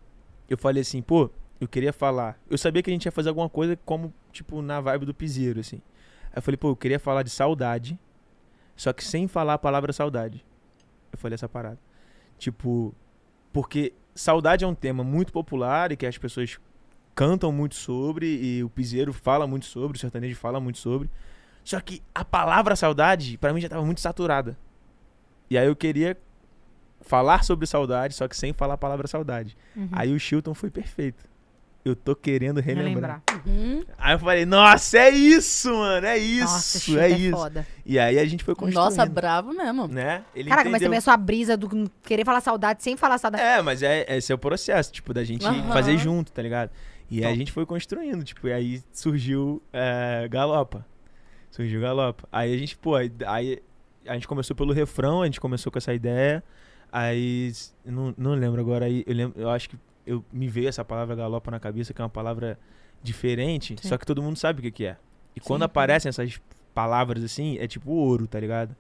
Eu falei assim, pô, eu queria falar. Eu sabia que a gente ia fazer alguma coisa como, tipo, na vibe do piseiro, assim. Aí eu falei, pô, eu queria falar de saudade, só que sem falar a palavra saudade. Eu falei essa parada. Tipo, porque saudade é um tema muito popular e que as pessoas cantam muito sobre e o piseiro fala muito sobre, o sertanejo fala muito sobre. Só que a palavra saudade, pra mim, já tava muito saturada. E aí eu queria falar sobre saudade, só que sem falar a palavra saudade. Uhum. Aí o Chilton foi perfeito. Eu tô querendo relembrar. Relembrar. Uhum. Aí eu falei, nossa, é isso, mano, é isso, Nossa, Chico é isso. foda. E aí a gente foi construindo. Nossa, bravo mesmo. né? Ele Caraca, mas entendeu. também é a sua brisa do querer falar saudade sem falar saudade. É, mas é, esse é o processo, tipo, da gente Aham. fazer junto, tá ligado? E aí a Top. gente foi construindo, tipo, e aí surgiu é, Galopa. Surgiu Galopa. Aí a gente, pô, aí, aí a gente começou pelo refrão, a gente começou com essa ideia. Aí, s- não, não lembro agora, aí eu, lembro, eu acho que eu, me veio essa palavra galopa na cabeça, que é uma palavra diferente, Sim. só que todo mundo sabe o que, que é. E quando Sim. aparecem essas palavras assim, é tipo ouro, tá ligado?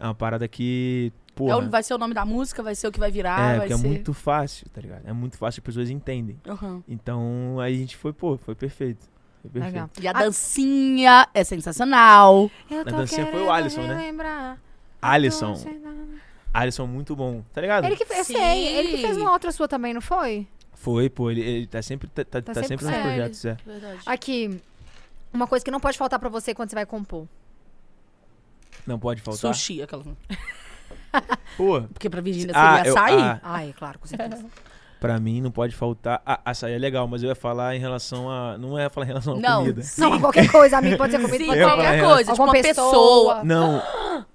É uma parada que, pô. É o- vai ser o nome da música, vai ser o que vai virar, É, vai porque ser. é muito fácil, tá ligado? É muito fácil, as pessoas entendem. Aham. Então, aí a gente foi, pô, foi perfeito. Foi perfeito. Legal. E a Ah. dancinha é sensacional. Eu Na tô dancinha foi o querendo Alisson, É. né? relembrar. Alisson, Tô sem nada. Alisson muito bom, tá ligado? Ele que fez, eu sei, ele que fez uma outra sua também, não foi? Foi, pô, ele, ele tá sempre, tá, tá- tá sempre sempre com nos ele. projetos, é. Verdade. Aqui, uma coisa que não pode faltar pra você quando você vai compor. Não pode faltar. Sushi, aquela. Pô, Porque pra Virgínia Ah, seria eu- açaí. ah. Ai, é claro, com certeza. pra mim não pode faltar. A, açaí é legal, mas eu ia falar em relação a. Não ia falar em relação à Não. comida. Não, qualquer coisa, amigo, [LAUGHS] pode ser comida, Sim, pode eu- ser qualquer eu- coisa, tipo uma Alguma pessoa. pessoa. Não,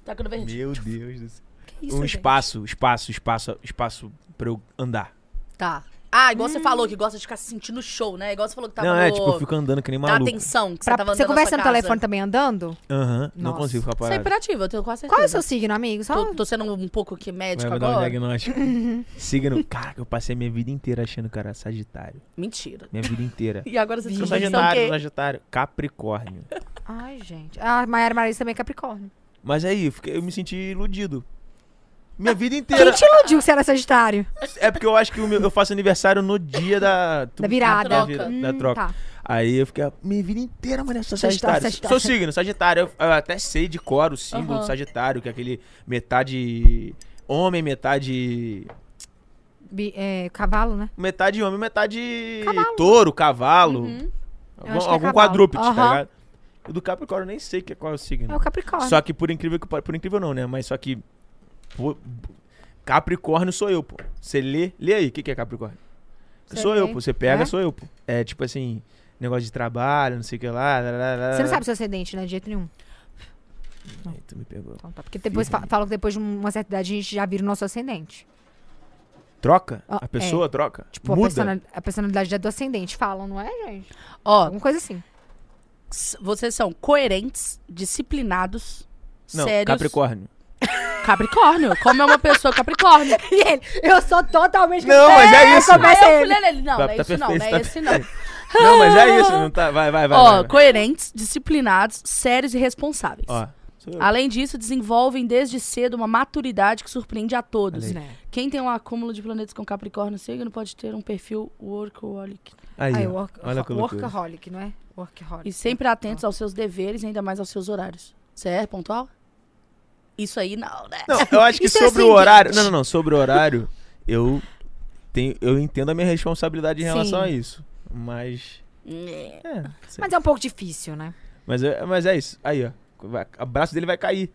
Tá com verde. meu Deus do céu. Tipo, Que isso, um gente? espaço, espaço, espaço, espaço pra eu andar. Tá. Ah, igual Hum. você falou que gosta de ficar se sentindo show, né? Igual você falou que Tá tava não, no... é, tipo, eu fico andando que nem da maluco. atenção que Pra- você tava você andando na conversa sua no casa. telefone tá? também andando? Aham, não Nossa. consigo ficar Sou parado. hiperativa, eu tenho quase certeza. Qual é o seu signo, amigo? Só... Tô, tô sendo um pouco que médico Vai me dar um agora. diagnóstico. Signo. Cara, que eu passei minha vida inteira achando, cara, Sagitário. Mentira. Minha [LAUGHS] vida inteira. E agora você Sou descobriu que são Sagitário, quê? Sagitário. Capricórnio. Ai, gente. A Mayara Marisa também é Capricórnio. Mas aí, eu, fiquei- eu me senti iludido. Minha vida Quem inteira. te iludiu que você era Sagitário? É porque eu acho que o meu- eu faço aniversário no dia da, Da virada. Da, vira- da Hum, troca. tá. Aí eu fiquei, minha vida inteira, mulher, sou Sagitário. Sagitário, Sagitário. Sou signo, Sagitário. Eu, eu até sei de cor o símbolo Aham. do Sagitário, que é aquele metade homem, metade Bi- é, cavalo, né? Metade homem, metade touro, cavalo. Eu Algum, acho que é algum cavalo. quadrúpede, Aham. tá ligado? O do Capricórnio eu nem sei que é qual é o signo. É o Capricórnio. Só que por incrível que pare- por incrível não, né? Mas só que pô, Capricórnio sou eu, pô. Você lê, lê aí, o que que é Capricórnio? Sei sou eu, bem. pô. Você pega, É? sou eu, pô. É tipo assim, negócio de trabalho, não sei o que lá. lá, lá, lá, Você não lá. sabe seu ascendente, né? De jeito nenhum. Aí tu me pegou. Então tá. Porque depois Firme. fa- falam que depois de uma certa idade a gente já vira o nosso ascendente. Troca? Ah, a pessoa troca? Tipo, a, Muda? personali- a personalidade já é do ascendente, falam, não é, gente? Ó, Alguma coisa assim. s- vocês são coerentes, disciplinados, Não, sérios. Capricórnio. Capricórnio. Como é uma pessoa Capricórnio. [LAUGHS] E ele, eu sou totalmente. Não, mas é isso. Começa Aí eu ele. falei nele, não, Tá- não é tá isso não, não é perfeito, tá esse não. Não, mas [LAUGHS] é isso, não tá? Vai, vai, vai. vai, Ó, vai. coerentes, disciplinados, sérios e responsáveis. Ó, sou eu. Além disso, desenvolvem desde cedo uma maturidade que surpreende a todos. Olha Né? Quem tem um acúmulo de planetas com Capricórnio signo pode ter um perfil workaholic. Aí, Aí, ó. work, olha que loucura. workaholic, não é? Workaholic. E sempre atentos aos seus deveres e ainda mais aos seus horários. Você é pontual? Isso aí não, né? Não, eu [LAUGHS] acho que Isso é sobre o assim, horário. Não, não, não. Sobre o horário, eu, tenho, eu entendo a minha responsabilidade em Sim. relação a isso. Mas. É. É. sei. Mas é um pouco difícil, né? Mas, é- mas é isso. Aí, ó. Vai- O braço dele vai cair.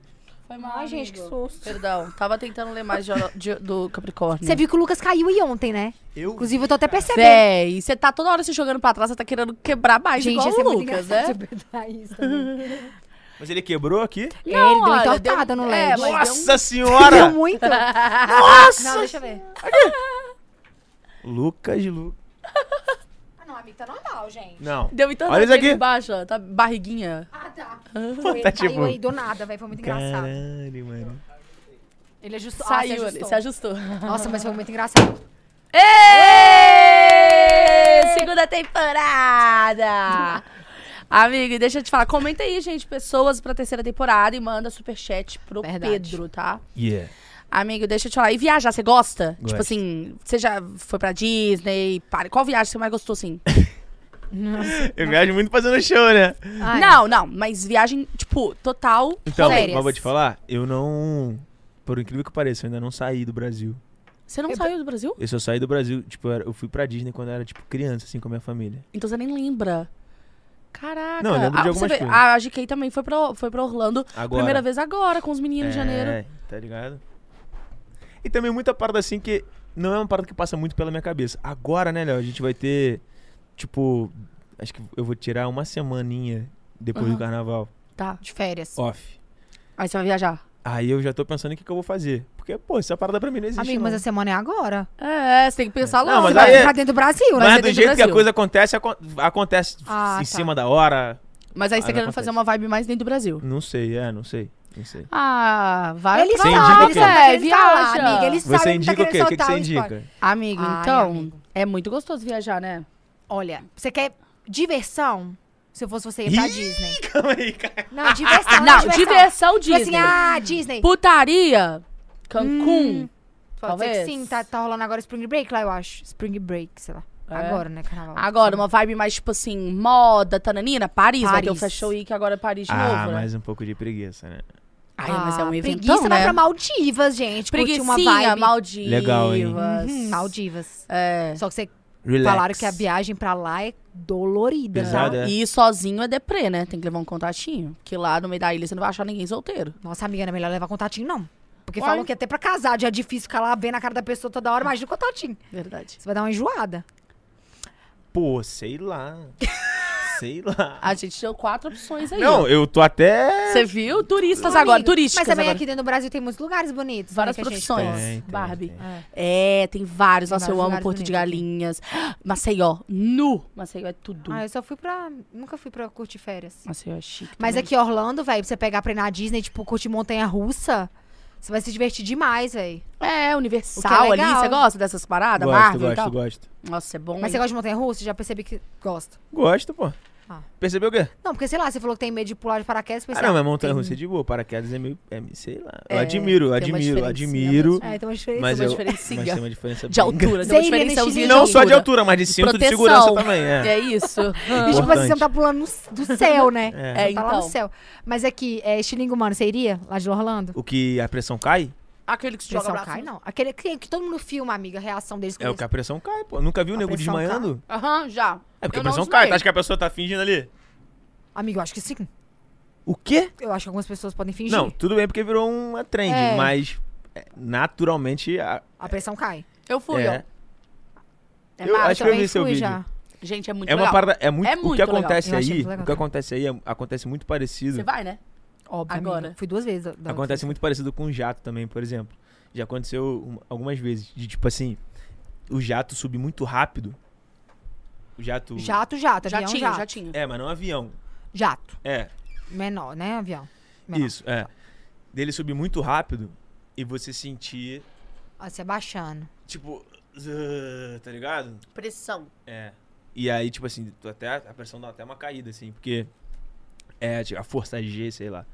Foi Ai, gente, que susto. Perdão, tava tentando ler mais de, de- do Capricórnio. Você viu que o Lucas caiu e ontem, né? Eu. Inclusive, eu tô até percebendo. Véi, você tá toda hora se jogando pra trás, você tá querendo quebrar mais, Gente, igual ia ser o muito Lucas, né? engraçado você isso também. Mas ele quebrou aqui. É, [LAUGHS] ele deu olha, entortada no LED. Ah, É, mas deu um- Nossa [LAUGHS] Deu senhora! muito. Não, Nossa! deixa eu ver. Lucas Lu. Ah, não, amigo, tá normal, gente. Não. Deu então Olha isso aqui. embaixo, ó. Tá barriguinha. Ah, tá. Pô, Foi, tá caiu tipo- aí do nada, velho. Foi muito engraçado. Caralho, mano. Ele ajustou. ah, Saiu, se ele se ajustou. ajustou. Nossa, mas foi muito engraçado. [LAUGHS] Ê! Segunda temporada! Amiga, e deixa eu te falar. Comenta aí, gente, pessoas pra terceira temporada e manda superchat pro Verdade. Pedro, tá? Yeah. Amigo, deixa eu te falar. E viajar, você gosta? Tipo Gosto. assim, você já foi pra Disney? Para. Qual viagem você mais gostou, assim? Eu viajo muito fazendo show, né? Ai, Não, não, mas viagem, tipo, total. Então, Férias. mas vou te falar, eu não. Por incrível que pareça, eu ainda não saí do Brasil. Você não Eu- saiu do Brasil? Eu só saí do Brasil, tipo, eu era- eu fui pra Disney quando eu era, tipo, criança, assim, com a minha família. Então você nem lembra. Caraca. Não, eu lembro de Ah, você algumas vê, coisas. A GK também foi pra, foi pra Orlando. Agora. Primeira vez agora, com os meninos de janeiro. É, tá ligado? E também muita parada assim que não é uma parada que passa muito pela minha cabeça. Agora, né, Léo, a gente vai ter, tipo, acho que eu vou tirar uma semaninha depois Aham. do carnaval. Tá. de férias. Off. Aí você vai viajar. Aí eu já tô pensando o que, que eu vou fazer. Porque, pô, essa parada pra mim não existe. Amigo, não. mas a semana é agora. É, você tem que pensar logo. Não, mas Você vai aí- ficar dentro do Brasil, né? é Mas do dentro do jeito que a Brasil. coisa acontece, acon- acontece Ah, em tá. cima da hora. Mas aí você Ah, tá não querendo fazer uma vibe mais dentro do Brasil. Não sei, é, não sei. Não sei. tá Ah, vai Ele pra Você sabe, lá, indica o ele quê? sabe, velho, ele tá lá, viaja. amiga. Ele sabe, Você ele tá indica o quê? O querendo que, que soltar você um spoiler. indica? Amigo, Ai, então, amigo. é muito gostoso viajar, né? Olha, você quer diversão? Se eu fosse você, ia pra Ih, Disney. [LAUGHS] Calma aí, cara. Não, diversão. Ah, não, diversão Tipo Disney. assim, ah, Disney. Putaria, Cancún. Pode ser que talvez. sim, tá, tá rolando agora Spring Break lá, eu acho. Spring Break, sei lá. É. Agora, né, carnaval. Agora, uma vibe mais, tipo assim, moda, tananina, Paris, vai ter o Paris. Fashion Week, agora é Paris de Ah, novo, né? mas um pouco de preguiça, né? Ai, mas é um evento, Ah, Preguiça vai né? pra Maldivas, gente. Curtir uma Preguicinha, vibe. Maldivas. Legal, hein? Uhum, Maldivas. É. Só que você Relax. falaram que a viagem pra lá é dolorida. tá? Pesado, é. E ir sozinho é deprê, né? Tem que levar um contatinho. Que lá no meio da ilha você não vai achar ninguém solteiro. Nossa, amiga, não é melhor levar contatinho, não. Porque Uai. falam que até pra casar já é difícil ficar lá vendo a cara da pessoa toda hora. Imagina o contatinho. Verdade. Você vai dar uma enjoada. Pô, sei lá. sei lá. A gente deu quatro opções aí. ó. Não, eu tô até. Você viu? Turistas Não, agora, amigo, turísticas Mas é também agora. aqui dentro do Brasil tem muitos lugares bonitos. né, Várias que a gente profissões. gosta. Tem, tem, Barbie. tem. É. É, tem vários. Tem Nossa, eu vários amo lugares Porto de bonitos aqui. Galinhas. Maceió, nu. Maceió é tudo. Ah, eu só fui pra... Nunca fui pra curtir férias. Maceió é chique. Mas também. aqui, Orlando, velho, pra você pegar pra ir na Disney, tipo, curtir montanha-russa, você vai se divertir demais, velho. É, O Universal que é ali. legal. Você gosta dessas paradas? Gosto, Marvel Ah, e gosto, tal? gosto. Nossa, é bom. Mas você hein? gosta de montanha-russa? Já percebi que gosta. Gosto, pô. Ah. Percebeu o quê? Não, porque, sei lá, você falou que tem medo de pular de paraquedas. Ah, Pensei, não, mas ah, montanha tem- russa é de boa. Paraquedas é meio. É, sei lá. Eu É, admiro, eu tem uma admiro, diferencinha admiro. mesmo. É, tem uma diferença. Mas, uma eu, mas diferencinha. tem uma diferença De bem altura, Você deu é uma iria nesse diferençãozinha nível? de Não só de altura. altura, mas de cinto de Proteção. segurança também. É. É [LAUGHS] isso. E, tipo assim, você não Importante. tá pulando no c- do [LAUGHS] céu, né? É. É, Você tá lá então. no céu. Mas aqui, é, estilingue humano, você iria lá de Orlando? O que a pressão cai? Aquele que se joga Pressão pra cai, né? cima. não. Aquele que, que todo mundo filma, amiga, a reação deles. É o que a pressão cai, pô. Nunca viu o A nego pressão desmaiando? Aham, já. É porque Eu a não pressão cai. Tu desmaiei. acha que a pessoa tá fingindo ali? Amigo, eu acho que sim. O quê? Eu acho que algumas pessoas podem fingir. Não, tudo bem porque virou uma trend, É. mas é, naturalmente a. A pressão cai. Eu fui, é, ó. É Eu massa, acho que eu também vi seu fui vídeo. já. Gente, é muito é uma legal. parada. É muito, É o muito que legal. acontece Eu achei aí. muito legal O que também. acontece aí é- acontece muito parecido. Você vai, né? Óbvio. Agora. amiga. Fui duas vezes. da- da- Acontece muito parecido com o jato também, por exemplo. Já aconteceu um- algumas vezes. De tipo assim, o jato subir muito rápido. O jato. Jato, jato. Já avião, tinha, um jato. já tinha. É, mas não avião. Jato. É, Menor, né, avião? Menor. isso, é. Dele subir muito rápido e você sentir, Ó, Ah, se abaixando. tipo, "Zã", tá ligado? Pressão. É. E aí, tipo assim, tu até, a pressão dá até uma caída, assim, porque é tipo, a força G, sei lá.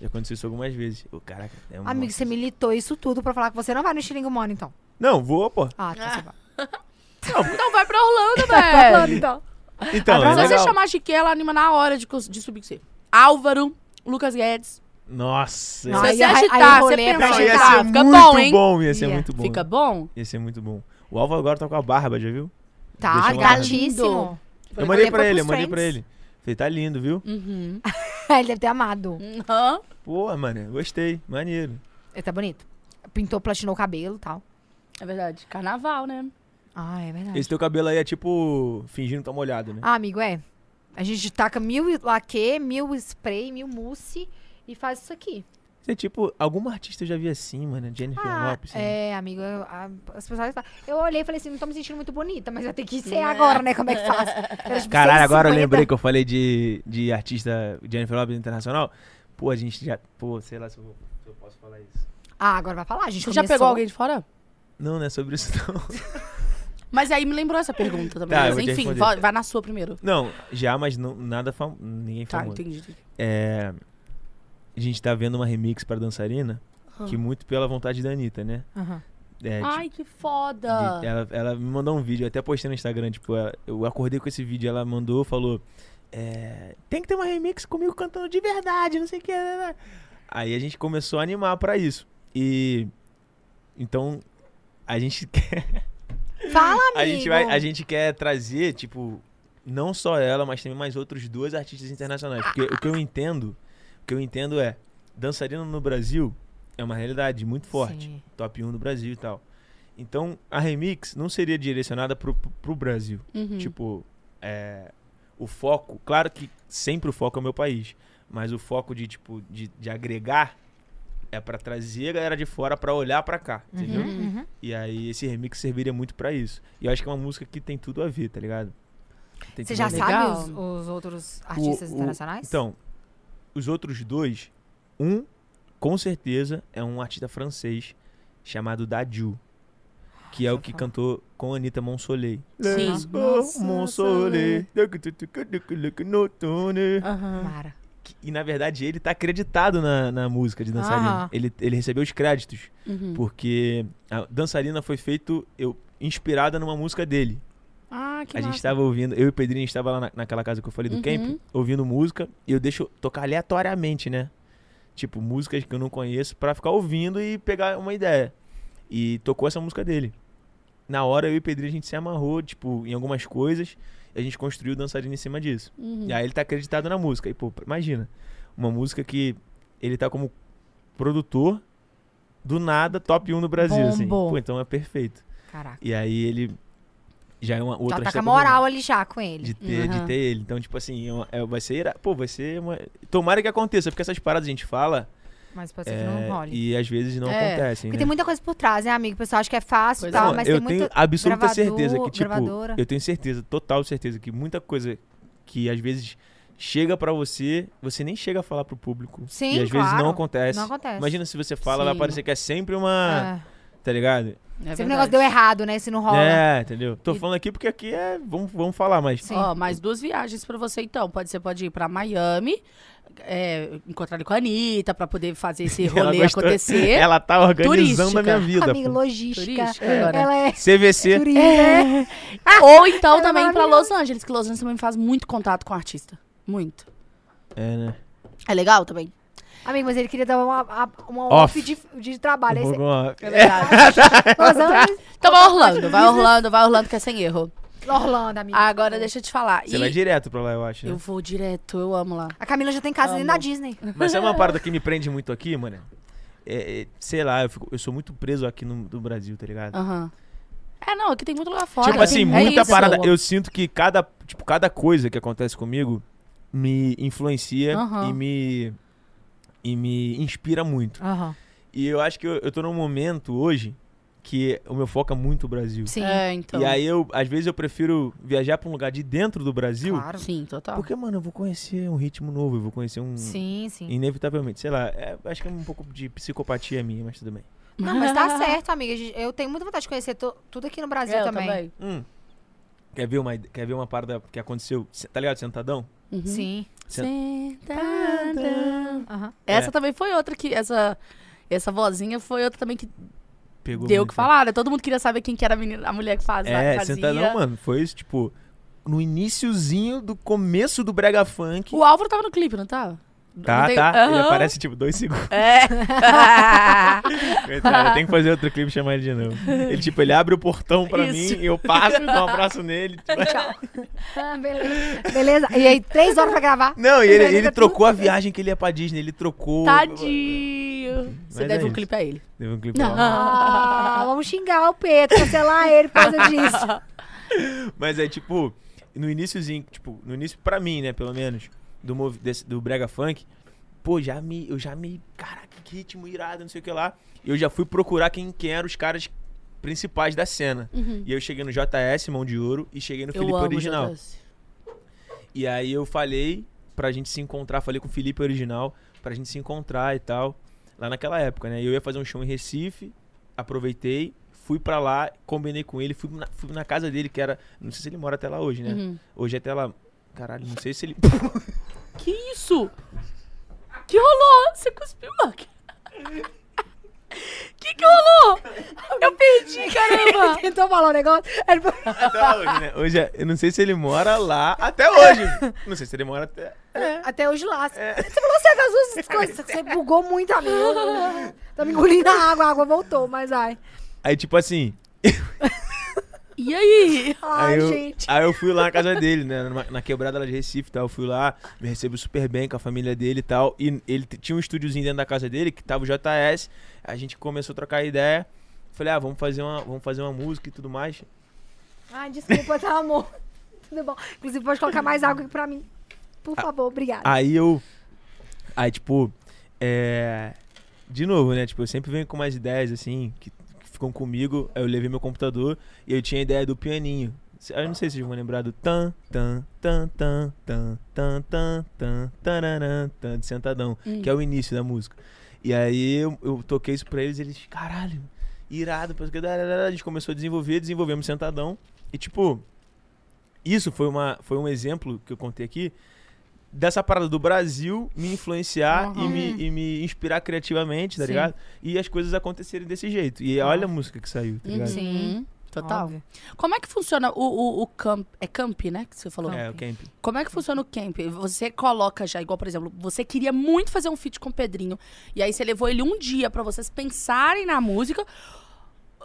Já aconteceu isso algumas vezes. Ô, caraca, é um. Amigo, você militou isso tudo pra falar que você não vai no estilingue humano, então. Não, voa, [LAUGHS] pô. Ah, tá. você vai. Então vai pra [LAUGHS] Orlando, Vai falando, velho. então. É, Então, Pra é você legal. chamar de que ela anima na hora de, cons- de subir com você. Álvaro, Lucas Guedes. Nossa. Não, se aí você a- aí agitar, o você rolê é pra pensa, Cara, ia agitar. tá, ser fica muito bom, hein? ia ser Ia. muito bom. Fica bom? Ia ser muito bom. O Alvo agora tá com a barba, já viu? Tá, Deixa eu tá marcar. lindíssimo. Eu mandei Ele pra foi ele, eu pros mandei pra Friends. Hum. ele. Falei, tá lindo, viu? Uhum. [LAUGHS] Ele deve ter amado. Uhum. Pô, mano, gostei. Maneiro. Ele tá bonito. Pintou, platinou o cabelo e tal. É verdade. Carnaval, né? Ah, é verdade. Esse teu cabelo aí é tipo fingindo que tá molhado, né? Ah, amigo, é. A gente taca mil laque, mil spray, mil mousse e faz isso aqui. Você é tipo, alguma artista eu já vi assim, mano. Jennifer Ah, Lopez. né? é, amigo, eu, a- as pessoas falam. Eu olhei e falei assim, não tô me sentindo muito bonita, mas vai ter que ser É. agora, né? Como é que faz? [LAUGHS] Era, tipo, Caralho, agora eu 6,50. lembrei que eu falei de, de artista Jennifer Lopez internacional. Pô, a gente já. Pô, sei lá se eu, se eu posso falar isso. Ah, agora vai falar, a gente Você já [LAUGHS] começou. pegou alguém de fora? Não, não é sobre isso não. Mas aí me lembrou essa pergunta também. Tá, mas eu vou te enfim, responder. vai, vai na sua primeiro. Não, já, mas não, nada fam... ninguém Tá, famoso. entendi. É, a gente tá vendo uma remix pra dançarina, que muito pela vontade da Anitta, né? Aham. É, tipo, Ai, que foda! de- ela, ela me mandou um vídeo, eu até postei no Instagram, tipo, ela- eu acordei com esse vídeo, ela mandou, falou, é, tem que ter uma remix comigo cantando de verdade, não sei o que. né, né. Aí a gente começou a animar pra isso. E, então, a gente [LAUGHS] Fala, amigo. a gente, vai, a gente quer trazer, tipo, não só ela, mas também mais outros dois artistas internacionais. Porque o que eu entendo, o que eu entendo é, dançarina no Brasil é uma realidade muito forte. Sim. Top 1 do Brasil e tal. Então, a remix não seria direcionada pro, pro Brasil. Uhum. Tipo, é, o foco, claro que sempre o foco é o meu país, mas o foco de, tipo, de, de agregar é pra trazer a galera de fora pra olhar pra cá, entendeu? Uhum, uhum. E aí esse remix serviria muito pra isso. E eu acho que é uma música que tem tudo a ver, tá ligado? Tem Você tudo já a ver. sabe Legal. os, os outros artistas o- internacionais? Então, os outros dois, um com certeza é um artista francês chamado Daju, que é Já o que falo. cantou com Anitta Monsoleil. Sim. Let's go, Monsoleil. Aham. Hum. Mara. E na verdade ele tá acreditado na, na música de dançarina. Aham. Ele, ele recebeu os créditos. Ah. Uhum. Porque a dançarina foi feito eu, inspirada numa música dele. Ah, que a gente massa. tava ouvindo, eu e o Pedrinho, a gente tava lá na- naquela casa que eu falei do Uhum. camp, ouvindo música, e eu deixo tocar aleatoriamente, né? Tipo, músicas que eu não conheço, pra ficar ouvindo e pegar uma ideia. E tocou essa música dele. Na hora, eu e o Pedrinho, a gente se amarrou, tipo, em algumas coisas, e a gente construiu o dançarino em cima disso. Uhum. E aí ele tá acreditado na música. E, pô, imagina. Uma música que ele tá como produtor, do nada, top 1 no Brasil, assim. Bombou. Pô, então é perfeito. Caraca. E aí ele já é uma Já tá outra com artista a moral ali já com ele. de ter, Aham. de ter ele. Então, tipo assim, é uma- é- vai ser. ira- Pô, vai ser uma. Tomara que aconteça, porque essas paradas a gente fala Mas pode ser que é, não role. e às vezes não É, acontecem. Porque né? Então, tem muita coisa por trás, né, amigo? O pessoal acha que é fácil e Pois tal, é. mas eu tem tenho muito. absoluta gravador, certeza que, tipo, gravadora. eu tenho certeza, total certeza, que muita coisa que às vezes chega pra você, você nem chega a falar pro público. Sim, e às vezes claro. não acontece. Não acontece. Imagina se você fala, vai Sim. parecer que é sempre uma. É. Tá ligado? É Sempre o verdade. negócio deu errado, né? Se não rola. É, entendeu? Tô E- falando aqui porque aqui é. Vamos, vamos falar, mas. Sim. Ó, mais duas viagens pra você então. Pode, você pode ir pra Miami, é, encontrar ele com a Anitta, pra poder fazer esse [LAUGHS] Ela rolê gostou. acontecer. [LAUGHS] Ela tá organizando Turística. a minha vida. Amiga, pô. logística. Turística agora. Ela é né? CVC. turista. Ou então Ela é também pra Los Angeles, que Los Angeles também faz muito contato com o artista. Muito. É, né? É legal também? Amigo, mas ele queria dar uma, a- uma Off. off, de, de trabalho. Aí [LAUGHS] Um você- pouco off. É verdade. Los Angeles, Então vai Orlando, vai Orlando, vai Orlando que é sem erro. Orlando, amigo. Agora deixa eu te falar. Você E vai direto pra lá, eu acho. né? eu vou direto, eu amo lá. A Camila já tem casa dentro da Disney. Mas [LAUGHS] sabe uma parada que me prende muito aqui, mano? É, é, sei lá, eu, fico- eu sou muito preso aqui no, do Brasil, tá ligado? Aham. É, não, aqui Ah, tem muito lugar fora. tipo assim, É muita isso. parada. Eu sinto que cada, tipo, cada coisa que acontece comigo me influencia Aham. e me. E me inspira muito. Aham. E eu acho que eu, eu tô num momento hoje que o meu foco é muito o Brasil. Sim. É, então. E aí eu, às vezes, eu prefiro viajar pra um lugar de dentro do Brasil. Claro. Sim, total. Porque, mano, eu vou conhecer um ritmo novo, eu vou conhecer um. Sim, sim. Inevitavelmente, sei lá, é, acho que é um pouco de psicopatia minha, mas tudo bem. Não, mas [LAUGHS] tá certo, amiga. Gente, Eu tenho muita vontade de conhecer to- tudo aqui no Brasil É, Eu também. também. Hum. Quer ver uma, quer ver uma parada que aconteceu, se- tá ligado, sentadão? Uhum. Sim. Sentada. Aham. Essa É. também foi outra que. Essa, essa vozinha foi outra também que Pegou deu o muito, que falar, né? Todo mundo queria saber quem que era a, menina, a mulher que faz, É, fazia. sentadão, mano, foi isso, tipo, no iniciozinho do começo do brega funk. O Álvaro tava no clipe, não tava? Não Tá, tem- tá, ele Aham. [LAUGHS] aparece tipo dois segundos. É. Coitado, eu tenho que fazer outro clipe e chamar ele de novo. Ele, tipo, ele abre o portão pra Isso. mim, eu passo, dou um abraço nele. [LAUGHS] Ah, beleza. Beleza. E aí, três horas pra gravar. Não, e ele, Ele ele tá trocou a viagem que ele ia pra Disney, ele trocou. Tadinho. Você é deve um isso. clipe a ele. Teve um clipe lá. [LAUGHS] Ah, vamos xingar o Pedro, cancelar ele por causa disso. Ah. Mas é tipo, no iníciozinho, tipo, no início pra mim, né, pelo menos, do movi- desse- do brega funk, pô, já me, eu já me, caraca, que ritmo irado, não sei o que lá. E eu já fui procurar quem, quem eram os caras principais da cena. E eu cheguei no JS, Mão de Ouro, e cheguei no Uhum. Eu Felipe amo Original. JS. E aí eu falei pra gente se encontrar, falei com o Felipe Original, pra gente se encontrar e tal, lá naquela época, né? E eu ia fazer um show em Recife, aproveitei, fui pra lá, combinei com ele, fui na, fui na casa dele, que era. Não sei se ele mora até lá hoje, né? Uhum. Hoje é até lá. Caralho, não sei se ele. [LAUGHS] Que isso? Que rolou? Você cuspiu, Mac? [LAUGHS] Que que rolou? Eu perdi, [LAUGHS] caramba. Tentou falar um negócio. Ele falou- até hoje, né? Hoje é- Eu não sei se ele mora lá até hoje. Não sei se ele mora até. Até hoje lá. É. Você falou assim, as duas coisas. Você bugou muito [LAUGHS] a minha. Tá me engolindo a água, a água voltou, mas ai. Aí, tipo assim. E aí? Ai, aí, eu, gente. aí eu fui [LAUGHS] lá na casa dele, né? numa- na quebrada lá de Recife e tal. Eu fui lá, me recebo super bem com a família dele e tal. E ele t- tinha um estúdiozinho dentro da casa dele, que tava o JS. A gente começou a trocar ideia. Falei, ah, vamos fazer uma, vamos fazer uma música e tudo mais. Ai, desculpa, tá, amor? Tudo bom. Inclusive, pode colocar mais água aqui pra mim. Por favor, obrigada. Aí eu. Aí, tipo. É. De novo, né? Tipo, eu sempre venho com umas ideias, assim, que, que ficam comigo. Aí eu levei meu computador e eu tinha a ideia do pianinho. Se- Eu não sei se vocês vão lembrar do tan, tan, tan, tan, tan, tan, tan, tan, tararã, tan, de sentadão, que é o início da música. E aí eu, eu toquei isso pra eles e eles, caralho, irado. porque A gente começou a desenvolver, desenvolvemos sentadão. E, tipo, isso foi, uma, foi um exemplo que eu contei aqui dessa parada do Brasil me influenciar e, me, e me inspirar criativamente, tá Sim. ligado? E as coisas acontecerem desse jeito. E olha a música que saiu, tá ligado? Uhum. Sim. Total. Óbvio. Como é que funciona o, o, o camp? É camp, né? Que você falou. É, o Camp. Como é que funciona o camp? Você coloca já, igual, por exemplo, você queria muito fazer um feat com o Pedrinho. E aí você levou ele um dia pra vocês pensarem na música.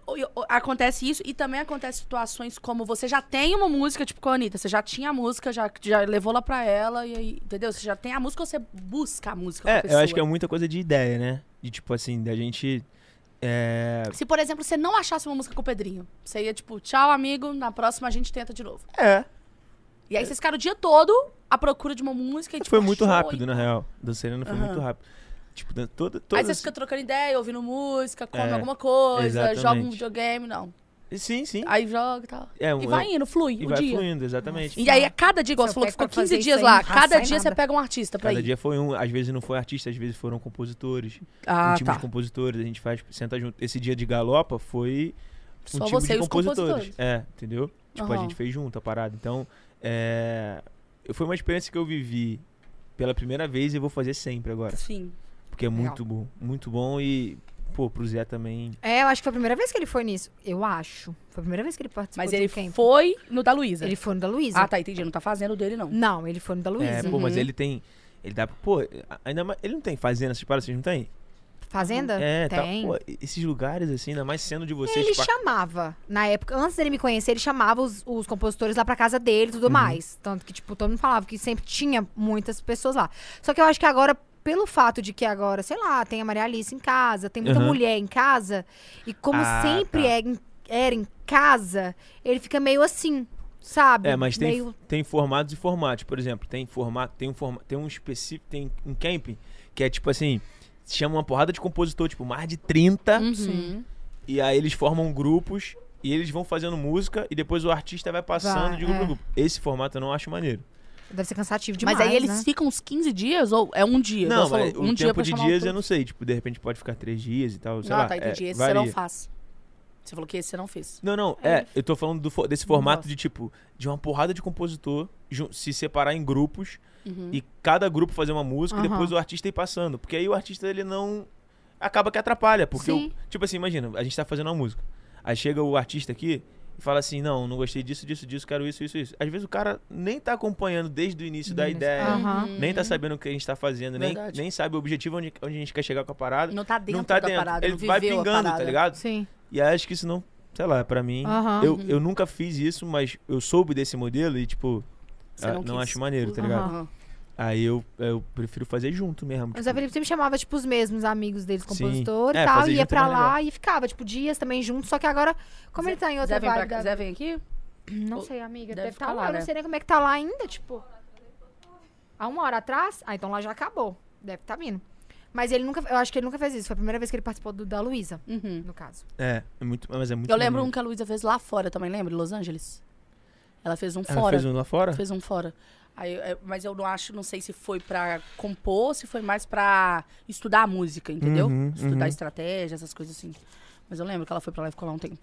O- o- Acontece isso e também acontece situações como você já tem uma música, tipo com a Anitta, você já tinha a música, já, já levou lá pra ela, e aí, entendeu? Você já tem a música ou você busca a música com a É, eu pessoa? acho que é muita coisa de ideia, né? De tipo assim, da gente. É, Se, por exemplo, você não achasse uma música com o Pedrinho, você ia tipo, tchau, amigo, na próxima a gente tenta de novo. é E aí vocês ficaram o dia todo à procura de uma música e tipo, foi muito achou, rápido, na real. Da Serena foi muito rápido. Tipo, da- toda, Aí você todas... fica trocando ideia, ouvindo música, come É, alguma coisa, exatamente. joga um videogame, não. Sim, sim. Aí joga e tal. É, um- Ah, E vai indo, flui e o vai dia. fluindo, exatamente. E aí, a cada dia, igual Se você falou eu que ficou pego pra 15 fazer dias isso aí, lá, não cada sai dia nada. você pega um artista pra Cada ir. dia foi um. Às vezes não foi artista, às vezes foram compositores. um Ah, time tá. de compositores. A gente faz, tipo, senta junto. Esse dia de galopa foi um Só time você de e os compositores. É, entendeu? Tipo, a Aham. gente fez junto a parada. Então, é... eu- foi uma experiência que eu vivi pela primeira vez e eu vou fazer sempre agora. Sim. Porque é muito bom. Muito bom e, pô, pro Zé também. É, eu acho que foi a primeira vez que ele foi nisso. Eu acho. Foi a primeira vez que ele participou Mas de um ele camp. foi no da Luísa. Ele foi no da Luísa. Ah, tá, entendi. Não tá fazendo o dele, não. Não, ele foi no da Luísa. É, pô, mas ele tem. Ele dá. Pô, ainda mais. Ele não tem fazenda, essas paradas, vocês não tem? Fazenda? É, tá. Tem. Pô, esses lugares, assim, ainda mais sendo de vocês. ele tipo, a- chamava, na época, antes dele me conhecer, ele chamava os, os compositores lá pra casa dele e Uhum. tudo mais. Tanto que, tipo, todo mundo falava que sempre tinha muitas pessoas lá. Só que eu acho que agora, pelo fato de que agora, sei lá, tem a Maria Alice em casa, tem muita Uhum. mulher em casa, e como Ah, sempre tá. é em- era em casa, ele fica meio assim, sabe? É, mas tem, Meio... tem formatos e formatos. Por exemplo, tem formato, tem um formato, tem um específico, tem um camping que é tipo assim, chama uma porrada de compositor, tipo mais de 30, Uhum. Sim. e aí eles formam grupos e eles vão fazendo música e depois o artista vai passando de Vai, grupo é. em grupo. Esse formato eu não acho maneiro. Deve ser cansativo demais, Mas aí eles né? ficam uns 15 dias ou é um dia? não, Igual você mas falou, o um dia tempo pra de chamar o dias outro. eu não sei, tipo, de repente pode ficar três dias e tal, sei Ah, lá. tá, entendi. é, Esse você varia. não faz. Você falou que esse você não fez. Não, não, é, eu tô falando do fo- desse formato gosto. de tipo, de uma porrada de compositor jun- se separar em grupos e cada grupo fazer uma música e Aham. depois o artista ir passando. Porque aí o artista ele não. acaba que atrapalha. Porque, o- Sim. tipo assim, imagina, a gente tá fazendo uma música. Aí chega o artista aqui e fala assim: não, não gostei disso, disso, disso, quero isso, isso, isso. Às vezes o cara nem tá acompanhando desde o início da ideia, Aham. Hum. nem tá sabendo o que a gente tá fazendo, nem, Verdade. nem sabe o objetivo onde, onde a gente quer chegar com a parada. Não tá dentro não tá da dentro. parada, ele não viveu vai a pingando, parada. tá ligado? Sim. E aí acho que isso não, sei lá, pra mim. Aham. Uhum. Eu, eu nunca fiz isso, mas eu soube desse modelo e, tipo, Você ah, não não, quis. acho maneiro, tá ligado? Aham. Aí eu, eu prefiro fazer junto mesmo. O Zé Felipe sempre chamava, tipo, os mesmos amigos deles, Sim. compositor e É, tal, fazer ia junto é pra mais lá e ficava, tipo, dias também juntos, só que agora, como ele tá em outra Zé vem, pra... vibe, cá- da- Zé vem aqui? não Ou- sei, deve amiga, deve estar ficar lá, lá, eu né? não sei nem como é que tá lá ainda, tipo, há uma hora atrás, ah, então lá já acabou, deve tá vindo. Mas ele nunca, eu acho que ele nunca fez isso, foi a primeira vez que ele participou do, da Luísa, Uhum. no caso. É, é muito, mas é muito Eu lembro um maneiro. que a Luísa fez lá fora também, lembra? Em Los Angeles. Ela fez um Ela fora. fez um lá fora? Fez um fora. Aí, é, mas eu não acho, não sei se foi pra compor, se foi mais pra estudar a música, entendeu? Uhum, estudar uhum. estratégia, essas coisas assim. Mas eu lembro que ela foi pra lá e ficou lá um tempo.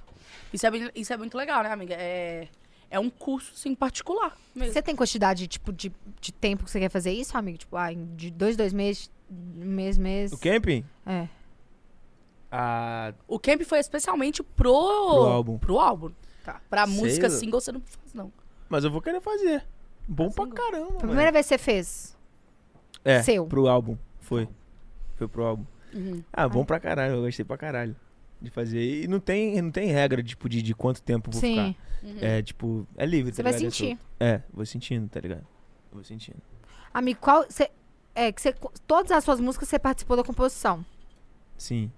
Isso é, bem- isso é muito legal, né, amiga? É, é um curso, assim, particular mesmo. Você tem quantidade, tipo, de, de tempo que você quer fazer isso, amigo? Tipo, ah, em- de dois, dois meses, um mês, mês. O camping? É. Ah, O camp foi especialmente pro... Pro álbum. é Pro álbum. Tá. Pra Sei música lá. single você não faz, não. Mas eu vou querer fazer. Bom pra Fazendo. caramba, Foi a mano. primeira vez que você fez. É, seu. pro álbum. Foi. Foi pro álbum. Uhum. Ah, bom pra caralho. Eu gostei pra caralho de fazer. E não tem, não tem regra, tipo, de, de quanto tempo eu vou Sim. ficar. É, tipo, é livre, Você tá vai ligado? É sentir. solto. É, vou sentindo, tá ligado? Vou sentindo. Amigo, qual. Você, é, que você. Todas as suas músicas você participou da composição. Sim.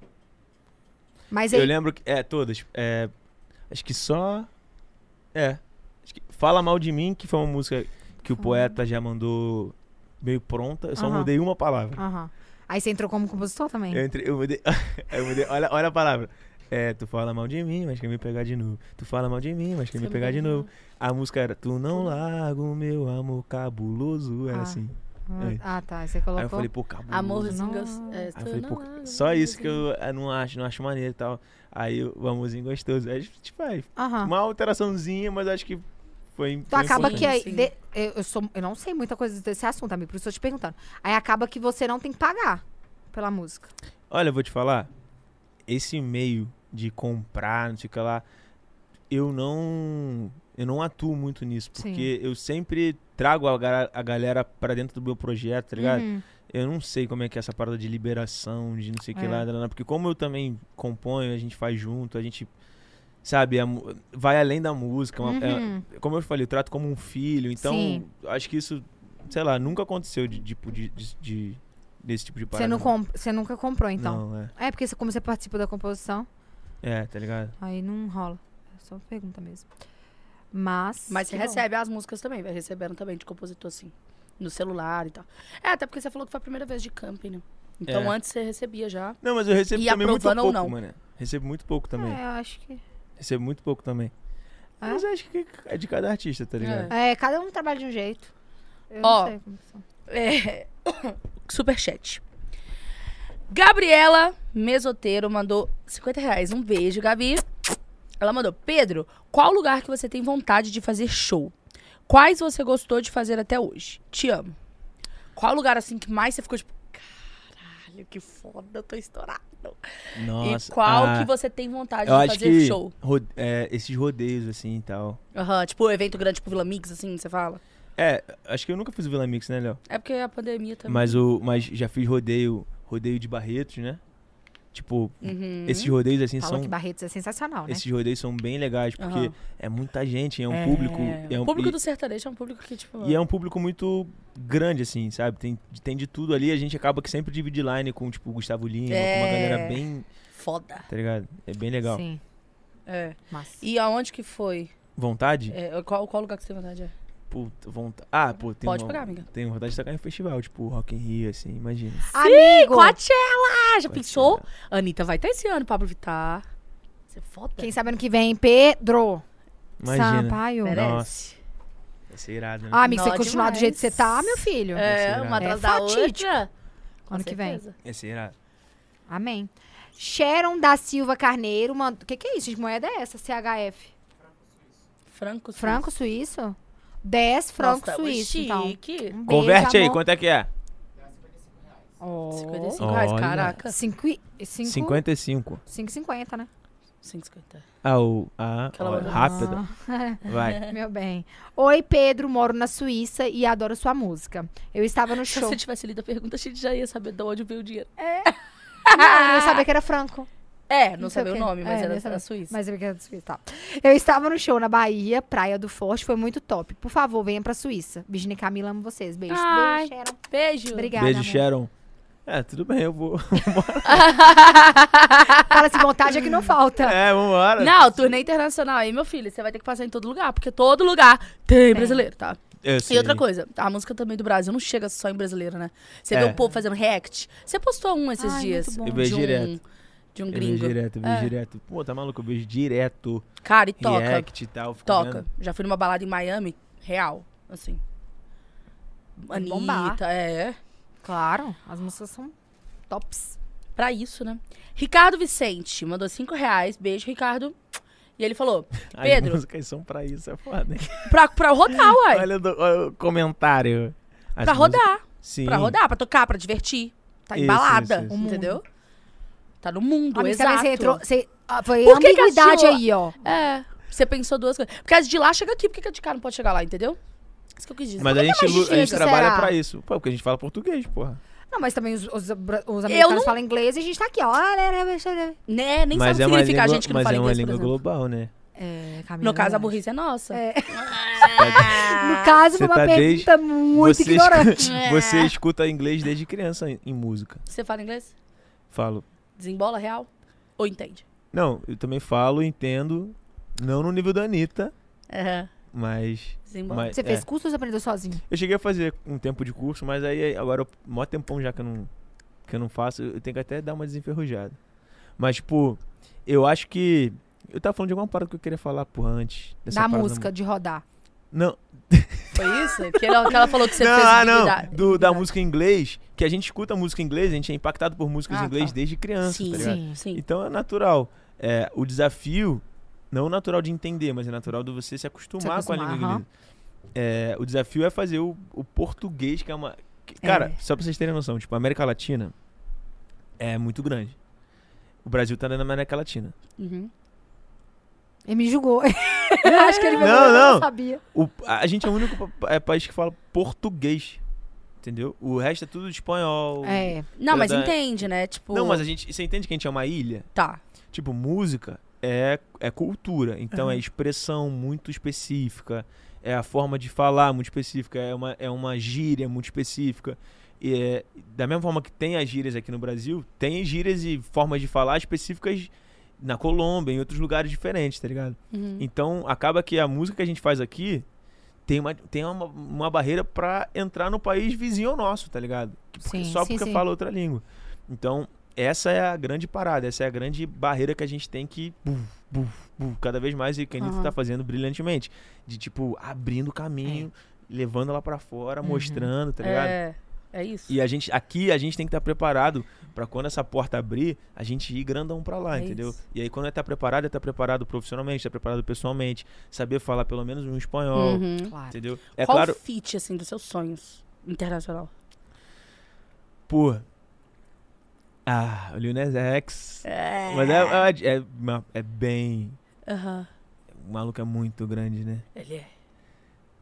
Mas Eu aí. lembro que. É, todas. É, acho que só. É. Acho que Fala Mal de Mim, que foi uma música que o poeta já mandou meio pronta. Eu só Aham. mudei uma palavra. Aham. Aí você entrou como compositor também? Eu, entrei, eu mudei. [LAUGHS] eu mudei olha, olha a palavra. É, tu fala mal de mim, mas quer me pegar de novo. Tu fala mal de mim, mas quer me pegar de novo. A música era Tu não larga o meu amor cabuloso. Era Ah. assim. É. Ah, tá. Aí você Aí eu colocou. falei, pô, cabuloso. Amorzinho... Nossa. É, Aí eu falei, pô, só isso que eu eh, não acho, não acho maneiro e tal. Aí o amorzinho gostoso. Aí, tipo, aí Aham. Uma alteraçãozinha, mas acho que foi. Então foi Ah. acaba sim, que aí. sim. de- eu, eu sou, eu não sei muita coisa desse assunto, amigo, por isso eu tô te perguntando. Aí acaba que você não tem que pagar pela música. Olha, eu vou te falar. Esse meio de comprar, não sei o que lá, eu não. Eu não atuo muito nisso, Sim. porque eu sempre trago a, ga- a galera pra dentro do meu projeto, tá ligado? Uhum. Eu não sei como é que é essa parada de liberação, de não sei o que É. lá, lá, lá, porque como eu também componho, a gente faz junto, a gente, sabe, a mu- vai além da música. é uma- é- Uhum. como eu falei, eu trato como um filho, então Sim. acho que isso, sei lá, nunca aconteceu de, tipo de, de- de- desse tipo de Você, parada. não comp- você nunca comprou, então. Não, é. É, porque você- como você participa da composição, É, tá ligado? aí não rola. É só pergunta mesmo. Mas. Mas você que bom. recebe as músicas também, vai recebendo também de compositor, assim, no celular e tal. É, até porque você falou que foi a primeira vez de camping, né? Então É. antes você recebia já. Não, mas eu recebo E também muito aprovando ou pouco, não? mano. Recebo muito pouco também. É, eu acho que. Recebo muito pouco também. É? Ah? Mas acho que é de cada artista, tá ligado? É, cada um trabalha de um jeito. Eu Ó. não sei como são. É... Superchat. Gabriela Mesoteiro mandou 50 reais. Um beijo, Gabi. Ela mandou: Pedro, qual lugar que você tem vontade de fazer show? Quais você gostou de fazer até hoje? Te amo. Qual lugar assim que mais você ficou tipo, caralho, que foda, eu tô estourado. Nossa. e qual ah, que você tem vontade eu de acho fazer que show? ro- é, esses rodeios, assim e tal. Aham, tipo evento grande, tipo Vila Mix, assim, você fala? É, acho que eu nunca fiz o Vila Mix, né, Léo? É porque a pandemia também. Mas, o, mas já fiz rodeio, rodeio de Barretos, né? Tipo, Uhum. esses rodeios assim Falam são. que Barretos é sensacional, né? Esses rodeios são bem legais, porque Aham. é muita gente, é um público. É o um, público e, do sertanejo é um público que, tipo. e é um público muito grande, assim, sabe? Tem, tem de tudo ali, a gente acaba que sempre divide line com, tipo, o Gustavo Lima, com uma É. galera bem. Foda. Tá ligado? É bem legal. né? Sim. É. Mas. E aonde que foi? Vontade? É, qual, qual lugar que você tem vontade? É? Puta, vontade. Ah, pô, tem Pode uma, pagar, amiga. Tenho vontade de tocar em festival, tipo, Rock in Rio, assim, imagina. Amigo! Coachella! Ah, Já pensou? Coachella. Anitta vai estar esse ano, Pablo Vittar. Você é foda. Quem sabe ano que vem, Pedro Imagina. Sampaio. merece. Nossa. Vai ser irado, né? Ah, amigo, Nó você continuar do jeito que você tá, demais. meu filho. É, Será? uma atrás É da fatídico. outra. Com ano que vem. certeza. Vai ser irado. Amém. Sharon da Silva Carneiro mandou. O que, que é isso? gente? moeda é essa? CHF. Franco Suíço. Franco suíço? 10 franco Nossa, tá suíço, chique. então. Um beijo, Converte aí, amor. quanto é que é? Ó. 55 Olha. reais, caraca. Cinco e- cinco- 55. 5,50, né? 5,50. Ah, o. Ah, Aquela ó, outra. rápido. [LAUGHS] Vai. Ah, meu bem. Oi, Pedro, moro na Suíça e adoro sua música. Eu estava no Se show. você tivesse lido a pergunta, a gente já ia saber de onde veio o dinheiro. [LAUGHS] Não, [LAUGHS] eu sabia que era franco. É, não, Não sei sabia o o quê. nome, mas É, não era sabia. da Suíça. Mas eu quero descobrir, tá. Eu estava no show na Bahia, Praia do Forte, foi muito top. Por favor, venha pra Suíça. Virginia e Camila, amo vocês. Beijo. Ai. Beijo, Sharon. Beijo. Obrigada. Beijo, amor. Sharon. É, tudo bem, [LAUGHS] eu vou. Fala se vontade é que não [LAUGHS] falta. É, vambora. Não, turnê internacional aí, meu filho, você vai ter que passar em todo lugar, porque todo lugar tem brasileiro, tá? Eu E sei. outra coisa, a música também do Brasil não chega só em brasileiro, né? Você É. vê o povo fazendo react. Você postou um esses Ai, dias. muito bom. de Eu vejo um- direto. De um Eu vejo gringo. direto, eu vejo É. direto. Pô, tá maluco? Eu vejo direto. Cara, e toca. React e tal. fico toca. vendo. Já fui numa balada em Miami, real, assim. Anitta, Bombar. é. Claro, as músicas são tops. Pra isso, né? Ricardo Vicente mandou cinco reais. Beijo, Ricardo. E ele falou: As Pedro. músicas são pra isso, é foda, hein? pra, pra rodar, uai. Olha, do- olha o comentário. As pra músicas- rodar. Sim. Pra rodar, pra tocar, pra divertir. Tá Isso, embalada, isso, isso. entendeu? Tá no mundo, Amiga, exato. Você entrou, você, ah, foi Por que que a ambiguidade sua- aí, ó. É, você pensou duas coisas. Porque as de lá chega aqui, por que que a de cá não pode chegar lá, entendeu? Isso é que eu quis dizer. Mas a gente, mais lu- a gente difícil, trabalha será? pra isso. Pô, porque a gente fala português, porra. Não, mas também os, os, abra- os americanos não- falam inglês e a gente tá aqui, ó. Né, nem mas sabe é o que uma significa língua, a gente que não mas fala é uma inglês, por língua exemplo. global, né? É, Camila, No caso, a verdade. burrice é nossa. É. Ah. No caso, Você foi uma tá desde- pergunta muito você, ignorante. ignorante. [LAUGHS] você escuta inglês desde criança em, em música. Você fala inglês? Falo. Desembola real? Ou entende? Não, eu também falo, entendo. Não no nível da Anitta, É. mas. Desembola. Mas- Você É. fez curso ou você aprendeu sozinho? Eu cheguei a fazer um tempo de curso, mas aí agora, eu- mó tempão já que eu não, que eu não faço, eu tenho que até dar uma desenferrujada. Mas, tipo, eu acho que. Eu tava falando de alguma parada que eu queria falar, porra, antes. dessa da parada música, de rodar. Não, Foi isso? Que ela, que ela falou que você não, fez ah, não. habilidade. Do, da música em inglês, que a gente escuta música em inglês, a gente é impactado por músicas Ah, em inglês tá. desde criança, Sim, tá ligado? sim, sim. Então é natural. É, o desafio, não natural de entender, mas é natural de você se acostumar, Se acostumar, com a língua aham. inglesa. É, o desafio é fazer o, o português, que é uma. que- cara, só pra vocês terem noção, tipo, a América Latina é muito grande. O Brasil tá na América Latina. Uhum. Ele me julgou. [LAUGHS] Eu acho que ele me Não, julgou, eu não. sabia. O- a, a gente é o único pa- é, país que fala português. Entendeu? O resto é tudo espanhol. É. Não, mas Verdade. entende, né? Tipo. Não, mas a gente. Você entende que a gente é uma ilha? Tá. Tipo, música é, é cultura, então é expressão muito específica, é a forma de falar muito específica, é uma, é uma gíria muito específica. E é- da mesma forma que tem as gírias aqui no Brasil, tem gírias e formas de falar específicas na Colômbia, em outros lugares diferentes, tá ligado? Uhum. Então acaba que a música que a gente faz aqui tem uma, tem uma, uma barreira pra entrar no país vizinho ao nosso, tá ligado? Que porque- Sim, só sim, porque sim. fala outra língua. Então, essa é a grande parada, essa é a grande barreira que a gente tem que. buf, buf, buf, cada vez mais, e que a gente Aham. tá fazendo brilhantemente. De tipo, abrindo o caminho, levando ela pra fora, mostrando, tá ligado? É, é isso. E a gente, aqui a gente tem que estar preparado pra quando essa porta abrir, a gente ir grandão pra lá, É entendeu? isso. E aí quando é tá preparado, é tá preparado profissionalmente, tá preparado pessoalmente, saber falar pelo menos um espanhol, Uhum. Claro. entendeu? É Qual claro, fit, assim, dos seus sonhos internacional? pô. Ah, o Lil Nas X. Mas é, é, é, ma- é bem. Aham. O maluco é muito grande, né? Ele é.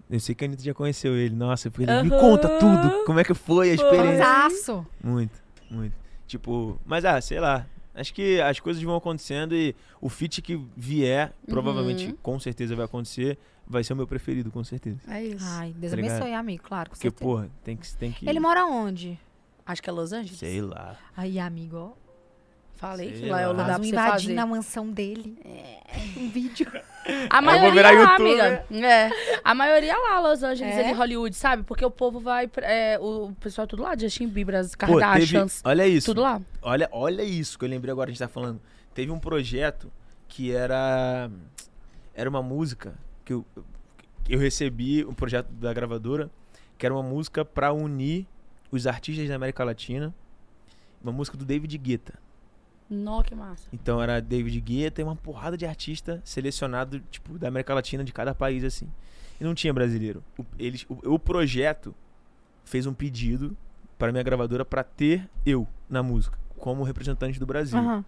Eu sei que a Anitta já conheceu ele. Nossa, porque ele me Aham. conta tudo. Como é que foi a Foi. experiência? Cansaço. Muito, muito. Tipo, mas ah, sei lá. Acho que as coisas vão acontecendo e o feat que vier, provavelmente, com certeza vai acontecer, vai ser o meu preferido, com certeza. É isso. Ai, Deus Tá ligado? abençoe, amigo, claro. Com Porque, certeza. porra, tem que. Tem que Ele mora onde? Acho que é Los Angeles. sei lá. Aí, amigo, ó. Falei Sei que lá é o lá. lugar Faz pra um você invadindo fazer. na mansão dele. [LAUGHS] Um vídeo. A vou maioria virar lá, youtuber. amiga. É. A maioria lá, Los Angeles, É? ali, Hollywood, sabe? Porque o povo vai... pra- é, o pessoal é tudo lá, Justin Bieber, as Pô, teve, Kardashians, olha isso. tudo lá. Olha, olha isso que eu lembrei agora, a gente tá falando. Teve um projeto que era. Era uma música que eu, que eu recebi, um projeto da gravadora, que era uma música pra unir os artistas da América Latina. Uma música do David Guetta. Nó, que massa. Então era David Guetta e uma porrada de artista selecionado, tipo, da América Latina, de cada país, assim. E não tinha brasileiro. O, eles, o, o projeto fez um pedido pra minha gravadora pra ter eu na música, como representante do Brasil. Aham.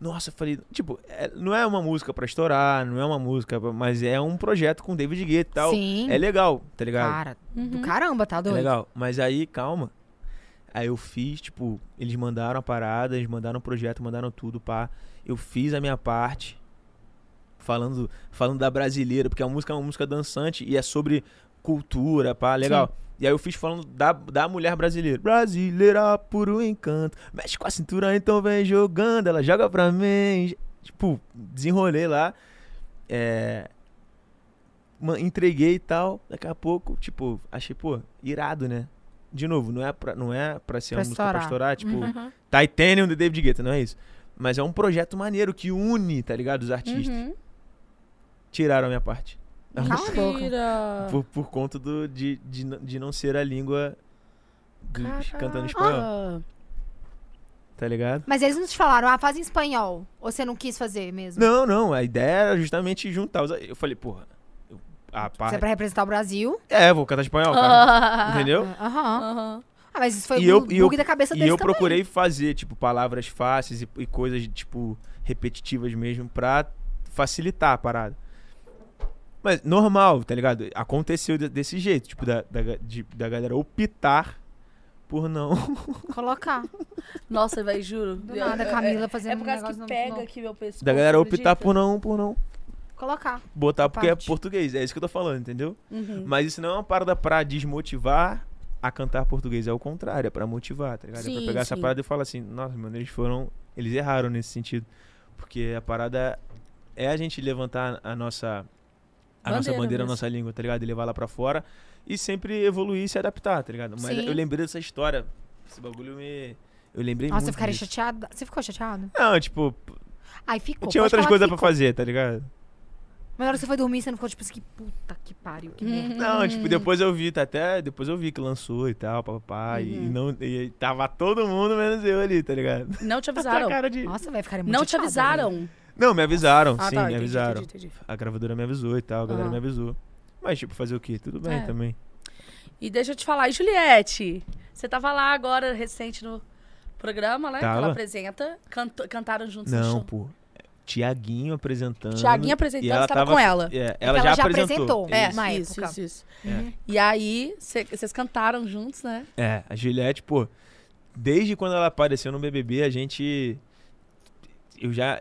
Nossa, eu falei, tipo, é- não é uma música pra estourar, não é uma música, pra- mas é um projeto com David Guetta e tal. Sim. É legal, tá ligado? Cara, do Uhum. caramba, tá É doido? legal. Mas aí, calma. Aí eu fiz, tipo, eles mandaram a parada, eles mandaram o projeto, mandaram tudo, pá. Eu fiz a minha parte. Falando, falando da brasileira, porque a música é uma música dançante e é sobre cultura, pá, legal. E aí eu fiz falando da, da mulher brasileira. Brasileira, puro encanto. Mexe com a cintura, então vem jogando. Ela joga pra mim. Tipo, desenrolei lá. É, ma- entreguei e tal. Daqui a pouco, tipo, achei, pô, irado, né? De novo, não é pra, não é pra ser Pra uma música pra estourar. estourar, tipo, Titanium do David Guetta, não é isso. Mas é um projeto maneiro que une, tá ligado? Os artistas. Uhum. Tiraram a minha parte. Da Calma. música. Mentira. Por, por conta do, de, de, n- de não ser a língua do- de- Caraca. cantando espanhol. tá ligado? Mas eles não te falaram, ah, faz em espanhol. Ou você não quis fazer mesmo? Não, não, a ideia era justamente juntar os. Eu falei, porra, eu- a Isso é parte. pra representar o Brasil. É, vou cantar espanhol, cara. Entendeu? Aham. Ah. Aham. Ah, mas isso foi E um eu- bug e eu- da cabeça E deles eu também. procurei fazer, tipo, palavras fáceis e, e coisas, tipo, repetitivas mesmo pra facilitar a parada. Mas normal, tá ligado? Aconteceu de- desse jeito, tipo, da, da, ga- de- da galera optar por não. [LAUGHS] [LAUGHS] Colocar. Nossa, velho, juro. Do Eu- nada, eu- Camila É, fazendo é por causa um que negócio pega no- no- aqui meu pescoço. Da galera acredita? optar por não, por não Colocar. botar porque Parte. é português. É isso que eu tô falando, entendeu? Uhum. Mas isso não é uma parada pra desmotivar a cantar português, é o contrário, é pra motivar, tá ligado? é Sim, pra pegar essa sim. parada e falar assim, nossa, mano, eles foram. Eles erraram nesse sentido. Porque a parada é a gente levantar a nossa. A nossa Bandeira bandeira, a mesmo. nossa língua, tá ligado? E levar lá pra fora. E sempre evoluir e se adaptar, tá ligado? Mas Sim. eu lembrei dessa história. Esse bagulho me. Eu lembrei Nossa, eu muito. ficaria disso. chateada. Você ficou chateado? Não, tipo, Ai, ficou. tinha Pode outras falar coisas que pra ficou. fazer, tá ligado? Mas na hora que você foi dormir, você não ficou tipo assim, que puta que pariu, Uhum. que merda. Não, Hum. tipo, depois eu vi, tá até. Depois eu vi que lançou e tal, papapá. E, Uhum. não, e tava todo mundo menos eu ali, tá ligado? [LAUGHS] Não te Tá avisaram. cara de- Nossa, vai ficar muito Não te chateada, velho. avisaram. Não, me avisaram, Ah, sim, tá, me entendi, avisaram. entendi, entendi. A gravadora me avisou e tal, a galera Aham. me avisou. Mas, tipo, fazer o quê? Tudo bem É. também. E deixa eu te falar, e Juliette? Você tava lá agora, recente no programa, né? Que Tava. ela apresenta. canto- cantaram juntos no Não, show. pô. Tiaguinho apresentando. um Tiaguinho é e apresentando, ela você tava tava com ela. É, ela ela já já apresentou. apresentou. É, Uma isso, época. isso, isso. É. E aí, vocês cantaram juntos, né? É, a Juliette, pô, desde quando ela apareceu no BBB, a gente. Eu já.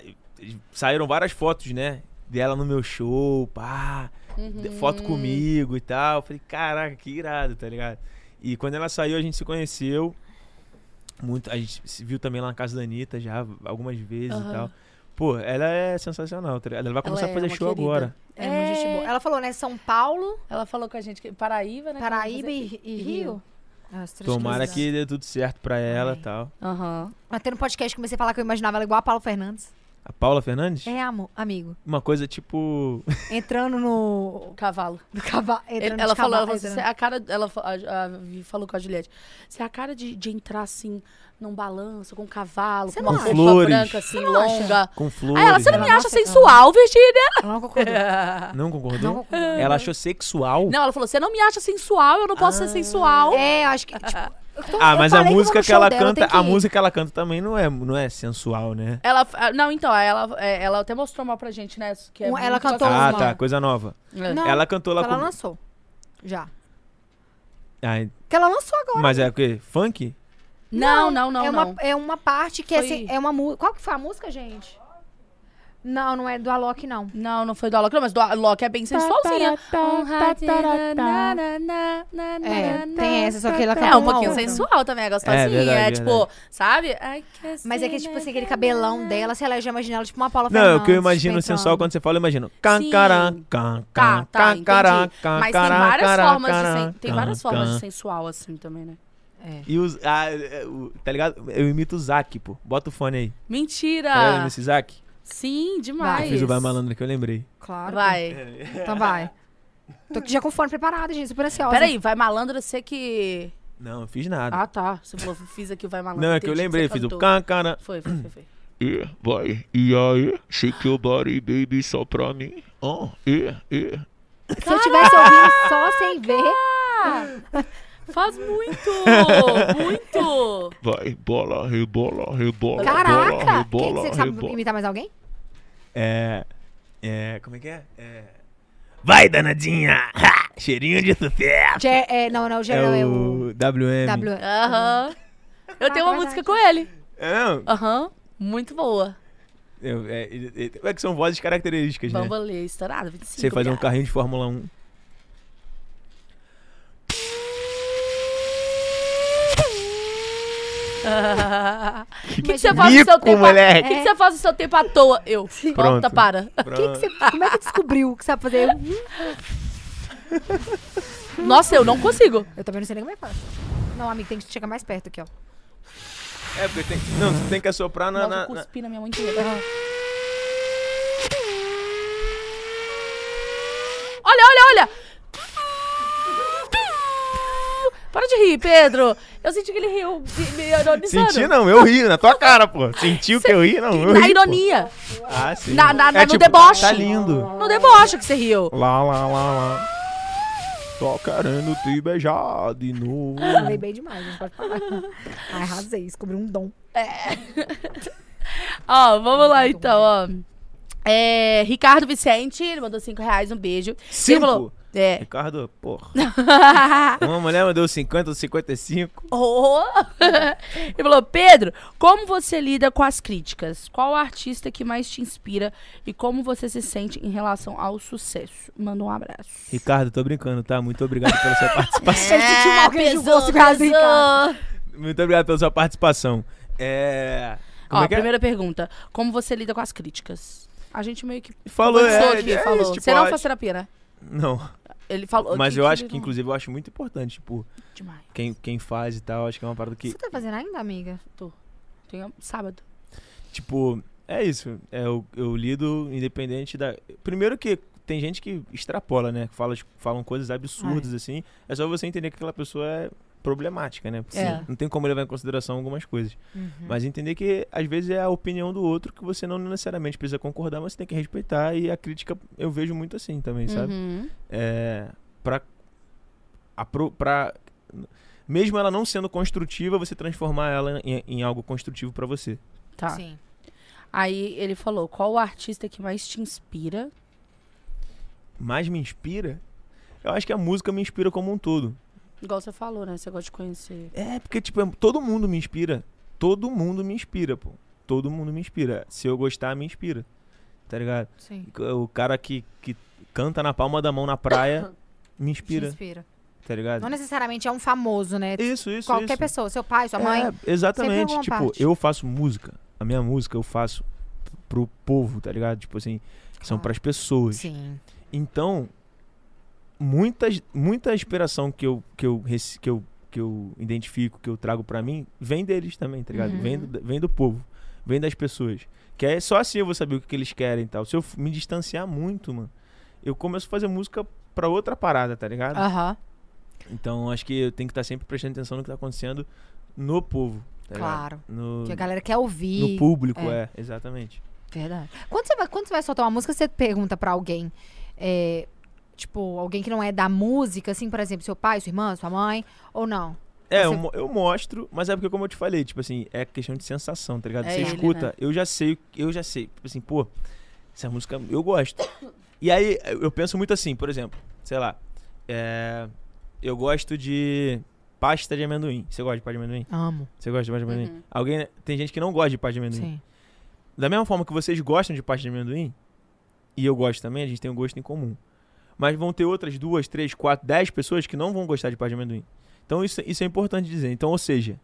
Saíram várias fotos, né? Dela no meu show, pá. Hum. de- Uhum. Foto comigo e tal. Eu Falei, caraca, que irado, tá ligado? E quando ela saiu, a gente se conheceu. Muito, a gente se viu também lá na casa da Anitta já algumas vezes Aham. e tal. Pô, ela é sensacional, tá ligado? Ela vai começar é a fazer uma show querida. agora. É, muito gente boa. Ela falou, né? São Paulo, Ela falou com a gente que Paraíba, né? que ela ia Paraíba fazer- e, e Rio. As três Tomara cidades. que dê tudo certo pra ela Amém. e tal. Aham. Até no podcast comecei a falar que eu imaginava ela igual a Paulo Fernandes. A Paula Fernandes? É, amor, amigo. Uma coisa [LAUGHS] tipo. Entrando no. Cavalo. no cavalo. Ele- Entrando ela de falou, ela cavalo, falou assim, entrando- "Cê- a cara, ela fa- a- a Vi falou com a Juliette, você é a cara de, de entrar assim num balanço com um cavalo, Cê com não uma acha? roupa Flores. branca assim não acha? longa. Com flores. Aí ela, você não né? me acha Nossa, ela- sensual, Virgínia? Ela não concordou. Não concordou? Não concordou. Ela achou sexual? Não, ela falou, você não me acha sensual, eu não posso Ah. ser sensual. É, eu acho que. Tipo, eu tô- ah, eu mas a falei eu vou música no que show ela dela, eu canta, tenho que a ir. música que ela canta também não é, não é sensual, né? Ela, ah, não, então, aí ela, é, ela até mostrou uma pra gente, né? que é Um- ela muito cantou bacana. Ah, uma. tá, coisa nova. É. Não, ela cantou lá Ela, com lançou. Já. Ah, Que ela lançou agora. mas é o quê? Funk? Não, não, não, é não. Uma, é uma parte que é, Foi- assim, é uma música. Qual que foi a música, gente? Não, não é do Alok, não. Não, não foi do Alok, não, mas do Alok é bem Um sensualzinha. É, tem essa, só que ela É, cantou um pouquinho tá, outra. sensual também, é gostosinha. É, verdade, tipo, sabe? Ai, que né? Mas é que, tipo assim, aquele cabelão dela, sei lá, eu já imagino ela tipo uma Paula Não, é Fernandes. o que eu imagino peitando. sensual quando você fala, eu imagino. Cancará, Tá, cancará, tá, entendi. cancará, cancará, Mas tem várias cancará, formas de sen... tem várias cancará. formas de sensual assim também, né? E os. ah, é, o- tá ligado? Eu imito o Zac, pô. Bota o fone aí. Tá ligado Mentira. nesse Zac? Sim, Eu demais. fiz o Vai Malandro que eu lembrei. Claro. Vai. Então vai. Tô aqui já com fone preparado, gente, super ansiosa. Peraí, vai malandro você que Não, eu fiz nada. Ah, tá. Você falou, fiz aqui o vai malandro. não, é que eu entendi lembrei, você fiz o cantou. cancará. Foi, foi, foi, foi. E vai, e aí, shake your body, baby, só pra mim. Oh, e, e. Se eu tivesse ouvindo só sem ver, Faz muito! [LAUGHS] muito! Vai, bola, rebola, rebola, bola, caraca! Quem que rebola, você sabe rebola. imitar mais alguém? É. É. Como é que é? É. Vai, danadinha! Ha! Cheirinho de sucesso! Ge é, não, não, o É um Gerão é o o WM. W. Aham. Eu tenho uma Ah, verdade. música com ele. É, não, Aham. Muito boa. eu- é, é, é- é que são vozes características, né? Bambolê, estourada, 25. Você fazer um obrigada. carrinho de Fórmula 1. [LAUGHS] O que, que você faz no seu tempo? O que, que você faz no seu tempo à toa? Eu. Volta, Pronto. para. [LAUGHS] Que que você- como é que você descobriu que sabe fazer? Eu, Nossa, eu não consigo. eu também não sei nem como é que faz. Não, amigo, tem que chegar mais perto aqui, ó. É, porque tem, não, você tem que assoprar na. Nossa, na- eu cuspi na minha mão inteira. Olha, olha, olha! Para de de rir, Pedro. Eu senti que ele riu me- me ironizando. Senti não, eu ri na tua cara, pô. Sentiu que eu ri, não. Eu ri, Na pô. ironia. Ah, sim. Na- na- na- no tipo, deboche. Tá lindo. Não debocha que você riu. Lá, lá, lá, lá. Tô querendo te beijar de novo. Falei bem demais, gente [LAUGHS] pode falar. Ai, arrasei, descobri um dom. Ó, vamos lá então, ó. É, Ricardo Vicente, ele mandou 5 reais, um beijo. Ele Cinco? falou, [LAUGHS] é. Ricardo, [LAUGHS] porra. Uma mulher mandou 50 ou 55. Oh! [LAUGHS] ele falou, Pedro, como você lida com as críticas? Qual o artista que mais te inspira e como você se sente em relação ao sucesso? Manda um abraço. Ricardo, tô brincando, tá? Muito obrigado pela sua [LAUGHS] participação. Ele sentiu mal que ele É, pesou, julgou o cigarro do pesou. Ricardo. Muito obrigado pela sua participação. É. Como Ó, é que é? primeira pergunta. Como você lida com as críticas? A gente meio que Falou, conversou é, aqui, é falou. isso, tipo, você não ó, faz terapia, né? Não. Ele falou. Mas eu acho ele que, não- inclusive, eu acho muito importante, tipo, Demais. quem, quem faz e tal, acho que é uma parada que. Você tá fazendo ainda, amiga? Tem um sábado. Tipo, é isso. É, eu, eu lido independente da. Primeiro que tem gente que extrapola, né? que Fala, falam coisas absurdas, assim. É só você entender que aquela pessoa é problemática, né? Porque É. Uhum. Não tem como levar em consideração algumas coisas. Mas entender que às vezes é a opinião do outro que você não necessariamente precisa concordar, mas você tem que respeitar. E a crítica eu vejo muito assim também, sabe? Uhum. é, pra, apro- pra- mesmo ela não sendo construtiva, você transformar ela em, em algo construtivo pra você. Tá. Sim. Aí ele falou: qual o artista que mais te inspira? Mas me inspira? Eu acho que a música me inspira como um todo. Igual você falou, né? Você gosta de conhecer. É, porque, tipo, é- todo mundo me inspira. Todo mundo me inspira, pô. Todo mundo me inspira. Se eu gostar, me inspira. Tá ligado? Sim. O cara que, que canta na palma da mão na praia [COUGHS] me Inspira. inspira, tá ligado? Não necessariamente é um famoso, né? Isso, isso, Qualquer isso. pessoa, seu pai, sua mãe. É, exatamente. alguma Tipo, parte. eu faço música. A minha música eu faço pro povo, tá ligado? Tipo assim, são Claro. pras pessoas. Sim. Então, muitas, muita inspiração que eu, que, eu, rece- que, eu, que eu identifico, que eu trago pra mim, vem deles também, tá Uhum. ligado? Vem, do, vem do povo, vem das pessoas. Que é só assim eu vou saber o que, que eles querem e tal. Se eu f- me distanciar muito, mano, eu começo a fazer música pra outra parada, tá Ah. ligado? Aham. Então, acho que eu tenho que estar sempre prestando atenção no que tá acontecendo no povo. tá ligado? Claro. No, Que é a galera quer no ouvir. público, é. exatamente. Verdade. Quando você, vai, quando você vai soltar uma música, você pergunta pra alguém, é, tipo, alguém que não é da música, assim, por exemplo, seu pai, sua irmã, sua mãe, ou não? É, Você- eu, mo- eu mostro, mas é porque, como eu te falei, tipo assim, é questão de sensação, tá ligado? É Você ele, escuta, né? eu já sei, eu já sei, tipo assim, pô, essa música eu gosto. [COUGHS] E aí, eu eu penso muito assim, por exemplo, sei lá, é, eu gosto de pasta de amendoim. Você gosta de pasta de amendoim? Amo. Você gosta de pasta de amendoim? Uhum. Alguém, tem gente que não gosta de pasta de amendoim. Sim. Da mesma forma que vocês gostam de pasta de amendoim, e eu gosto também, a gente tem um gosto em comum. Mas vão ter outras duas, três, quatro, dez pessoas que não vão gostar de pasta de amendoim. Então isso, isso é importante dizer. Então, ou seja,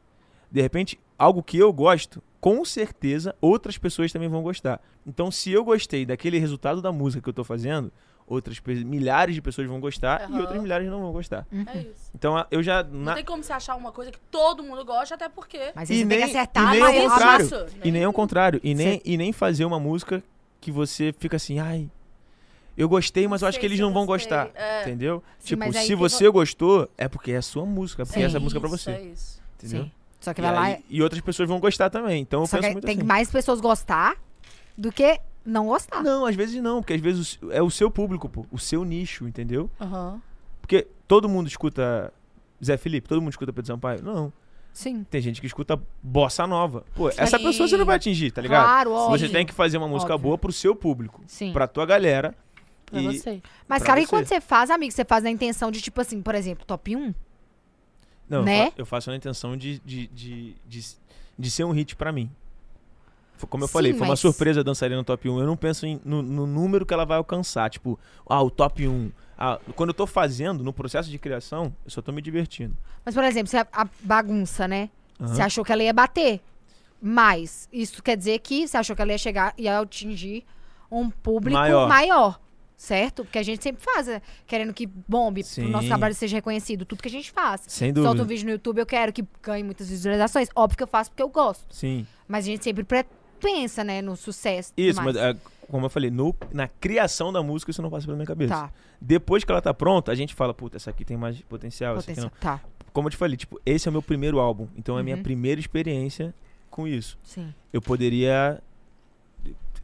de repente, algo que eu gosto, com certeza outras pessoas também vão gostar. Então, se eu gostei daquele resultado da música que eu tô fazendo, outras pe- milhares de pessoas vão gostar e Aham. outras milhares não vão gostar. É isso. Então, a- eu já. Não na- tem como você achar uma coisa que todo mundo gosta, até porque. Mas E aí você tem nem- que acertar e nem a ao maior- contrário. Isso, E nem ao contrário. E nem, e nem fazer uma música que você fica assim, ai, eu gostei, mas eu acho que eles não vão gostar. Entendeu? É. Sim, tipo, mas aí se tem você gostou, é porque é a sua música, é porque Sim. essa música é pra você. É isso. Entendeu? Sim. Só que E, vai lá. aí- e outras pessoas vão gostar também. Então eu Só penso que muito tem que assim. mais pessoas gostar do que não gostar. Não, às vezes não, porque às vezes o- é o seu público, pô, o seu nicho, entendeu? Aham. Porque todo mundo escuta Zé Felipe, todo mundo escuta Pedro Sampaio. Não. Sim. Tem gente que escuta bossa nova. Pô, essa Sim. pessoa você não vai atingir, tá ligado? Claro, óbvio. Você tem que fazer uma música Óbvio. boa pro seu público, Sim. pra tua galera. Pra e, você. Mas, pra cara, e você. quando você faz, amigo, você faz na intenção de, tipo assim, por exemplo, top 1? Não, eu Né? fa- eu faço na intenção de, de, de, de, de ser um hit pra mim. Foi Como eu Sim, falei, foi uma mas- surpresa dançarina no top 1. Eu não penso em- no, no número que ela vai alcançar. Tipo, ah, o top 1. Ah, quando eu tô fazendo, no processo de criação, eu só tô me divertindo. Mas, por exemplo, você é a a bagunça, né? Aham. Você achou que ela ia bater. Mas isso quer dizer que você achou que ela ia chegar e atingir um público Maior. maior. certo? Porque a gente sempre faz, né? querendo que bombe, o Sim. nosso trabalho seja reconhecido, tudo que a gente faz. Sem Solta dúvida. um vídeo no YouTube, eu quero que ganhe muitas visualizações. Óbvio que eu faço porque eu gosto. Sim. Mas a gente sempre pre- pensa, né, no sucesso. e tudo Isso, mas, mais. ah, como eu falei, no- na criação da música isso não passa pela minha cabeça. Tá, Depois que ela tá pronta, a gente fala, puta, essa aqui tem mais potencial, essa aqui potencial. não. Tá. como eu te falei, tipo, esse é o meu primeiro álbum. Então é a minha Uhum. primeira experiência com isso. Sim. Eu poderia.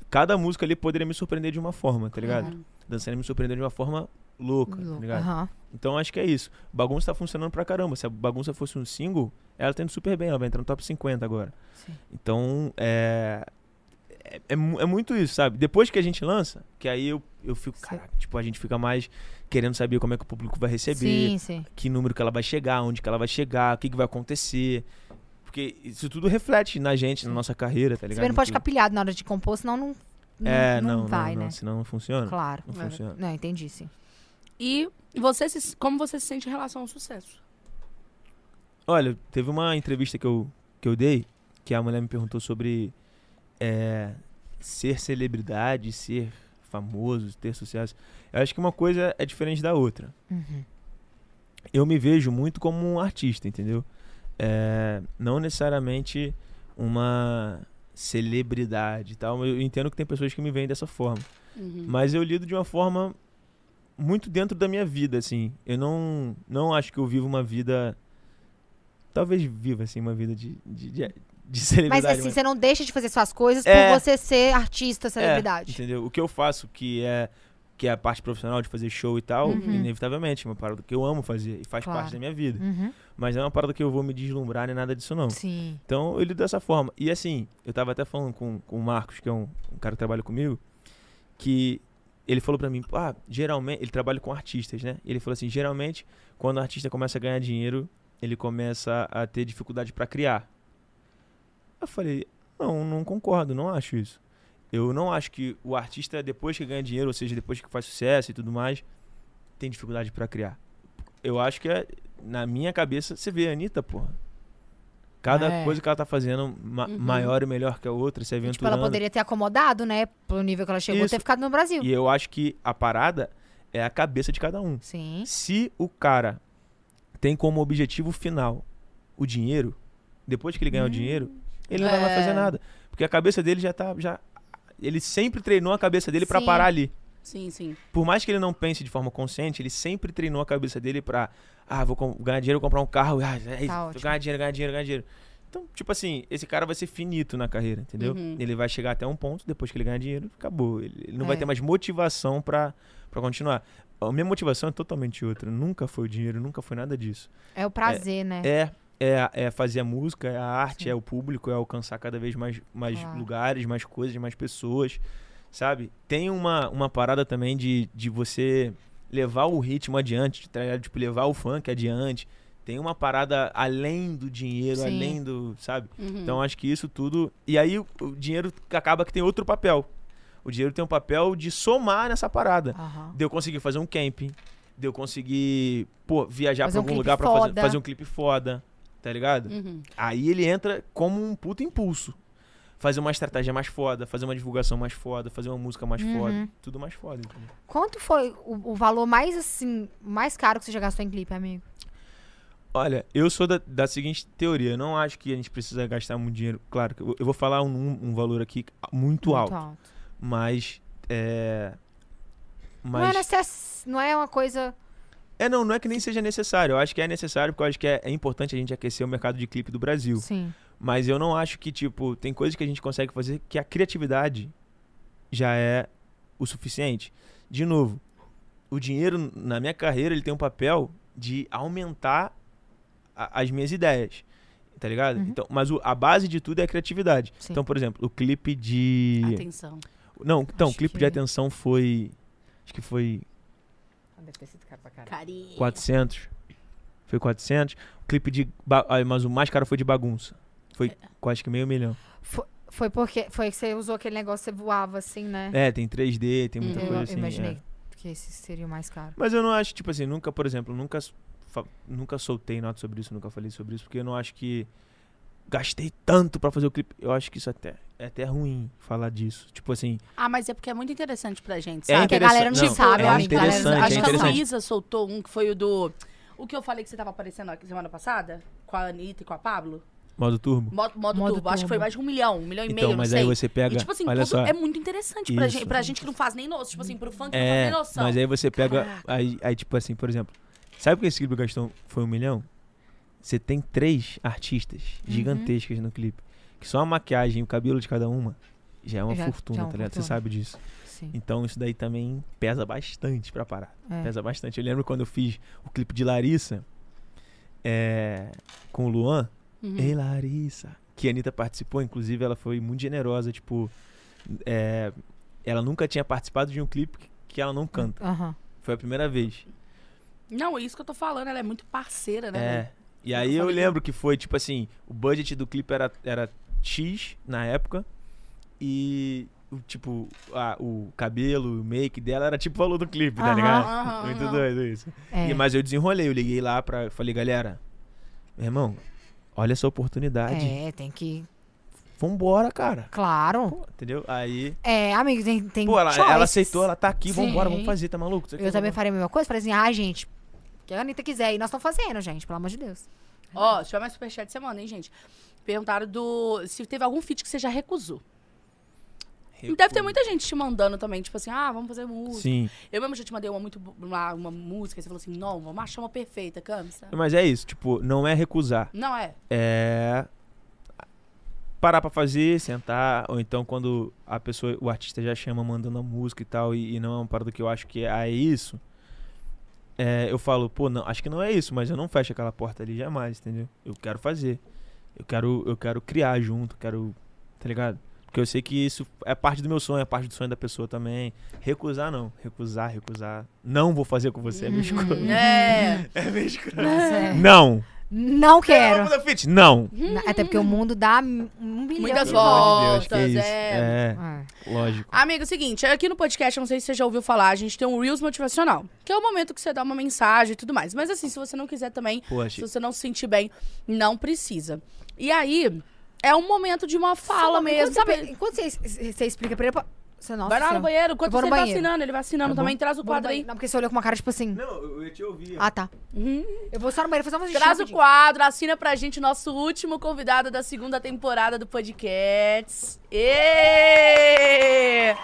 Cada música ali poderia me surpreender de uma forma, tá ligado? Dançando me surpreendeu de uma forma louca, tá ligado? Aham. Então acho que é isso. Bagunça tá funcionando pra caramba. Se a bagunça fosse um single, ela tá indo super bem, ela vai entrar no top 50 agora. Sim. Então é. É, é mu- é muito isso, sabe? Depois que a gente lança, que aí eu, eu fico, Sim. caraca, tipo, a gente fica mais querendo saber como é que o público vai receber, Sim, sim. que número que ela vai chegar, onde que ela vai chegar, o que, que vai acontecer. Porque isso tudo reflete na gente, na nossa carreira, tá Você ligado? bem não pode ficar Tudo. pilhado na hora de compor, senão não, não, É, não não, vai, não, né? Senão não funciona. Claro. Não É. funciona. Não, entendi, sim. E você se- como você se sente em relação ao sucesso? Olha, teve uma entrevista que eu, que eu dei que a mulher me perguntou sobre é, ser celebridade, ser famoso, ter sucesso. Eu acho que uma coisa é diferente da outra. Uhum. Eu me vejo muito como um artista, entendeu? É, não necessariamente uma celebridade e tal. Eu entendo que tem pessoas que me veem dessa forma. Uhum. Mas eu lido de uma forma muito dentro da minha vida, assim. Eu não, não acho que eu vivo uma vida. Talvez viva, assim, uma vida de, de, de, de [LAUGHS] Mas celebridade. assim, você não deixa de fazer suas coisas É. por você ser artista, é, celebridade. entendeu? O que eu faço, que é que é a parte profissional de fazer show e tal, Uhum. inevitavelmente, é uma parada que eu amo fazer e faz Claro. parte da minha vida. Uhum. Mas não é uma parada que eu vou me deslumbrar nem nada disso, não. Sim. Então eu lido dessa forma. E assim, eu tava até falando com, com o Marcos, que é um, um cara que trabalha comigo, que ele falou pra mim, ah, geralmente, ele trabalha com artistas, né? Ele falou assim, geralmente, quando o artista começa a ganhar dinheiro, ele começa a ter dificuldade pra criar. Eu falei, não, não concordo, não acho isso. Eu não acho que o artista, depois que ganha dinheiro, ou seja, depois que faz sucesso e tudo mais, tem dificuldade pra criar. Eu acho que, é, na minha cabeça, você vê a Anitta, porra. Cada É. coisa que ela tá fazendo, ma- Uhum. maior e melhor que a outra, se E, aventurando. tipo, ela poderia ter acomodado, né? Pelo nível que ela chegou, Isso. ter ficado no Brasil. E eu acho que a parada é a cabeça de cada um. Sim. Se o cara tem como objetivo final o dinheiro, depois que ele Hum. ganhar o dinheiro, ele não vai É. mais fazer nada. Porque a cabeça dele já tá. Já, ele sempre treinou a cabeça dele pra Sim. parar ali. Sim, sim. Por mais que ele não pense de forma consciente, ele sempre treinou a cabeça dele pra. Ah, vou com- ganhar dinheiro, comprar um carro. Ah, é isso, Tá ótimo. ganhar dinheiro, ganhar dinheiro, ganhar dinheiro. Então, tipo assim, esse cara vai ser finito na carreira, entendeu? Uhum. Ele vai chegar até um ponto, depois que ele ganhar dinheiro, acabou. Ele, ele não vai É. ter mais motivação pra, pra continuar. A minha motivação é totalmente outra. Nunca foi o dinheiro, nunca foi nada disso. É o prazer, né? É. É, é fazer a música, é a arte, Sim. é o público, é alcançar cada vez mais, mais Claro. lugares, mais coisas, mais pessoas, sabe? Tem uma, uma parada também de, de você levar o ritmo adiante, tá ligado? tipo, levar o funk adiante. Tem uma parada além do dinheiro, Sim. além do, sabe? Uhum. Hum. Então acho que isso tudo. E aí o o dinheiro acaba que tem outro papel. O dinheiro tem um papel de somar nessa parada. Aham. De eu conseguir fazer um camping. De eu conseguir, pô, viajar Fazer pra um algum clipe lugar pra fazer, foda. Hum. fazer um clipe foda. Tá ligado? Uhum. Aí ele entra como um puto impulso. Fazer uma estratégia mais foda, fazer uma divulgação mais foda, fazer uma música mais Uhum. foda. Tudo mais foda. entendeu? Quanto foi o, o valor mais, assim, mais caro que você já gastou em clipe, amigo? Olha, eu sou da, da seguinte teoria. Eu não acho que a gente precisa gastar muito dinheiro. Claro, que eu, eu vou falar um, um valor aqui muito alto. Mas. É. Mas. Não, é necess... não é uma coisa... É, não, não é que nem seja necessário. Eu acho que é necessário, porque eu acho que é, é importante a gente aquecer o mercado de clipe do Brasil. Sim. Mas eu não acho que, tipo, tem coisas que a gente consegue fazer que a criatividade já é o suficiente. De novo, o dinheiro na minha carreira ele tem um papel de aumentar a- as minhas ideias. Tá ligado? Então, mas o- a base de tudo é a criatividade. Uhum. Sim. Então, por exemplo, o clipe de. Atenção. Não, então, o Acho clipe que- de atenção foi. Acho que foi Ah, Deve ter sido caro pra caralho. Carinho. 400. Foi 400. O clipe de. ba- ah, Mas o mais caro foi de bagunça. Foi quase que meio milhão. Foi porque... Foi que você usou aquele negócio, você voava assim, né? É, tem 3D, tem muita Hum. eu, coisa eu assim. imaginei é. que esse seria o mais caro. Mas eu não acho, tipo assim, nunca, por exemplo, nunca, s- fa- nunca soltei nota sobre isso, nunca falei sobre isso, porque eu não acho que gastei tanto pra fazer o clipe. Eu acho que isso até é até ruim falar disso. Tipo assim, Ah, mas é porque é muito interessante pra gente, é sabe? que a galera interessante- não sabe, eu é acho que a galera- interessante, acho é que a interessante. Luísa soltou um que foi o do. O que eu falei que você tava aparecendo aqui semana passada? Com a Anitta e com a Pablo? Modo turbo. Modo, modo, Modo turbo. Acho que foi turbo. mais de um milhão, um milhão e Então, meio, mas não aí sei. você pega. E tipo assim, olha tudo só. é muito interessante pra Isso. gente, pra gente que não faz nem noção. Tipo assim, pro funk que não faz É, nem noção. mas aí você pega. Caraca. Aí, aí, tipo assim, por exemplo, sabe por que esse clipe gastou foi um milhão? Você tem três artistas Uhum. gigantescas no clipe. Que só a maquiagem e o cabelo de cada uma já é uma Já- já é fortuna, uma tá ligado? Você fortuna. sabe disso. Sim. Então isso daí também pesa bastante pra parar. É. Pesa bastante. Eu lembro quando eu fiz o clipe de Larissa é, com o Luan. Uhum. Ei, Larissa. Que a Anitta participou, inclusive ela foi muito generosa. Tipo, é, ela nunca tinha participado de um clipe que- que ela não canta. Aham. Foi a primeira vez. Não, é isso que eu tô falando. Ela é muito parceira, né? velho? É. E aí Nunca eu falei lembro que foi, tipo assim, o budget do clipe era, era X na época. E, o tipo, a- o cabelo, o make dela era tipo o valor do clipe, Aham. tá Aham, ligado? Muito aham. doido isso. É. E, mas eu desenrolei, eu liguei lá pra. Falei, galera, meu irmão, olha essa oportunidade. É, tem que. Vambora, cara. Claro. Entendeu? Aí. É, amigo, tem, tem Pô, ela, choices. ela aceitou, ela tá aqui, vambora, Sim. vamos fazer, tá maluco? Isso aqui, Eu também vambora. faria a mesma coisa. Falei assim, ah, gente, o que a Anitta quiser. E nós estamos fazendo, gente, pelo amor de Deus. Ó, se tiver mais superchat, você manda, hein, gente? Perguntaram do. Se teve algum feat que você já recusou. Deve ter muita gente te mandando também, tipo assim, ah, vamos fazer música. Sim. Eu mesmo já te mandei uma muito bo- uma, uma música, e você falou assim, não, vamos achar uma perfeita, Camisa. Mas é isso, tipo, não é recusar. Não é. é parar pra fazer, sentar, ou então quando a pessoa, o artista já chama mandando a música e tal, e, e não é uma parada que eu acho que é, ah, é isso, é, eu falo, pô, não, acho que não é isso, mas eu não fecho aquela porta ali jamais, entendeu? Eu quero fazer, eu quero, eu quero criar junto, quero, tá ligado? Porque eu sei que isso é parte do meu sonho, é parte do sonho da pessoa também. Recusar não, recusar, recusar. Não vou fazer com você, é minha escolha. É. É minha escolha. Nossa, é. Não. Não quero. Vamos dar fit? Não. Hum. Na- Até porque o mundo dá mi- um bilhão Muitas de Pelo amor de voltas, Deus, que isso. é. É, Ah, lógico. Amigo, é o seguinte, aqui no podcast, eu não sei se você já ouviu falar, a gente tem um Reels motivacional, que é o momento que você dá uma mensagem e tudo mais. Mas assim, se você não quiser também, Poxa, se você não se sentir bem, não precisa. E aí, é um momento de uma fala Enquanto mesmo, você sabe? pe- Enquanto você, você explica pra ele... pô, Você, nossa, Vai lá seu- no banheiro, enquanto vou você no tá banheiro. assinando, ele vai assinando também, traz o Vou no quadro aí. banheiro. Não, porque você olhou com uma cara tipo assim... Não, eu ia te ouvir. Ah, tá. Uhum. Eu vou só no banheiro fazer um umas Traz o quadro, assina pra gente o nosso último convidado da segunda temporada do podcast. Ê!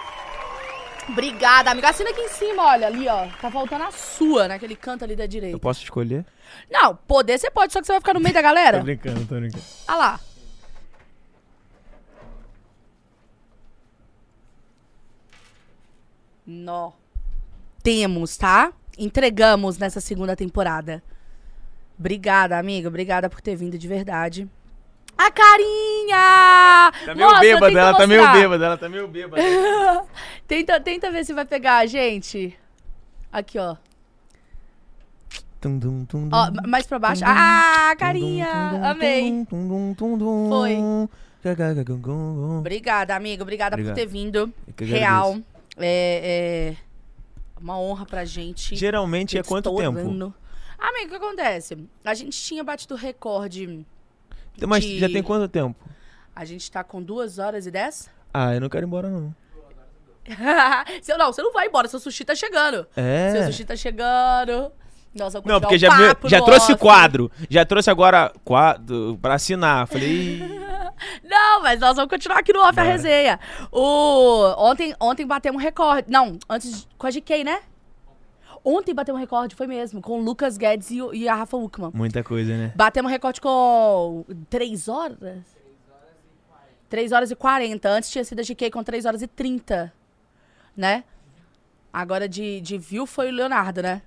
Obrigada, amiga. Assina aqui em cima, olha, ali, ó. Tá faltando a sua, naquele canto ali da Eu direita. posso escolher? Não, poder você pode, só que você vai ficar no meio da galera. brincando, tô brincando. Olha Ah lá. Nó. Temos, tá? Entregamos nessa segunda temporada. Obrigada, amiga. Obrigada por ter vindo de verdade. A carinha! Tá meio Mostra, bêbada, tenta ela tá meio mostrar. bêbada, ela tá meio bêbada. Tenta, tenta ver se vai pegar a gente. Aqui, ó. [LAUGHS] Tum, dum, tum, Ó, dum. ma- mais pra baixo. Tum, dum. Ah, Tum, dum, carinha! tum, Amei. dum, tum, dum, tum, dum. Foi. Gagagagagum. Obrigada, amiga. Obrigada Obrigado. por ter vindo. Eu que Real. agradeço. É, é uma honra pra gente. Geralmente é Tô quanto tempo? estourando. Amigo, o que acontece? A gente tinha batido o recorde. Mas de- já tem quanto tempo? A gente tá com duas horas e [LAUGHS] 10? Ah, eu não quero ir embora, não. seu, não, você não vai embora, seu sushi tá chegando. Seu É. sushi tá chegando. Nossa, eu vou continuar Não, porque o já, veio- papo já no trouxe off. quadro. Já trouxe agora quadro pra assinar. Falei. "Ih, Não, mas nós vamos continuar aqui no off a Bora. resenha. O... Ontem, ontem bateu um recorde. Não, antes de- com a GK, né? Ontem bateu um recorde, foi mesmo, com o Lucas Guedes e, o- e a Rafa Uckman. Muita coisa, né? Batemos recorde com 3 horas? 3 horas e 40. Antes tinha sido a GK com 3 horas e 30. Né? Agora de, de view foi o Leonardo, né?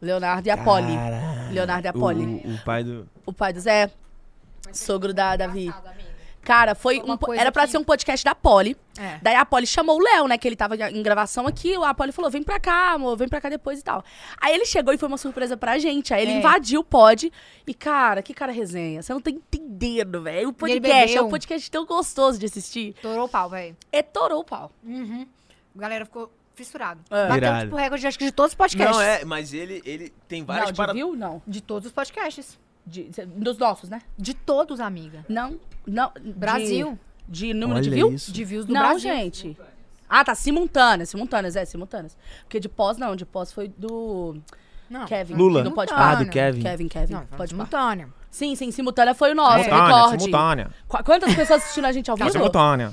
Leonardo e a Polly. Caralho. Leonardo e a O- Polly. O, o pai do. O pai do Zé. Sogro da Davi. Cara, foi Uma um, po- coisa era pra que- ser um podcast da Polly. É. Daí a Polly chamou o Léo, né? Que ele tava em gravação aqui. A Polly falou: vem pra cá, amor, vem pra cá depois e tal. Aí ele chegou e foi uma surpresa pra gente. Aí ele É. invadiu o pod. E, cara, que cara resenha. Você não tá entendendo, velho. O E ele podcast é bebeu. um podcast tão gostoso de assistir. Estourou o pau, velho. É torou o pau. Uhum. A galera ficou fissurado. É. Bateu, Irado. é. tipo, recorde, acho que de todos os podcasts. mas ele, ele tem não, de viu? Não. De todos os podcasts. De- cê- dos nossos, né? De todos, amiga. Não. Não. de- Brasil. De, número de Olha view? isso. De views do Não, Brasil. gente. Ah, tá. Simultâneas. Simultâneas, é, simultâneas. Porque de pós, não. De pós foi do Não. Kevin. Lula. Não pode Ah, parar. Simultâneo. do Kevin. Kevin, Kevin. Não, pode parar. simultâneo. Sim, sim, simultânea foi o nosso, Simultânea, recorde. é simultânea. Qu- Quantas pessoas assistindo a gente ao Não, vivo? simultânea.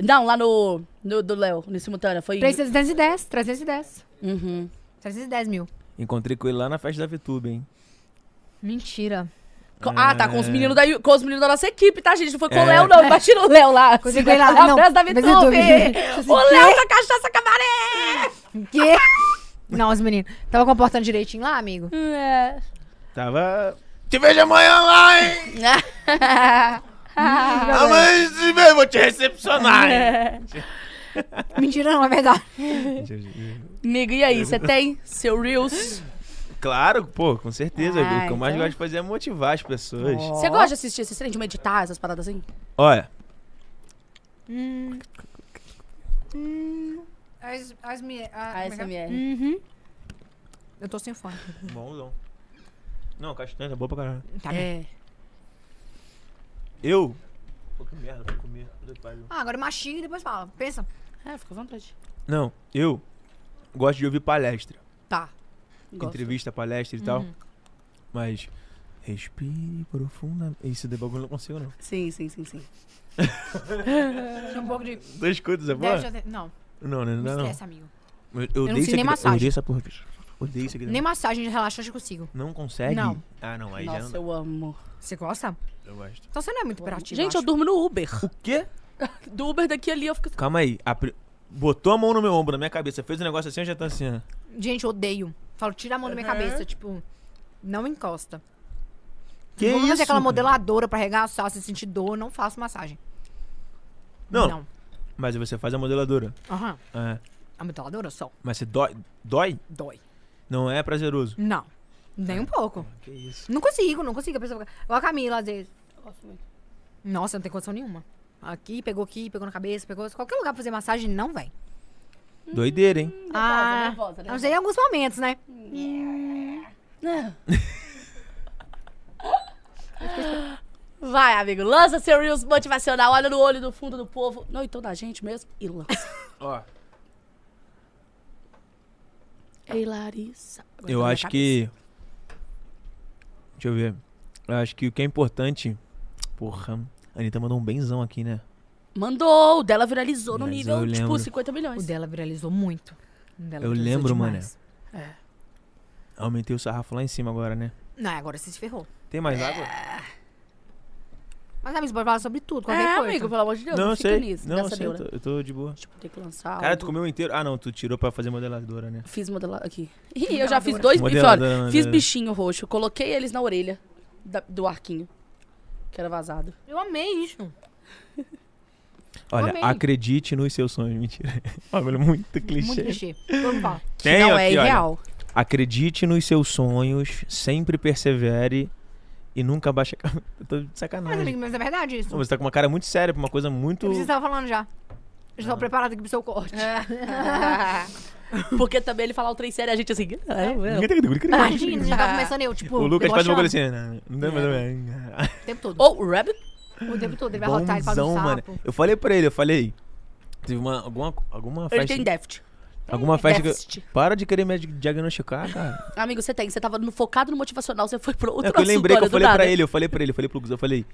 Não, lá no, no do Léo, no simultânea, foi... 310, 310. Uhum. 310 mil. Encontrei com ele lá na festa da VTube, hein? Mentira. É. Co- Ah, tá, com os meninos da, com os meninos da nossa equipe, tá, gente? Não foi com o Léo, não. Imagina o Léo lá. Quando eu [LAUGHS] cheguei lá, na não, festa da mas eu Vitube. tô- Assim, [LAUGHS] O Léo da cachaça cabaré! Quê? Não, os meninos. Tava comportando direitinho lá, amigo? É. Tava. Te vejo amanhã lá, hein? [LAUGHS] Amanhã te vejo, vou te [LAUGHS] recepcionar, hein? Mentira, não, é verdade. Amigo, e aí? [LAUGHS] Você tem seu Reels? Claro, pô, com certeza. Ah, o que eu mais tá. então- gosto de fazer é motivar as pessoas. Ó. Você gosta de assistir esses trem, de meditar, essas paradas assim? Olha, As, as, Ah, é é ASMR. Eu tô sem fome. bonzão. Não, castanha é boa pra caralho. Tá bem. É. Eu. Pô, que merda, vou comer. Puta que pariu. Ah, agora machinho e depois fala. Pensa. É, fica à vontade. Não, eu gosto de ouvir palestra. Tá. Gosto. Entrevista, palestra e tal. Uhum. Mas. Respire profundamente. Isso de bagulho eu não consigo, não. Sim, sim, sim, [LAUGHS] sim. Tem um pouco de. [LAUGHS] Dois coisas é boa? Deve já ter- Não, Não, não, me não. não. estressa, amigo. Eu, eu não odeio isso sei nem aqui. massagem. Eu odeio essa porra. bicho. Odeio isso aqui. Nem massagem de relaxante eu consigo. Não consegue? Não. Ah, não, aí já não Nossa, dá. eu amo. Você gosta? Eu gosto. Então você não é muito hiperativo. Gente, eu acho. durmo no Uber. O quê? Do Uber daqui ali eu fico. assim, Calma aí. a pri- Botou a mão no meu ombro, na minha cabeça. Fez um negócio assim, eu já tá assim, ó. Gente, eu odeio. Falo, tira a mão da minha cabeça, tipo, não encosta. Que Vamos isso? fazer aquela cara? modeladora pra arregaçar, se sentir dor, não faço massagem. Não. Não. Mas você faz a modeladora. Aham. É. A modeladora só Mas você dói. Dói? dói. Não é prazeroso. Não. É. Nem um pouco. Que isso? Não consigo, não consigo. A pessoa fica- Igual a Camila, às vezes. Nossa, não tem condição nenhuma. Aqui, pegou aqui, pegou na cabeça, pegou. Qualquer lugar pra fazer massagem, não vem. Doideira, hein? Ah, nervosa, a não ser em alguns momentos, né? [LAUGHS] Vai, amigo, lança seu Reels motivacional, olha no olho do fundo do povo. Não, então da gente mesmo. E lança. Ó. Ei, Larissa. Agora Eu tá na acho minha que. Deixa eu ver. Eu acho que o que é importante. Porra. A Anitta mandou um benzão aqui, né? cabeça. Mandou, o dela viralizou no Viralizou, nível, eu tipo, lembro. 50 milhões. O dela viralizou muito. O dela Eu viralizou lembro, demais. mané. Aumentei o sarrafo lá em cima agora, né? Não, agora você se ferrou. Tem É, mais água? Mas, amigo, você pode falar sobre tudo, qualquer É, coisa. amigo, pelo amor de Deus, não, não, eu fica sei. nisso. não, eu dessa sei. Eu neura. tô, eu tô de boa. Tipo, tem que lançar Cara, algo. tu comeu inteiro. Ah, não, tu tirou pra fazer modeladora, né? Fiz modelar aqui. Ih, eu já fiz dois bifes, Modeladora, olha. modeladora. né? Fiz bichinho roxo, coloquei eles na orelha da- do arquinho, que era vazado. Eu amei isso. Olha, Amei. acredite nos seus sonhos. [LAUGHS] Mentira. Bagulho muito Muito clichê. clichê. Todo mundo fala. Tem não é aqui, olha. irreal. Acredite nos seus sonhos, sempre persevere e nunca baixe a [LAUGHS] cabeça. Eu tô de Mas, sacanagem. amigo, mas é verdade isso. Não, você tá com uma cara muito séria pra uma coisa muito. Eu estava falando já. Eu Ah. já tava preparada aqui pro seu corte. [LAUGHS] É. Porque também ele falar o trem sério, a gente assim... "Ah, eu- eu". [LAUGHS] Imagina, já Ah. tá começando eu, É. tipo, O Lucas faz uma coisa debochando assim. né? Não dá mais ou menos. o tempo todo. Ou o Rabbit O tempo todo, ele vai rotar, ele faz um Bonzão, sapo. Eu falei pra ele, eu falei. Teve uma. Alguma, alguma Ele festa. tem déficit. alguma festa que eu- déficit. Para de querer me diagnosticar, cara. [LAUGHS] Amigo, você tem. Você tava no- focado no motivacional, você foi pro outro É que eu lembrei que eu assunto, olha, do falei pra né? nada. ele, eu falei pra ele, eu falei pro Lucas, eu falei,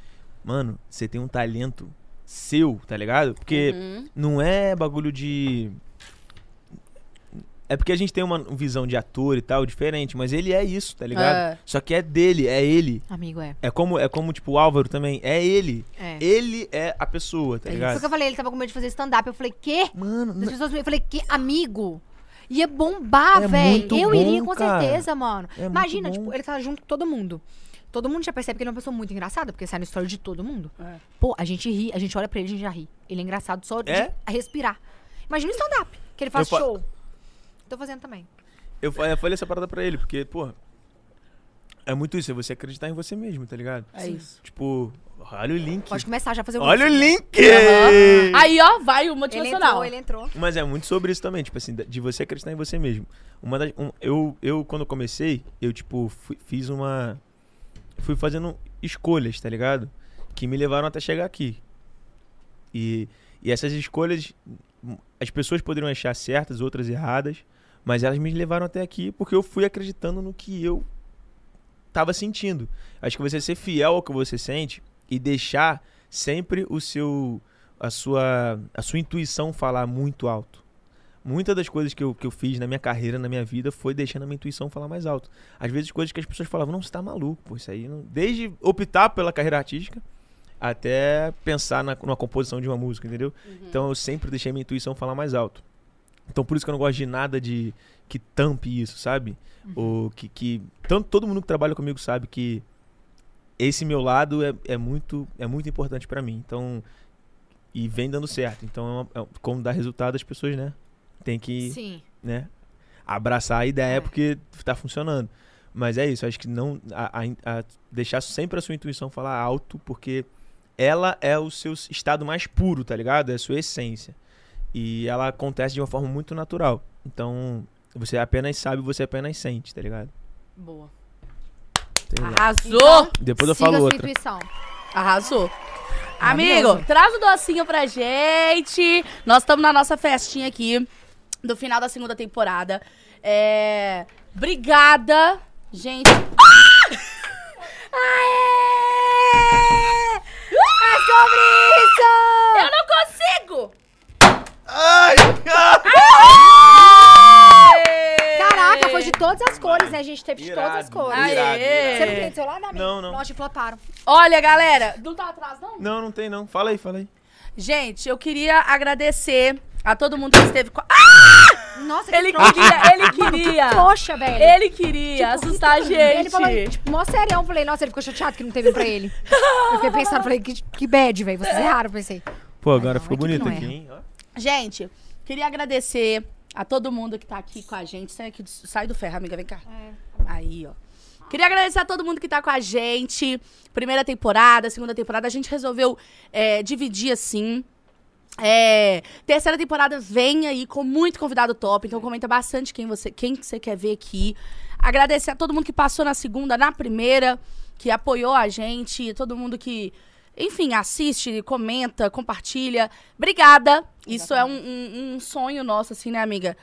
mano, você tem um talento seu, tá ligado? Porque Uhum. Uhum, não é bagulho de. É porque a gente tem uma visão de ator e tal, diferente, mas ele é isso, tá ligado? É. Só que é dele, é ele. Amigo, é. É como, é como, tipo, o Álvaro também, é ele. É. Ele é a pessoa, tá Foi o que eu ligado? falei, ele tava com medo de fazer stand-up. Eu falei, quê? Mano, As n- pessoas me... Eu falei, que amigo? Ia bombar, É velho. muito Eu iria bom, com cara. certeza, mano. É muito Imagina, bom. tipo, ele tá junto com todo mundo. Todo mundo já percebe que ele é uma pessoa muito engraçada, porque sai no story de todo mundo. É. Pô, a gente ri, a gente olha pra ele e a gente já ri. Ele é engraçado só de É? respirar. Imagina o stand-up, que ele faz Eu fa- show. Tô fazendo também. eu, fa- eu falei essa parada pra ele, porque, porra. É muito isso, é você acreditar em você mesmo, tá ligado? É isso. Tipo, olha o link. Pode começar já a fazer Olha o link. link! Aham. Aí, ó, vai o Ele entrou, motivacional. ele entrou. Mas é muito sobre isso também, tipo assim, de você acreditar em você mesmo. Uma das, um- eu, eu, quando eu comecei, eu, tipo, fui- fiz uma. Fui fazendo escolhas, tá ligado? Que me levaram até chegar aqui. E, e essas escolhas, hum, as pessoas poderiam achar certas, outras erradas, mas elas me levaram até aqui porque eu fui acreditando no que eu tava sentindo. Acho que você ser fiel ao que você sente e deixar sempre o seu a sua a sua intuição falar muito alto. Muitas das coisas que eu, que eu fiz na minha carreira, na minha vida, foi deixando a minha intuição falar mais alto. Às vezes coisas que as pessoas falavam, não, você tá maluco, pô, isso aí. Não... Desde optar pela carreira artística até pensar na, numa composição de uma música, entendeu? Então eu sempre deixei minha intuição falar mais alto. Então por isso que eu não gosto de nada de que tampe isso, sabe? Ou que, que tanto todo mundo que trabalha comigo sabe que esse meu lado é, é muito é muito importante pra mim. Então e vem dando certo. Então é uma- é um- como dá resultado as pessoas, né? Tem que Sim. né, abraçar a ideia É. porque tá funcionando. Mas é isso, acho que não. a- a- a- deixar sempre a sua intuição falar alto, porque ela é o seu estado mais puro, tá ligado? É a sua essência. E ela acontece de uma forma muito natural. Então, você apenas sabe, você apenas sente, tá ligado? Boa. Sei lá. Arrasou! Depois eu Siga falo sua outra. intuição. Arrasou. Amigo, Maravilhoso. traz o docinho pra gente. Nós estamos na nossa festinha aqui, do final da segunda temporada. É. Obrigada, gente. Ah! Aê! É sobre isso! Eu não consigo! Ai! Caraca, foi de todas as cores, né? A gente teve de todas as Irado, cores. irado, irado. Aê! Você não tem do seu lado, amigo? Não, não. Nossa, floparam. Olha, galera, não tá atrás, não? Não, não tem não. Fala aí, fala aí. Gente, eu queria agradecer a todo mundo que esteve com. Ah, Nossa, que ele trouxa. queria, ele Que queria! trouxa, velho. Ele queria assustar [LAUGHS] a Então, Ele falou, gente. tipo, mó serião. Eu Falei, nossa, ele ficou chateado que não teve um pra ele. Eu fiquei pensando, falei, que, que bad, velho. É. Vocês erraram, pensei. Pô, agora não, ficou é que bonito não aqui, erra. hein? Ó. Gente, queria agradecer a todo mundo que tá aqui com a gente. Sai, aqui do- sai do ferro, amiga, vem cá. Aí, ó. Queria agradecer a todo mundo que tá com a gente. Primeira temporada, segunda temporada. A gente resolveu é, dividir assim. É, terceira temporada vem aí com muito convidado top, então comenta bastante quem você, quem que você quer ver aqui. Agradecer a todo mundo que passou na segunda, na primeira, que apoiou a gente, todo mundo que, enfim, assiste, comenta, compartilha. Obrigada. Isso é um, um- um sonho nosso, assim, né, amiga?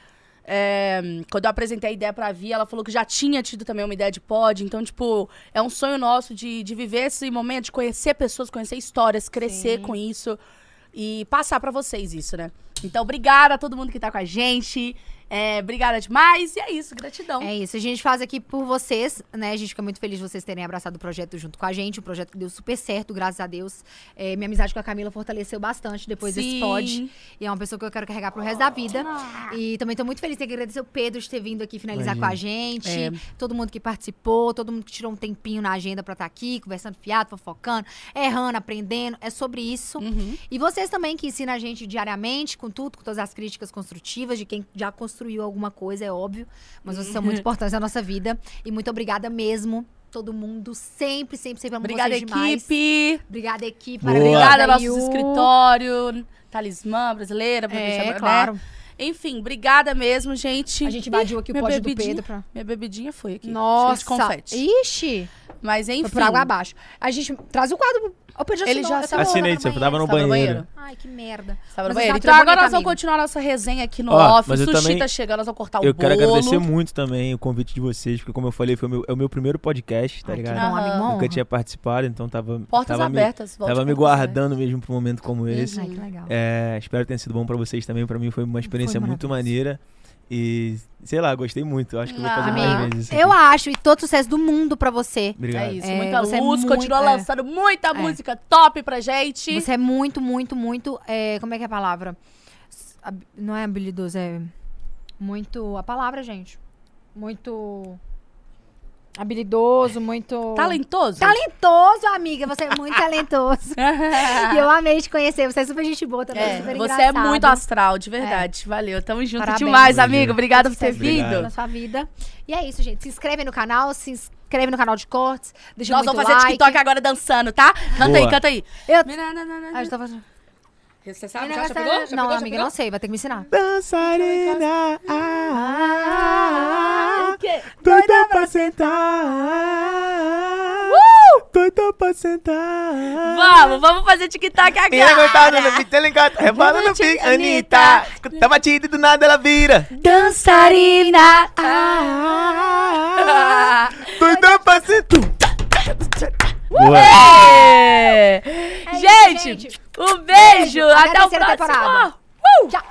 É, quando eu apresentei a ideia pra Vi, ela falou que já tinha tido também uma ideia de pod. Então, tipo, é um sonho nosso de, de viver esse momento, de conhecer pessoas, conhecer histórias, crescer com isso e passar pra vocês isso, né? Então, obrigada a todo mundo que tá com a gente. É, obrigada demais. E é isso, gratidão. É isso, a gente faz aqui por vocês, né? A gente fica muito feliz de vocês terem abraçado o projeto junto com a gente. O projeto deu super certo, graças a Deus. É, minha amizade com a Camila fortaleceu bastante depois desse Sim. Ah. pod. E é uma pessoa que eu quero carregar pro resto da vida. E também tô muito feliz, tenho que agradecer o Pedro de ter vindo aqui finalizar Imagina. com a gente. É. Todo mundo que participou, todo mundo que tirou um tempinho na agenda pra estar aqui, conversando fiado, fofocando, errando, aprendendo. É sobre isso. Uhum. E vocês também que ensinam a gente diariamente, com tudo, com todas as críticas construtivas, de quem já construiu alguma coisa, é óbvio. Mas vocês [LAUGHS] são muito importantes na nossa vida. E muito obrigada mesmo, todo mundo. Sempre, sempre, sempre amo Obrigada, vocês demais. equipe. Obrigada, equipe. Boa. Maravilhosa. Obrigada, nossos Yu. escritório. Talismã brasileira, professora, É, né? claro. Enfim, obrigada mesmo, gente. A gente invadiu aqui o minha pódio do bebidinha. Pedro. Pra... Minha bebidinha foi aqui. cheia Nossa. de confete. Ixi. Mas enfim. Foi por água abaixo. A gente traz o quadro. O Pedro já Ele assinou, já né, eu tava Assinei, lá na você tava no Tava no banheiro. banheiro. Ai, que merda. Tava no Mas banheiro. essa Então altura é agora bonita, nós vamos amigo. continuar nossa resenha aqui no Ó, off. O mas eu sushi também- tá chegando, nós vamos cortar o Eu bolo. quero agradecer muito também o convite de vocês, porque como eu falei, foi o meu, é o meu primeiro podcast, tá Ai, que ligado? bom, amigo. uma Nunca honra. tinha participado, então tava, Portas tava, me, abertas. né? volte tava me quando quiser. guardando mesmo pra um momento como esse. Ai, que legal. É, espero que tenha sido bom pra vocês também. Pra mim foi uma experiência muito maneira. E, sei lá, gostei muito. Acho que eu vou fazer mais Amém. vezes. isso aqui. Eu acho, e todo sucesso do mundo pra você. Obrigado. É isso, É, muita você é luz, muito- continua é. lançando muita música top pra gente. Você é muito, muito, muito. é, como é que é a palavra? S- hab- Não é habilidoso, é. Muito. A palavra, gente. Muito. Habilidoso, muito. Tá Talentoso? Talentoso, amiga. Você é muito [LAUGHS] talentoso. e eu amei te conhecer. Você é super gente boa também. É, super você é engraçado. muito astral, de verdade. Valeu, tamo junto Parabéns. demais, Valeu. amigo. Obrigada por ter Sucesso vindo. na sua vida. E é isso, gente. Se inscreve no canal, se inscreve no canal de cortes. Deixa Nós muito vamos fazer like. TikTok agora dançando, tá? Canta aí, Boa. canta aí. Né? Eu- Ah, Eu... já tava... Não, Você Tá, sabe? Já, já pegou? é- Já pegou? tá- não Já amiga, pegou? não sei. Vai ter que me ensinar. Dançarina, O quê? Ah, doida pra sentar. Doida pra sentar. Vamos, vamos fazer TikTok agora. ela engata, rebala no pique, Anitta. Escuta a batida Tá e do nada ela vira. Dançarina. ah. Doida pra sentar. Boa. É. isso, gente, gente. um beijo. Até a Até, o terceira próximo. temporada. Uh! Tchau.